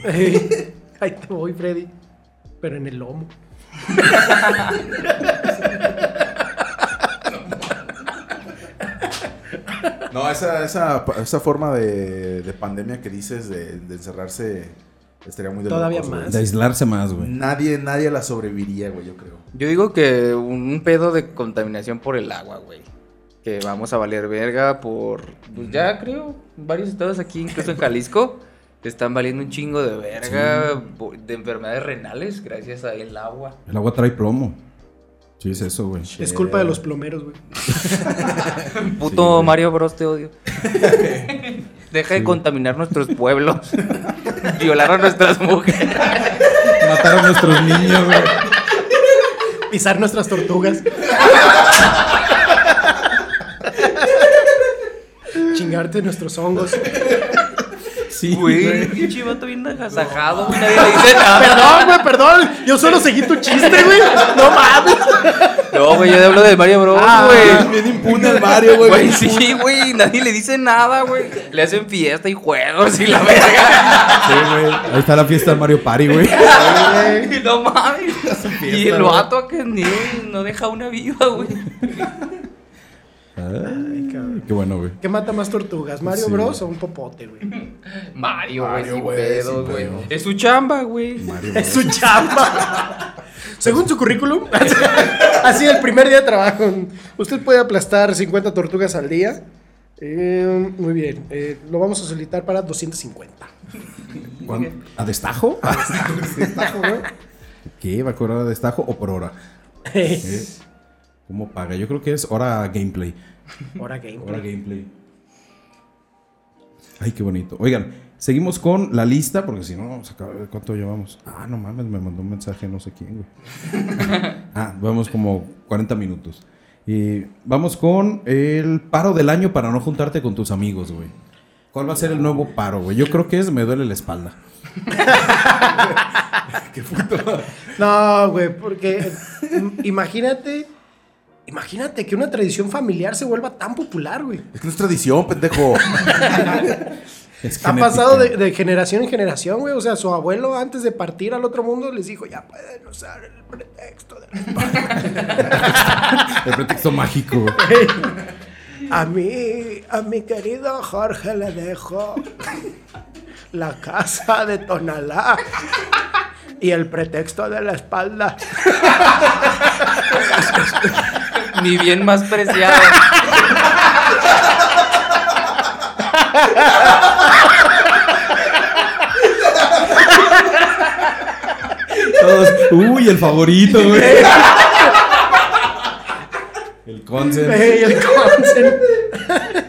[SPEAKER 7] Ahí te voy, Freddy. Pero en el lomo.
[SPEAKER 5] No, esa, esa, esa forma de, de pandemia que dices de, de encerrarse estaría muy de
[SPEAKER 7] Todavía
[SPEAKER 5] locos, güey.
[SPEAKER 7] más.
[SPEAKER 1] De aislarse más, güey.
[SPEAKER 5] Nadie, nadie la sobreviviría, güey, yo creo.
[SPEAKER 6] Yo digo que un pedo de contaminación por el agua, güey. Que vamos a valer verga por. Pues ya creo, varios estados aquí, incluso en Jalisco, están valiendo un chingo de verga po- de enfermedades renales gracias al agua.
[SPEAKER 1] El agua trae plomo. Sí, es eso, güey.
[SPEAKER 7] Es culpa de los plomeros, güey.
[SPEAKER 1] Sí,
[SPEAKER 6] Puto
[SPEAKER 1] güey.
[SPEAKER 6] Mario Bros, te odio. Deja de contaminar nuestros pueblos. Violaron a nuestras mujeres.
[SPEAKER 1] Mataron a nuestros niños, güey.
[SPEAKER 7] Pisar nuestras tortugas. Chingarte nuestros hongos.
[SPEAKER 1] Sí,
[SPEAKER 6] Güey,
[SPEAKER 1] güey.
[SPEAKER 6] pinche vato bien agasajado, güey. Nadie le dice nada.
[SPEAKER 7] Perdón, güey, perdón. Yo solo seguí tu chiste, güey. No mames.
[SPEAKER 6] No, güey, yo hablo de Mario Bros,
[SPEAKER 7] Ah,
[SPEAKER 6] güey.
[SPEAKER 5] Bien impune el Mario, güey.
[SPEAKER 6] Güey, sí, güey, nadie le dice nada, güey. Le hacen fiesta y juegos y la verga.
[SPEAKER 1] Sí, güey. Ahí está la fiesta del Mario Party, güey.
[SPEAKER 6] no mames. Y el vato que ni, no deja una viva, güey.
[SPEAKER 1] Ay, cabrón. Qué bueno, güey.
[SPEAKER 7] ¿Qué mata más tortugas? ¿Mario
[SPEAKER 1] Sí.
[SPEAKER 7] Bros o un popote, güey?
[SPEAKER 6] Mario, güey,
[SPEAKER 5] Mario,
[SPEAKER 6] sin
[SPEAKER 5] güey,
[SPEAKER 6] pedo,
[SPEAKER 5] sin
[SPEAKER 6] güey.
[SPEAKER 5] pedo.
[SPEAKER 6] Es su chamba, güey.
[SPEAKER 1] Mario, güey.
[SPEAKER 7] Es su chamba. Según su currículum, así el primer día de trabajo. Usted puede aplastar 50 tortugas al día. Eh, muy bien, eh, lo vamos a solicitar para 250.
[SPEAKER 1] ¿Cuán- ¿A destajo?
[SPEAKER 7] Tajo, ¿no?
[SPEAKER 1] ¿Qué? ¿Va a cobrar a destajo o por hora? ¿Eh? ¿Cómo paga? Yo creo que es hora gameplay.
[SPEAKER 7] Ahora game.
[SPEAKER 1] Ahora gameplay. Ay, qué bonito. Oigan, seguimos con la lista, porque si no, vamos a acabar. ¿Cuánto llevamos? Ah, no mames, me mandó un mensaje no sé quién, güey. ah, vamos como 40 minutos. Y vamos con el paro del año para no juntarte con tus amigos, güey. ¿Cuál va a ser el nuevo paro, güey? Yo creo que es me duele la espalda.
[SPEAKER 7] No, güey, porque eh, im- imagínate, imagínate que una tradición familiar se vuelva tan popular, güey.
[SPEAKER 5] Es que no es tradición, pendejo.
[SPEAKER 1] Es
[SPEAKER 7] Ha
[SPEAKER 1] genética.
[SPEAKER 7] pasado de, de generación en generación, güey. O sea, su abuelo antes de partir al otro mundo les dijo, ya pueden usar el pretexto de la
[SPEAKER 1] El pretexto mágico. güey.
[SPEAKER 7] A mí, a mi querido Jorge le dejo la casa de Tonalá y el pretexto de la espalda.
[SPEAKER 6] Mi bien más preciado.
[SPEAKER 1] Todos, uy, el favorito, güey. El concert.
[SPEAKER 7] Ey, el consen.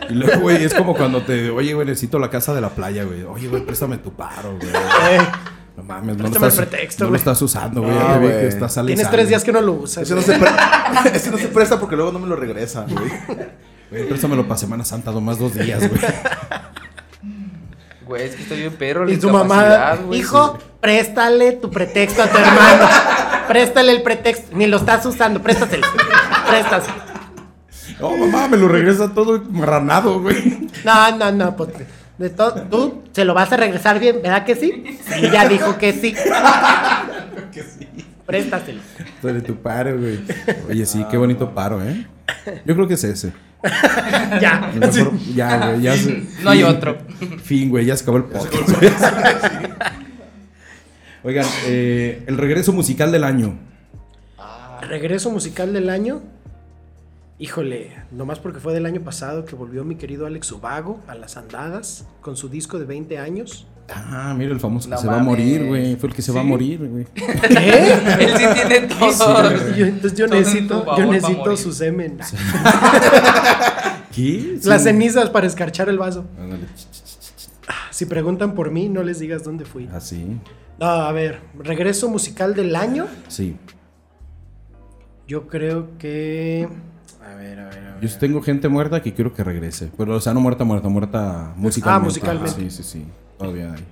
[SPEAKER 1] Y luego, güey, es como cuando te, oye, güey, necesito la casa de la playa, güey. Oye, güey, préstame tu paro, güey.
[SPEAKER 7] Ey,
[SPEAKER 1] No mames, no, lo
[SPEAKER 7] Préstame el
[SPEAKER 1] estás,
[SPEAKER 7] pretexto,
[SPEAKER 1] no lo
[SPEAKER 7] güey.
[SPEAKER 1] estás usando, güey.
[SPEAKER 5] No,
[SPEAKER 1] ya te vi
[SPEAKER 5] güey.
[SPEAKER 1] que estás sale y
[SPEAKER 7] Tienes
[SPEAKER 1] sale.
[SPEAKER 7] tres días que no lo usas.
[SPEAKER 5] Ese no, se pre- ese no se presta porque luego no me lo regresan, güey.
[SPEAKER 1] Güey, préstamelo para Semana Santa, nomás dos días, güey.
[SPEAKER 6] Güey, es que estoy bien perro. la
[SPEAKER 7] Y tu mamá,
[SPEAKER 6] incapacidad, güey.
[SPEAKER 7] hijo, préstale tu pretexto a tu hermano. Préstale el pretexto. Ni lo estás usando, préstaselo. Préstaselo.
[SPEAKER 1] No, mamá, me lo regresa todo marranado, güey.
[SPEAKER 7] No, no, no, pues. De todo, tú se lo vas a regresar bien, ¿verdad que sí? Y ya dijo que sí. Préstaselo.
[SPEAKER 1] Sobre tu paro, güey. Oye, sí, qué bonito paro, ¿eh? Yo creo que es ese.
[SPEAKER 7] Ya.
[SPEAKER 1] El mejor- ya, güey, ya se-
[SPEAKER 6] No hay otro.
[SPEAKER 1] Fin, güey, ya se acabó el podcast. güey. Oigan, eh, el regreso musical del año.
[SPEAKER 7] Regreso musical del año. Híjole, nomás porque fue del año pasado que volvió mi querido Alex Ubago a las andadas con su disco de 20 años.
[SPEAKER 1] Ah, mira el famoso que
[SPEAKER 6] No
[SPEAKER 1] se va a morir,
[SPEAKER 6] mames.
[SPEAKER 1] güey. Fue el que se va a
[SPEAKER 6] ¿Sí?
[SPEAKER 1] morir, güey.
[SPEAKER 7] ¿Qué?
[SPEAKER 6] Él sí tiene todo.
[SPEAKER 7] Yo, entonces yo
[SPEAKER 6] Todo en tu
[SPEAKER 7] necesito,
[SPEAKER 6] favor
[SPEAKER 7] yo
[SPEAKER 6] pa'
[SPEAKER 7] necesito
[SPEAKER 6] morir.
[SPEAKER 7] su semen.
[SPEAKER 1] ¿Qué?
[SPEAKER 7] Las
[SPEAKER 1] Sí.
[SPEAKER 7] cenizas para escarchar el vaso.
[SPEAKER 1] Ándale.
[SPEAKER 7] Si preguntan por mí, no les digas dónde fui.
[SPEAKER 1] Así.
[SPEAKER 7] No, a ver, regreso musical del año.
[SPEAKER 1] Sí.
[SPEAKER 7] Yo creo que. A ver, a ver, a ver.
[SPEAKER 1] Yo sí tengo gente muerta que quiero que regrese. Pero, o sea, no muerta, muerta, muerta musicalmente.
[SPEAKER 7] Ah, musicalmente.
[SPEAKER 1] sí, sí, sí. Todavía hay.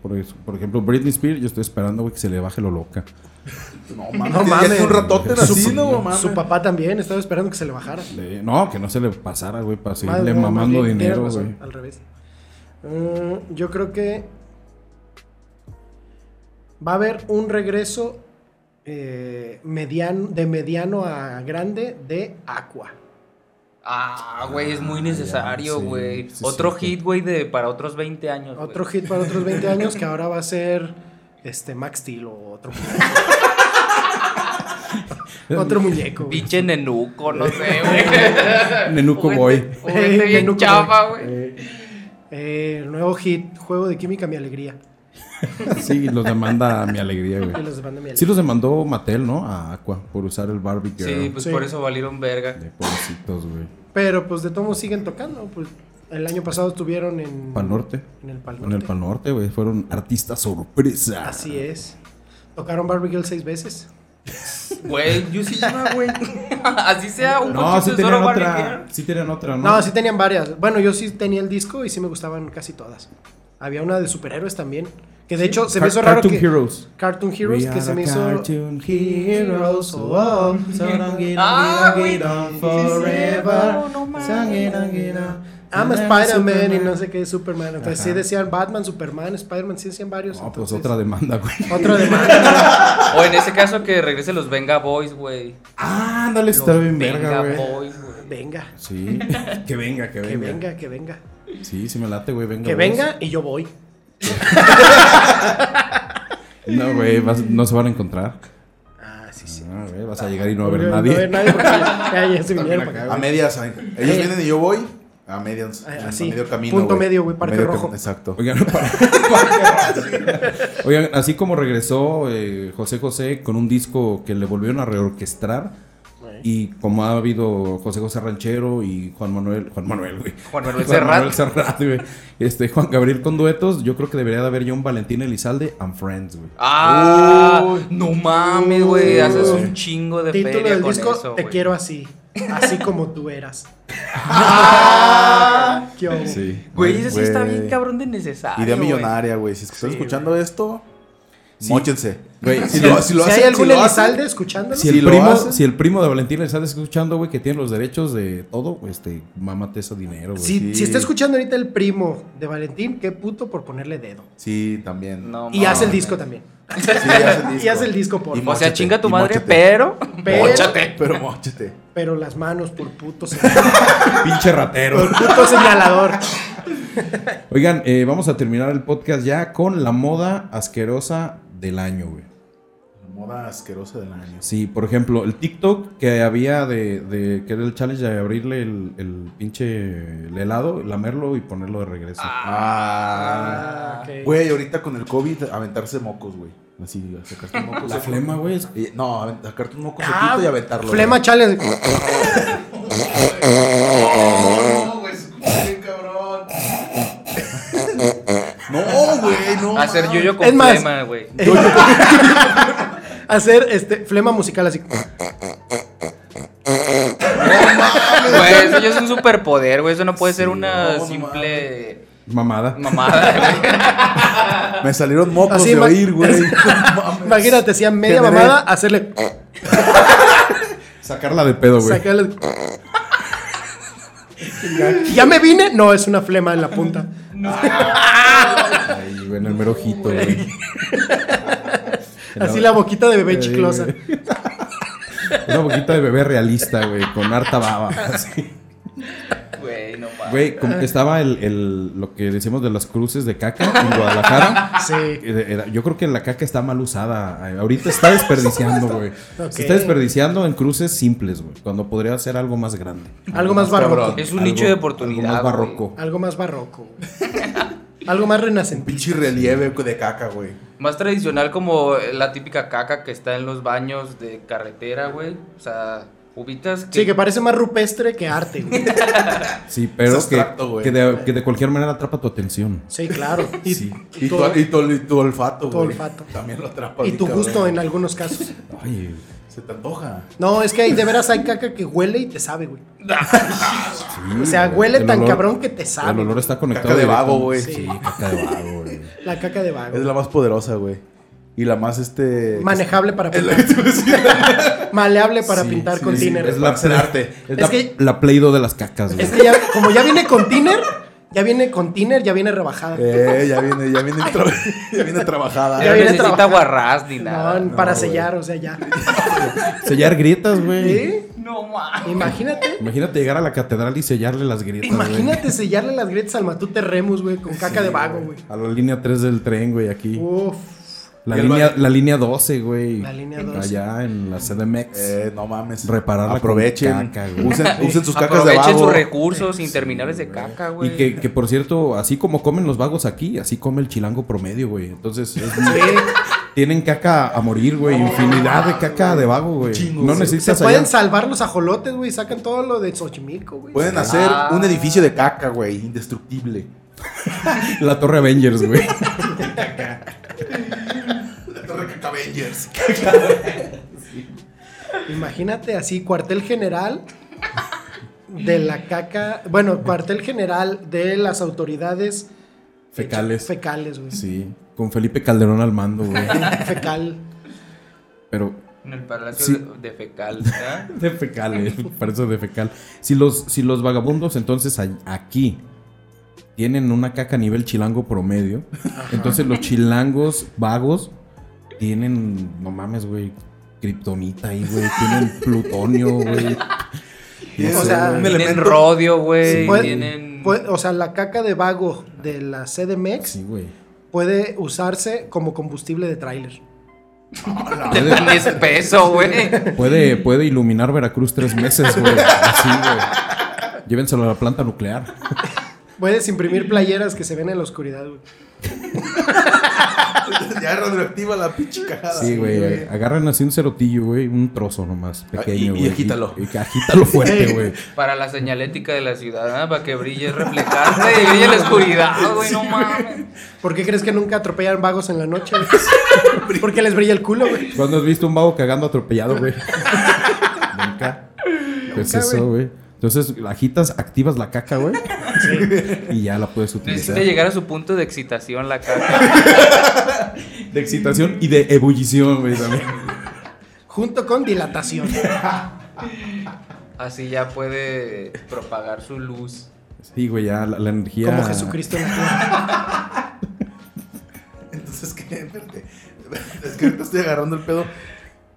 [SPEAKER 1] Por, eso- por ejemplo, Britney Spears, yo estoy esperando, güey, que se le baje lo loca.
[SPEAKER 5] No mames.
[SPEAKER 7] No
[SPEAKER 5] ya
[SPEAKER 7] mames.
[SPEAKER 5] hace un ratote
[SPEAKER 1] Su-
[SPEAKER 5] así, no mames.
[SPEAKER 7] Su papá también, estaba esperando que se le bajara.
[SPEAKER 1] Le- no, que no se le pasara, güey, para seguirle
[SPEAKER 7] Madre, no,
[SPEAKER 1] mamando
[SPEAKER 7] más bien, tienes
[SPEAKER 1] dinero,
[SPEAKER 7] razón,
[SPEAKER 1] güey.
[SPEAKER 7] Al revés. Mm, yo creo que va a haber un regreso eh, mediano, de mediano a grande de Aqua.
[SPEAKER 6] Ah, güey, es muy necesario,
[SPEAKER 1] ya, sí,
[SPEAKER 6] güey.
[SPEAKER 1] sí,
[SPEAKER 6] Otro
[SPEAKER 1] sí, sí.
[SPEAKER 6] hit, güey, de para otros 20 años.
[SPEAKER 7] Otro
[SPEAKER 6] güey.
[SPEAKER 7] hit para otros 20 años que ahora va a ser este Max Steel o otro otro muñeco. güey.
[SPEAKER 6] Pinche nenuco, no sé, güey.
[SPEAKER 1] Nenuco boy.
[SPEAKER 6] Juguete- juguete este bien
[SPEAKER 7] Nenuco boy.
[SPEAKER 6] chafa, güey.
[SPEAKER 7] Eh, el nuevo hit, juego de química, mi alegría.
[SPEAKER 1] Sí, los demanda mi alegría,
[SPEAKER 7] Y
[SPEAKER 1] güey.
[SPEAKER 7] los de banda, mi
[SPEAKER 1] Sí
[SPEAKER 7] alegría.
[SPEAKER 1] los demandó Mattel, ¿no? A Aqua por usar el Barbie Girl.
[SPEAKER 6] Sí, pues
[SPEAKER 7] Sí. pues.
[SPEAKER 6] por eso valieron verga.
[SPEAKER 1] De pobrecitos, güey.
[SPEAKER 7] Pero pues de todos modos siguen tocando. Pues, el año pasado estuvieron en.
[SPEAKER 1] Pal Norte.
[SPEAKER 7] En el Pal
[SPEAKER 1] En el
[SPEAKER 7] Norte.
[SPEAKER 1] Pal Norte, güey. Fueron artistas sorpresa.
[SPEAKER 7] Así es. Tocaron Barbie Girl seis veces.
[SPEAKER 6] Güey, yo sí iba, güey. Así sea, un
[SPEAKER 1] No, sí
[SPEAKER 6] de
[SPEAKER 1] tenían
[SPEAKER 6] Zorro
[SPEAKER 1] otra.
[SPEAKER 6] Barringer.
[SPEAKER 1] Sí tenían otra, ¿no?
[SPEAKER 7] No, sí tenían varias. Bueno, yo sí tenía el disco y sí me gustaban casi todas. Había una de superhéroes también. Que de hecho se me
[SPEAKER 1] Car-
[SPEAKER 7] hizo raro
[SPEAKER 1] Cartoon
[SPEAKER 7] que.
[SPEAKER 1] Heroes.
[SPEAKER 7] Cartoon Heroes,
[SPEAKER 1] We are
[SPEAKER 7] que se
[SPEAKER 1] the
[SPEAKER 7] me hizo.
[SPEAKER 1] Cartoon Heroes. oh, oh, so don't get on,
[SPEAKER 6] Ah,
[SPEAKER 1] get on,
[SPEAKER 6] güey.
[SPEAKER 1] get on
[SPEAKER 6] Sí, sí,
[SPEAKER 1] forever.
[SPEAKER 6] no, no mames.
[SPEAKER 1] So get on, get on.
[SPEAKER 7] I'm a
[SPEAKER 1] And I'm
[SPEAKER 7] Spider-Man y
[SPEAKER 1] Superman.
[SPEAKER 7] no sé qué Superman. Entonces
[SPEAKER 1] Ajá.
[SPEAKER 7] sí decían Batman, Superman, Spider-Man, sí decían varios.
[SPEAKER 1] No, pues
[SPEAKER 7] entonces-
[SPEAKER 1] otra demanda, güey.
[SPEAKER 7] Otra de más.
[SPEAKER 6] O en ese caso que regrese los Venga Boys, güey.
[SPEAKER 1] Ah, ándale, está bien verga, güey.
[SPEAKER 6] Boys, güey.
[SPEAKER 7] venga,
[SPEAKER 1] Sí. que venga, que venga.
[SPEAKER 7] que venga, que venga.
[SPEAKER 1] Sí, sí me late, güey. Venga.
[SPEAKER 7] Que
[SPEAKER 1] güey.
[SPEAKER 7] venga y yo voy.
[SPEAKER 1] No, güey, vas- no se van a encontrar.
[SPEAKER 7] Ah, sí, sí.
[SPEAKER 1] Ah, güey, vas a llegar y no va a
[SPEAKER 7] Porque
[SPEAKER 1] haber
[SPEAKER 7] no
[SPEAKER 1] nadie.
[SPEAKER 7] ve nadie porque ya, ya se vinieron para acá.
[SPEAKER 5] A medias, ay, ellos vienen y yo voy. A medias.
[SPEAKER 7] Eh. Ah,
[SPEAKER 5] a
[SPEAKER 7] sí.
[SPEAKER 5] medio camino.
[SPEAKER 7] Punto medio, güey, parque
[SPEAKER 5] Medio
[SPEAKER 7] rojo.
[SPEAKER 5] cam- Exacto.
[SPEAKER 1] Oigan, para- para- Oigan, así como regresó eh, José José con un disco que le volvieron a reorquestrar. Y como ha habido José José Ranchero y Juan Manuel, Juan Manuel, güey.
[SPEAKER 6] Juan Manuel Serrat.
[SPEAKER 1] Serrat, güey. Este, Juan Gabriel con duetos, yo creo que debería de haber ya un Valentín Elizalde and Friends, güey.
[SPEAKER 6] Ah, no mames, güey. Haces un chingo de
[SPEAKER 7] Título
[SPEAKER 6] feria
[SPEAKER 7] del
[SPEAKER 6] con
[SPEAKER 7] disco,
[SPEAKER 6] eso,
[SPEAKER 7] Te
[SPEAKER 6] güey.
[SPEAKER 7] quiero así. Así como tú eras.
[SPEAKER 5] Ah.
[SPEAKER 7] Qué hubo.
[SPEAKER 1] Sí.
[SPEAKER 6] Güey, ese sí está
[SPEAKER 5] Güey.
[SPEAKER 6] bien cabrón de necesario.
[SPEAKER 5] Idea
[SPEAKER 6] güey.
[SPEAKER 5] millonaria, güey. Si es que están escuchando esto,
[SPEAKER 1] Sí.
[SPEAKER 5] mochense.
[SPEAKER 1] Güey, si
[SPEAKER 5] Si
[SPEAKER 1] lo-
[SPEAKER 5] lo- si lo
[SPEAKER 7] si
[SPEAKER 5] hacen-
[SPEAKER 7] hay algún
[SPEAKER 5] si lo hacen-
[SPEAKER 7] Elizalde escuchándolo,
[SPEAKER 1] Si,
[SPEAKER 5] Si
[SPEAKER 1] el
[SPEAKER 5] lo
[SPEAKER 1] primo,
[SPEAKER 5] hacen-
[SPEAKER 1] si el primo de Valentín Elizalde está escuchando, güey, que tiene los derechos de todo, este, mámate ese dinero, güey.
[SPEAKER 7] si,
[SPEAKER 5] sí.
[SPEAKER 7] si está escuchando ahorita el primo de Valentín, qué puto por ponerle dedo.
[SPEAKER 5] Sí, también.
[SPEAKER 6] No
[SPEAKER 7] Y hace el
[SPEAKER 6] mames.
[SPEAKER 7] disco también.
[SPEAKER 5] Sí, hace
[SPEAKER 7] Y hace el disco por.
[SPEAKER 5] Y
[SPEAKER 6] O sea,
[SPEAKER 5] Móchate,
[SPEAKER 6] chinga tu
[SPEAKER 5] y
[SPEAKER 6] madre,
[SPEAKER 5] móchate.
[SPEAKER 6] pero.
[SPEAKER 7] Pero-
[SPEAKER 5] Pero mochete.
[SPEAKER 7] Pero las manos por puto se-
[SPEAKER 1] Pinche ratero.
[SPEAKER 7] por puto señalador.
[SPEAKER 1] Oigan, eh, vamos a terminar el podcast ya con la moda asquerosa del año, güey.
[SPEAKER 5] Moda asquerosa del año.
[SPEAKER 1] Sí, por ejemplo, el TikTok que había de, de- que era el challenge de abrirle el, el pinche el helado, lamerlo y ponerlo de regreso.
[SPEAKER 5] Ah.
[SPEAKER 7] Ah, ok.
[SPEAKER 5] Güey, ahorita con el COVID, aventarse mocos, güey. Así, sacarte un moco.
[SPEAKER 1] la
[SPEAKER 5] seco.
[SPEAKER 1] flema, güey. es-
[SPEAKER 5] Y- No, avent- sacarte un moco
[SPEAKER 7] Ah,
[SPEAKER 5] sequito y aventarlo.
[SPEAKER 7] Flema
[SPEAKER 5] güey.
[SPEAKER 7] challenge.
[SPEAKER 5] No, güey, no.
[SPEAKER 6] Hacer
[SPEAKER 5] mames.
[SPEAKER 6] yo-yo con
[SPEAKER 7] Es más-
[SPEAKER 6] crema, güey.
[SPEAKER 7] Hacer este flema musical así.
[SPEAKER 6] Güey, eso ya es un superpoder, güey. Eso no puede ser una
[SPEAKER 5] no, no
[SPEAKER 6] simple
[SPEAKER 1] Mamada.
[SPEAKER 6] mamada, güey.
[SPEAKER 5] Me salieron mocos
[SPEAKER 7] Así
[SPEAKER 5] de
[SPEAKER 7] ma-
[SPEAKER 5] oír, güey. No mames.
[SPEAKER 7] Imagínate, hacía media
[SPEAKER 5] Generé.
[SPEAKER 7] mamada, hacerle.
[SPEAKER 1] Sacarla de pedo, güey.
[SPEAKER 7] sacarle- Ya me vine. No, es una flema en la punta.
[SPEAKER 1] Ahí, güey, en el mero ojito, güey.
[SPEAKER 7] Así la boquita de bebé
[SPEAKER 1] Sí,
[SPEAKER 7] chiclosa.
[SPEAKER 1] güey. Una boquita de bebé realista, güey, con harta baba. así.
[SPEAKER 6] Güey, no
[SPEAKER 1] Güey, como estaba el, el- lo que decíamos de las cruces de caca en Guadalajara.
[SPEAKER 7] Sí.
[SPEAKER 1] Era- era- yo creo que la caca está mal usada. Eh, Ahorita está desperdiciando, güey.
[SPEAKER 7] Ok.
[SPEAKER 1] Se está desperdiciando en cruces simples, güey. Cuando podría hacer algo más grande.
[SPEAKER 7] Algo más barroco.
[SPEAKER 6] Es un
[SPEAKER 1] Algo-
[SPEAKER 6] nicho de
[SPEAKER 1] algo
[SPEAKER 6] oportunidad.
[SPEAKER 1] más barroco.
[SPEAKER 6] güey.
[SPEAKER 7] Algo más barroco. Algo más renacentista.
[SPEAKER 5] Pinche relieve de caca, güey.
[SPEAKER 6] Más tradicional como la típica caca que está en los baños de carretera, güey. O sea, ubitas que...
[SPEAKER 7] Sí, que parece más rupestre que arte, güey.
[SPEAKER 1] Sí, pero
[SPEAKER 5] Es
[SPEAKER 1] que,
[SPEAKER 5] abstracto, güey.
[SPEAKER 1] que, de, que de cualquier manera atrapa tu atención.
[SPEAKER 7] Sí, claro. Y,
[SPEAKER 1] Sí.
[SPEAKER 5] Y tu,
[SPEAKER 7] todo-
[SPEAKER 5] y tu- y tu olfato, güey.
[SPEAKER 7] Tu olfato.
[SPEAKER 5] También lo atrapa.
[SPEAKER 7] y
[SPEAKER 5] bien,
[SPEAKER 7] tu
[SPEAKER 5] cabrón.
[SPEAKER 7] gusto en algunos casos.
[SPEAKER 1] Ay,
[SPEAKER 5] Se te antoja.
[SPEAKER 7] No, es que hay, de veras hay caca que huele y te sabe, güey.
[SPEAKER 1] sí,
[SPEAKER 7] O sea,
[SPEAKER 1] güey.
[SPEAKER 7] huele
[SPEAKER 1] El
[SPEAKER 7] tan
[SPEAKER 1] olor-
[SPEAKER 7] cabrón que te
[SPEAKER 1] El
[SPEAKER 7] sabe.
[SPEAKER 1] olor está conectado.
[SPEAKER 5] Caca de vago,
[SPEAKER 1] directamente.
[SPEAKER 5] güey.
[SPEAKER 1] Sí, caca de vago, güey.
[SPEAKER 7] La caca de
[SPEAKER 5] Es
[SPEAKER 7] vago.
[SPEAKER 5] la más poderosa, güey. Y la más, este...
[SPEAKER 7] Manejable para
[SPEAKER 5] Es la que
[SPEAKER 7] pintar.
[SPEAKER 5] te iba a decir.
[SPEAKER 7] Maleable para
[SPEAKER 1] Sí,
[SPEAKER 7] pintar
[SPEAKER 1] sí,
[SPEAKER 7] con
[SPEAKER 1] sí,
[SPEAKER 7] tiner.
[SPEAKER 1] Es la,
[SPEAKER 5] Para hacer arte.
[SPEAKER 1] Es,
[SPEAKER 7] Es
[SPEAKER 1] la,
[SPEAKER 7] que-
[SPEAKER 1] la Play-Doh de las cacas, güey.
[SPEAKER 7] Es que ya, como ya viene con tiner, ya viene con tiner, ya viene rebajada.
[SPEAKER 5] Eh, ya viene, ya viene, tra- ya viene trabajada.
[SPEAKER 7] Ya
[SPEAKER 6] No
[SPEAKER 7] viene
[SPEAKER 6] necesita
[SPEAKER 7] trabajando.
[SPEAKER 6] guarrás ni
[SPEAKER 7] No,
[SPEAKER 6] nada.
[SPEAKER 7] para
[SPEAKER 5] güey.
[SPEAKER 7] sellar, o sea, ya.
[SPEAKER 1] Sellar grietas, güey.
[SPEAKER 7] ¿Eh?
[SPEAKER 6] No, ma.
[SPEAKER 7] Imagínate.
[SPEAKER 1] Imagínate llegar a la catedral y sellarle las grietas, güey.
[SPEAKER 7] Imagínate sellarle las grietas al Matute Remus, güey, con caca de vago, güey.
[SPEAKER 1] A la línea 3 del tren, güey, aquí.
[SPEAKER 7] Uf,
[SPEAKER 1] La
[SPEAKER 5] Y el
[SPEAKER 1] línea,
[SPEAKER 5] baño.
[SPEAKER 1] la línea 12, güey.
[SPEAKER 7] La línea 12.
[SPEAKER 1] Allá en la CDMX.
[SPEAKER 5] Eh, no mames.
[SPEAKER 1] Repararla con
[SPEAKER 5] Aprovechen.
[SPEAKER 1] caca, güey.
[SPEAKER 5] usen, usen sus cacas de
[SPEAKER 6] Ah, Aprovechen
[SPEAKER 5] vago.
[SPEAKER 6] sus recursos interminables de caca,
[SPEAKER 1] y
[SPEAKER 6] güey.
[SPEAKER 1] que, que, por cierto, así como comen los vagos aquí, así come el chilango promedio, güey. Entonces, es- tienen caca a morir, güey. Infinidad de caca de vago, güey.
[SPEAKER 5] Chingo,
[SPEAKER 1] No
[SPEAKER 5] sí.
[SPEAKER 7] se
[SPEAKER 1] necesitas
[SPEAKER 7] pueden
[SPEAKER 1] allá.
[SPEAKER 7] salvar los ajolotes, güey. Sacan todo lo de Xochimilco, güey.
[SPEAKER 5] Pueden hacer
[SPEAKER 7] Ah.
[SPEAKER 5] un edificio de caca, güey. Indestructible.
[SPEAKER 1] La Torre Avengers, güey.
[SPEAKER 5] La torre caca Avengers.
[SPEAKER 7] Imagínate así, cuartel general de la caca. Bueno, cuartel general de las autoridades
[SPEAKER 1] Fecales.
[SPEAKER 7] fecales, güey.
[SPEAKER 1] Sí. Con Felipe Calderón al mando, güey.
[SPEAKER 7] Fecal.
[SPEAKER 1] Pero
[SPEAKER 6] En el palacio
[SPEAKER 1] Sí.
[SPEAKER 6] de fecal, ¿verdad?
[SPEAKER 1] De fecal, eh, para eso de fecal. Si los, si los vagabundos entonces a- aquí tienen una caca a nivel chilango promedio, entonces los chilangos vagos tienen, no mames, güey, kriptonita ahí, güey, tienen plutonio, güey.
[SPEAKER 5] O
[SPEAKER 7] O
[SPEAKER 5] sea,
[SPEAKER 7] sea,
[SPEAKER 5] un
[SPEAKER 6] Tienen
[SPEAKER 5] elemento.
[SPEAKER 6] rodio, güey.
[SPEAKER 1] Sí.
[SPEAKER 7] Puede-
[SPEAKER 6] Tienen.
[SPEAKER 7] puede- o sea, la caca de vago de la CDMX
[SPEAKER 1] Sí, güey.
[SPEAKER 7] puede usarse como combustible de tráiler.
[SPEAKER 6] Te dan espeso, güey.
[SPEAKER 1] Puede, puede iluminar Veracruz tres meses, güey. Así, güey. Llévenselo a la planta nuclear.
[SPEAKER 7] Puedes imprimir playeras que se ven en la oscuridad, güey.
[SPEAKER 5] Ya es radioactiva la pinche cagada.
[SPEAKER 1] Sí, güey. Agarran así un cerotillo, güey. Un trozo nomás, pequeño,
[SPEAKER 5] Ah, y
[SPEAKER 1] güey.
[SPEAKER 5] agítalo.
[SPEAKER 1] Y, y agítalo fuerte, güey.
[SPEAKER 6] Para la señalética de la ciudad, ¿ah? para que brille reflejante y brille la oscuridad, güey, no mames.
[SPEAKER 7] ¿Por qué crees que nunca atropellan vagos en la noche? güey? Porque les brilla el culo, güey.
[SPEAKER 1] ¿Cuándo has visto un vago cagando atropellado, güey? Nunca. Pues
[SPEAKER 7] Nunca,
[SPEAKER 1] eso, güey. Entonces, agitas, activas la caca, güey. Y ya la puedes utilizar.
[SPEAKER 6] Necesita llegar a su punto de excitación la caca.
[SPEAKER 1] De excitación y de ebullición, güey, también.
[SPEAKER 7] Junto con dilatación.
[SPEAKER 6] Así ya puede propagar su luz.
[SPEAKER 1] Sí, güey, ya la, la energía.
[SPEAKER 7] Como Jesucristo en la tierra.
[SPEAKER 5] Entonces, ¿qué? Espérate. Es que ahorita estoy agarrando el pedo.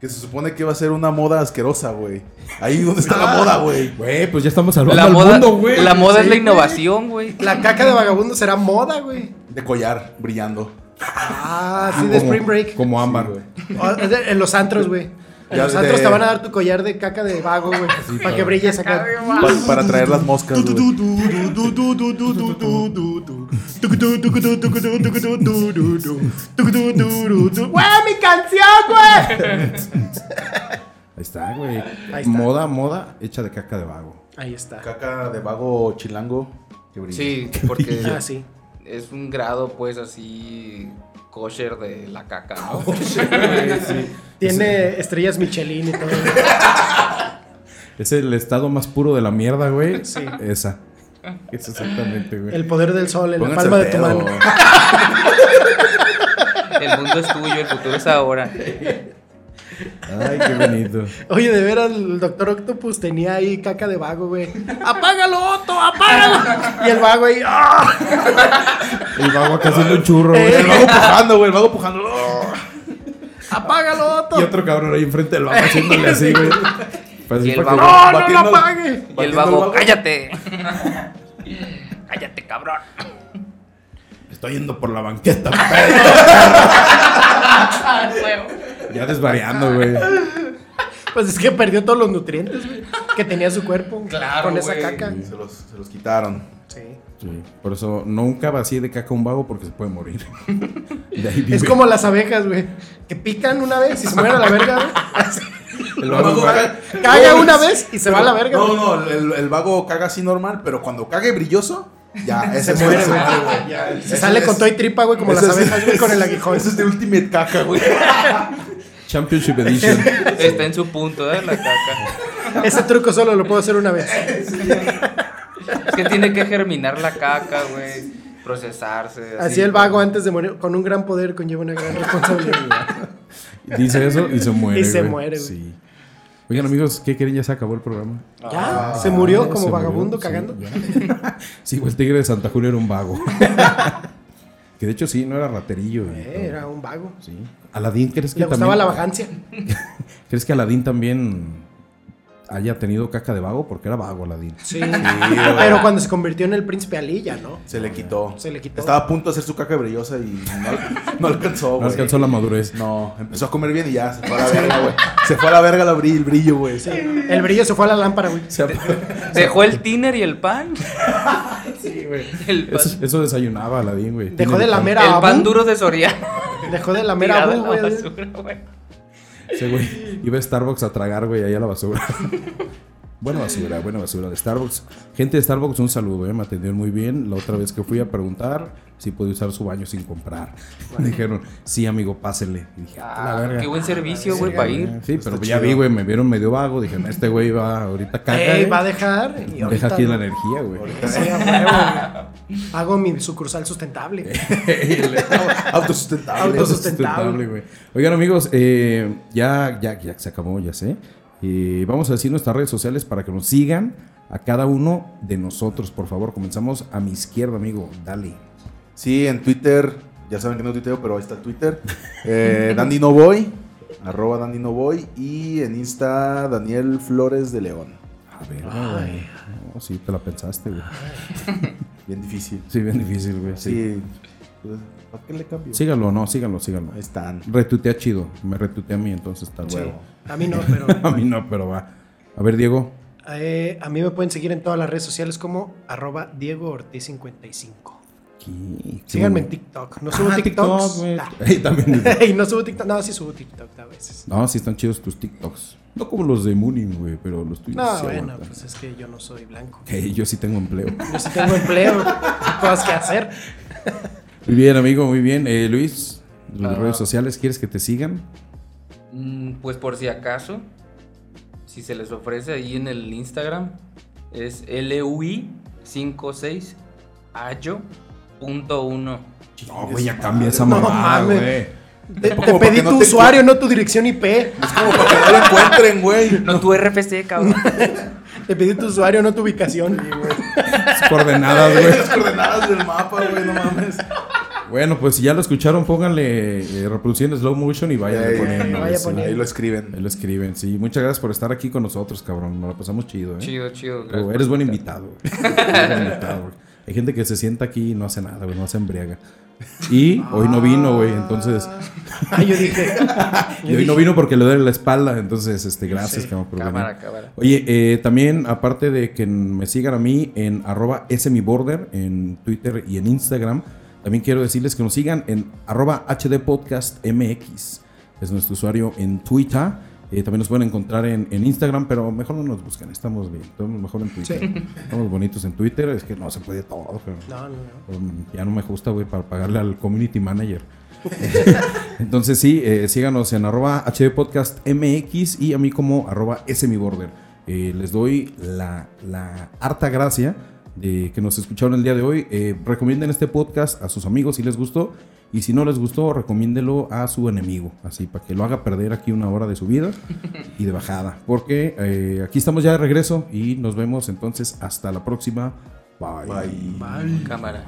[SPEAKER 5] Que se supone que va a ser una moda asquerosa, güey. Ahí donde está
[SPEAKER 7] Ah.
[SPEAKER 5] la moda, güey.
[SPEAKER 1] Güey, pues ya estamos salvando
[SPEAKER 6] La
[SPEAKER 1] al
[SPEAKER 6] moda,
[SPEAKER 1] mundo, güey.
[SPEAKER 6] la moda es
[SPEAKER 1] Sí,
[SPEAKER 6] la
[SPEAKER 1] güey.
[SPEAKER 6] innovación, güey.
[SPEAKER 7] La caca de vagabundo será moda, güey.
[SPEAKER 5] De collar, brillando.
[SPEAKER 7] Ah, sí, de Spring Break.
[SPEAKER 1] Como ámbar,
[SPEAKER 5] Sí,
[SPEAKER 1] güey.
[SPEAKER 7] O- es de- En los antros, güey. En
[SPEAKER 5] Ya
[SPEAKER 7] los
[SPEAKER 5] de-
[SPEAKER 7] antros te van a dar tu collar de caca de vago, güey. para que brille esa caca.
[SPEAKER 5] Pa- Para, traer las moscas, güey.
[SPEAKER 7] ¡Güey, mi canción, güey!
[SPEAKER 1] Ahí está, güey.
[SPEAKER 7] Ahí está.
[SPEAKER 1] Moda, moda, hecha de caca de vago.
[SPEAKER 7] Ahí está.
[SPEAKER 5] Caca de vago chilango. Que brilla.
[SPEAKER 6] Sí, porque
[SPEAKER 7] Ah, sí.
[SPEAKER 6] es un grado, pues, así kosher de la caca, ¿no?
[SPEAKER 7] Tiene estrellas Michelin y todo. güey.
[SPEAKER 1] Es el estado más puro de la mierda, güey.
[SPEAKER 7] Sí.
[SPEAKER 1] Esa. Es exactamente, güey.
[SPEAKER 7] El poder del sol en la
[SPEAKER 5] Pónganse
[SPEAKER 7] palma
[SPEAKER 5] al
[SPEAKER 7] de tu
[SPEAKER 5] pedo.
[SPEAKER 7] mano.
[SPEAKER 6] El mundo es tuyo, el futuro es ahora.
[SPEAKER 1] Ay, qué bonito.
[SPEAKER 7] Oye, de veras, el doctor Octopus tenía ahí caca de vago, güey. ¡Apágalo, Otto! ¡Apágalo! Y el vago ahí. ¡ah!
[SPEAKER 1] El vago acá haciendo un churro, güey.
[SPEAKER 7] Eh.
[SPEAKER 5] El vago pujando, güey. El vago pujando. ¡Oh!
[SPEAKER 7] ¡Apágalo,
[SPEAKER 1] Y
[SPEAKER 7] Otto!
[SPEAKER 1] otro cabrón ahí enfrente del vago haciéndole así, güey. Pues así
[SPEAKER 6] Y el
[SPEAKER 1] para que-
[SPEAKER 6] vago-
[SPEAKER 7] Eh. ¡No, no lo
[SPEAKER 5] Batiendo-
[SPEAKER 7] apague!
[SPEAKER 6] Y el
[SPEAKER 5] batiendo
[SPEAKER 6] vago, cállate. cabrón.
[SPEAKER 1] Estoy yendo por la banqueta.
[SPEAKER 7] Ah,
[SPEAKER 1] ya desvariando, güey.
[SPEAKER 7] Pues es que perdió todos los nutrientes güey, que tenía su cuerpo
[SPEAKER 6] Claro,
[SPEAKER 7] con esa
[SPEAKER 6] güey.
[SPEAKER 7] caca.
[SPEAKER 5] Se los, se los quitaron.
[SPEAKER 7] Sí.
[SPEAKER 1] Sí, Por eso nunca vacíe de caca un vago porque se puede morir. De ahí vive.
[SPEAKER 7] Es como las abejas, güey, que pican una vez y se mueren a la verga, güey. Así.
[SPEAKER 5] El vago
[SPEAKER 1] No,
[SPEAKER 5] caga-
[SPEAKER 7] Caga
[SPEAKER 5] No,
[SPEAKER 7] una
[SPEAKER 5] es-
[SPEAKER 7] vez y se va a la verga.
[SPEAKER 5] No,
[SPEAKER 7] güey.
[SPEAKER 5] no, el, el vago caga así normal, pero cuando cague brilloso, ya, ese es
[SPEAKER 7] muere,
[SPEAKER 5] ese
[SPEAKER 7] güey.
[SPEAKER 5] madre, güey.
[SPEAKER 7] Se
[SPEAKER 5] Ese
[SPEAKER 7] sale
[SPEAKER 5] es-
[SPEAKER 7] con todo y tripa, güey, como
[SPEAKER 5] ese
[SPEAKER 7] las
[SPEAKER 5] es-
[SPEAKER 7] abejas, güey, con el aguijón.
[SPEAKER 5] Ese es de Ultimate Caca, güey.
[SPEAKER 1] Championship Edition.
[SPEAKER 6] Está en su punto, ¿eh? La caca.
[SPEAKER 7] Ese truco solo lo puedo hacer una vez.
[SPEAKER 6] Es que tiene que germinar la caca, güey. Procesarse.
[SPEAKER 7] Así el vago antes de morir, con un gran poder conlleva una gran responsabilidad.
[SPEAKER 1] Dice eso y se muere.
[SPEAKER 7] Y se
[SPEAKER 1] güey.
[SPEAKER 7] muere, güey.
[SPEAKER 1] Sí. Oigan, amigos, ¿qué creen? Ya se acabó el programa.
[SPEAKER 7] ya, Ah, se murió
[SPEAKER 1] Ya
[SPEAKER 7] como
[SPEAKER 1] se
[SPEAKER 7] vagabundo
[SPEAKER 1] murió, sí,
[SPEAKER 7] cagando.
[SPEAKER 1] ya. Sí, güey, el tigre de Santa Julia era un vago. que de hecho sí, no era raterillo. y
[SPEAKER 7] Eh,
[SPEAKER 1] todo.
[SPEAKER 7] era un vago.
[SPEAKER 1] Sí. Aladín, ¿crees que
[SPEAKER 7] Le gustaba
[SPEAKER 1] también-
[SPEAKER 7] la vacancia.
[SPEAKER 1] ¿Crees que Aladín también haya tenido caca de vago? Porque era vago Aladín.
[SPEAKER 7] Sí. Pero cuando se convirtió en el príncipe Ali, ya no.
[SPEAKER 5] Se le quitó.
[SPEAKER 7] Se le quitó.
[SPEAKER 5] Estaba a punto de hacer su caca brillosa y no, no alcanzó, güey.
[SPEAKER 1] No alcanzó la madurez.
[SPEAKER 5] No, empezó a comer bien y ya, se fue a la verga, güey. Se fue a la verga la bri- el brillo, güey.
[SPEAKER 7] Sí. El brillo se fue a la lámpara, güey.
[SPEAKER 1] Se ap-
[SPEAKER 6] Dejó el tiner y el pan. El pan,
[SPEAKER 1] Eso, eso desayunaba Aladín, güey.
[SPEAKER 7] Dejó
[SPEAKER 1] Tiene
[SPEAKER 7] de lamer
[SPEAKER 6] el
[SPEAKER 7] a
[SPEAKER 6] pan
[SPEAKER 7] Abu.
[SPEAKER 6] duro de Soriana.
[SPEAKER 7] Dejó de lamer a
[SPEAKER 6] Tirado
[SPEAKER 7] Abu,
[SPEAKER 6] en la
[SPEAKER 7] güey.
[SPEAKER 6] basura, güey.
[SPEAKER 1] Ese güey iba a Starbucks a tragar, güey, ahí a la basura. buena basura, buena basura de Starbucks. Gente de Starbucks, un saludo, eh, me atendieron muy bien. La otra vez que fui a preguntar si podía usar su baño sin comprar. Dijeron, sí, amigo, pásele. Y dije, "Ah, la verga".
[SPEAKER 6] Qué buen servicio, güey, para ir.
[SPEAKER 1] Sí, pero
[SPEAKER 5] Está
[SPEAKER 1] ya
[SPEAKER 5] chido.
[SPEAKER 1] vi, güey, me vieron medio vago. Dije, este güey va ahorita caca.
[SPEAKER 7] Ey,
[SPEAKER 1] eh.
[SPEAKER 7] va a dejar. y
[SPEAKER 1] Deja
[SPEAKER 7] ahorita
[SPEAKER 1] aquí la
[SPEAKER 7] no.
[SPEAKER 1] energía, güey.
[SPEAKER 7] Sí, a huevo, güey. Hago mi sucursal sustentable.
[SPEAKER 5] Autosustentable.
[SPEAKER 7] Autos-
[SPEAKER 1] Autosustentable, güey. Oigan, amigos, eh, ya, ya, ya se acabó, ya sé. Eh, vamos a decir nuestras redes sociales para que nos sigan a cada uno de nosotros, por favor. Comenzamos a mi izquierda, amigo. Dale.
[SPEAKER 5] Sí, en Twitter, ya saben que no tuiteo, pero ahí está Twitter. Eh, Dandy no voy, arroba Dandy no voy. Y en Insta, Daniel Flores de León.
[SPEAKER 1] A ver, güey. No, sí, te la pensaste, güey.
[SPEAKER 5] Bien difícil.
[SPEAKER 1] Sí, bien difícil, güey. Sí.
[SPEAKER 5] Sí. Pues, ¿Para qué le cambio?
[SPEAKER 1] Síganlo, no, síganlo, síganlo.
[SPEAKER 5] Ahí están.
[SPEAKER 1] Retuitea chido. Me retuitea a mí, entonces está
[SPEAKER 7] Sí.
[SPEAKER 1] huevo.
[SPEAKER 7] A mí no, pero.
[SPEAKER 1] a mí no, pero va. A ver, Diego.
[SPEAKER 7] eh, a mí me pueden seguir en todas las redes sociales como arroba Diego Ortiz 55.
[SPEAKER 1] ¿qué?
[SPEAKER 7] Síganme en TikTok. No subo
[SPEAKER 1] Ah,
[SPEAKER 7] TikToks.
[SPEAKER 1] TikTok, güey.
[SPEAKER 7] Ah.
[SPEAKER 1] Ahí también.
[SPEAKER 7] y no subo TikTok. No, sí subo TikTok a veces.
[SPEAKER 1] No, sí están chidos tus TikToks. No como los de Mooning, güey, pero los tuyos.
[SPEAKER 7] No,
[SPEAKER 1] sí
[SPEAKER 7] bueno,
[SPEAKER 1] aguantan.
[SPEAKER 7] pues es que yo no soy blanco.
[SPEAKER 1] Ey, yo sí tengo empleo.
[SPEAKER 7] Yo sí tengo empleo, cosas que hacer.
[SPEAKER 1] Muy bien, amigo, muy bien. Eh, Luis, las
[SPEAKER 6] Ah.
[SPEAKER 1] redes sociales, ¿quieres que te sigan?
[SPEAKER 6] Mm, Pues por si acaso, si se les ofrece ahí en el Instagram, es LUI56 Ayo.1.
[SPEAKER 1] No, güey, ya cambia esa
[SPEAKER 7] No
[SPEAKER 1] mamada,
[SPEAKER 7] mames.
[SPEAKER 1] güey.
[SPEAKER 7] Te, te
[SPEAKER 5] Como para
[SPEAKER 7] pedí
[SPEAKER 5] que no
[SPEAKER 7] tu
[SPEAKER 5] te-
[SPEAKER 7] usuario, no tu dirección IP.
[SPEAKER 5] Es como para que no lo encuentren, güey.
[SPEAKER 6] No tu RFC, cabrón.
[SPEAKER 7] Te pedí tu usuario, no tu ubicación.
[SPEAKER 1] Sus coordenadas, güey.
[SPEAKER 5] Las coordenadas del mapa, güey, no mames.
[SPEAKER 1] Bueno, pues si ya lo escucharon, pónganle eh, reproducción de slow motion y vayan
[SPEAKER 5] Ey,
[SPEAKER 1] poniendo.
[SPEAKER 7] vaya
[SPEAKER 1] eso.
[SPEAKER 7] poniendo.
[SPEAKER 5] Ahí lo
[SPEAKER 1] Ahí
[SPEAKER 5] escriben.
[SPEAKER 1] lo escriben, sí. Muchas gracias por estar aquí con nosotros, cabrón. Nos la pasamos chido, ¿eh?
[SPEAKER 6] Chido, chido.
[SPEAKER 1] Pero
[SPEAKER 6] gracias.
[SPEAKER 1] eres buen invitado. güey. Eres buen invitado, güey. Hay gente que se sienta aquí y no hace nada, güey, no se embriaga. Y hoy no vino, güey, entonces.
[SPEAKER 7] Ah, yo dije.
[SPEAKER 1] Y hoy no vino porque le duele la espalda, entonces, este, gracias, cabrón, por venir.
[SPEAKER 6] Cámara, cámara.
[SPEAKER 1] Oye, eh, también, aparte de que me sigan a mí en arroba smiborder en Twitter y en Instagram, también quiero decirles que nos sigan en arroba hdpodcastmx. Es nuestro usuario en Twitter. Eh, también nos pueden encontrar en, en Instagram, pero mejor no nos busquen, estamos bien, estamos mejor en Twitter. Estamos bonitos en Twitter, es que no se puede todo, pero-
[SPEAKER 7] No, no, no.
[SPEAKER 1] Um, ya no me gusta, güey, para pagarle al community manager. Entonces sí, eh, síganos en arroba HBPodcastMX y a mí como arroba SMiBorder. Eh, les doy la, la harta gracia de que nos escucharon el día de hoy. Eh, recomienden este podcast a sus amigos si les gustó. Y si no les gustó, recomiéndelo a su enemigo. Así, para que lo haga perder aquí una hora de subida y de bajada. Porque eh, aquí estamos ya de regreso y nos vemos entonces hasta la próxima. Bye.
[SPEAKER 5] Bye.
[SPEAKER 6] Cámara.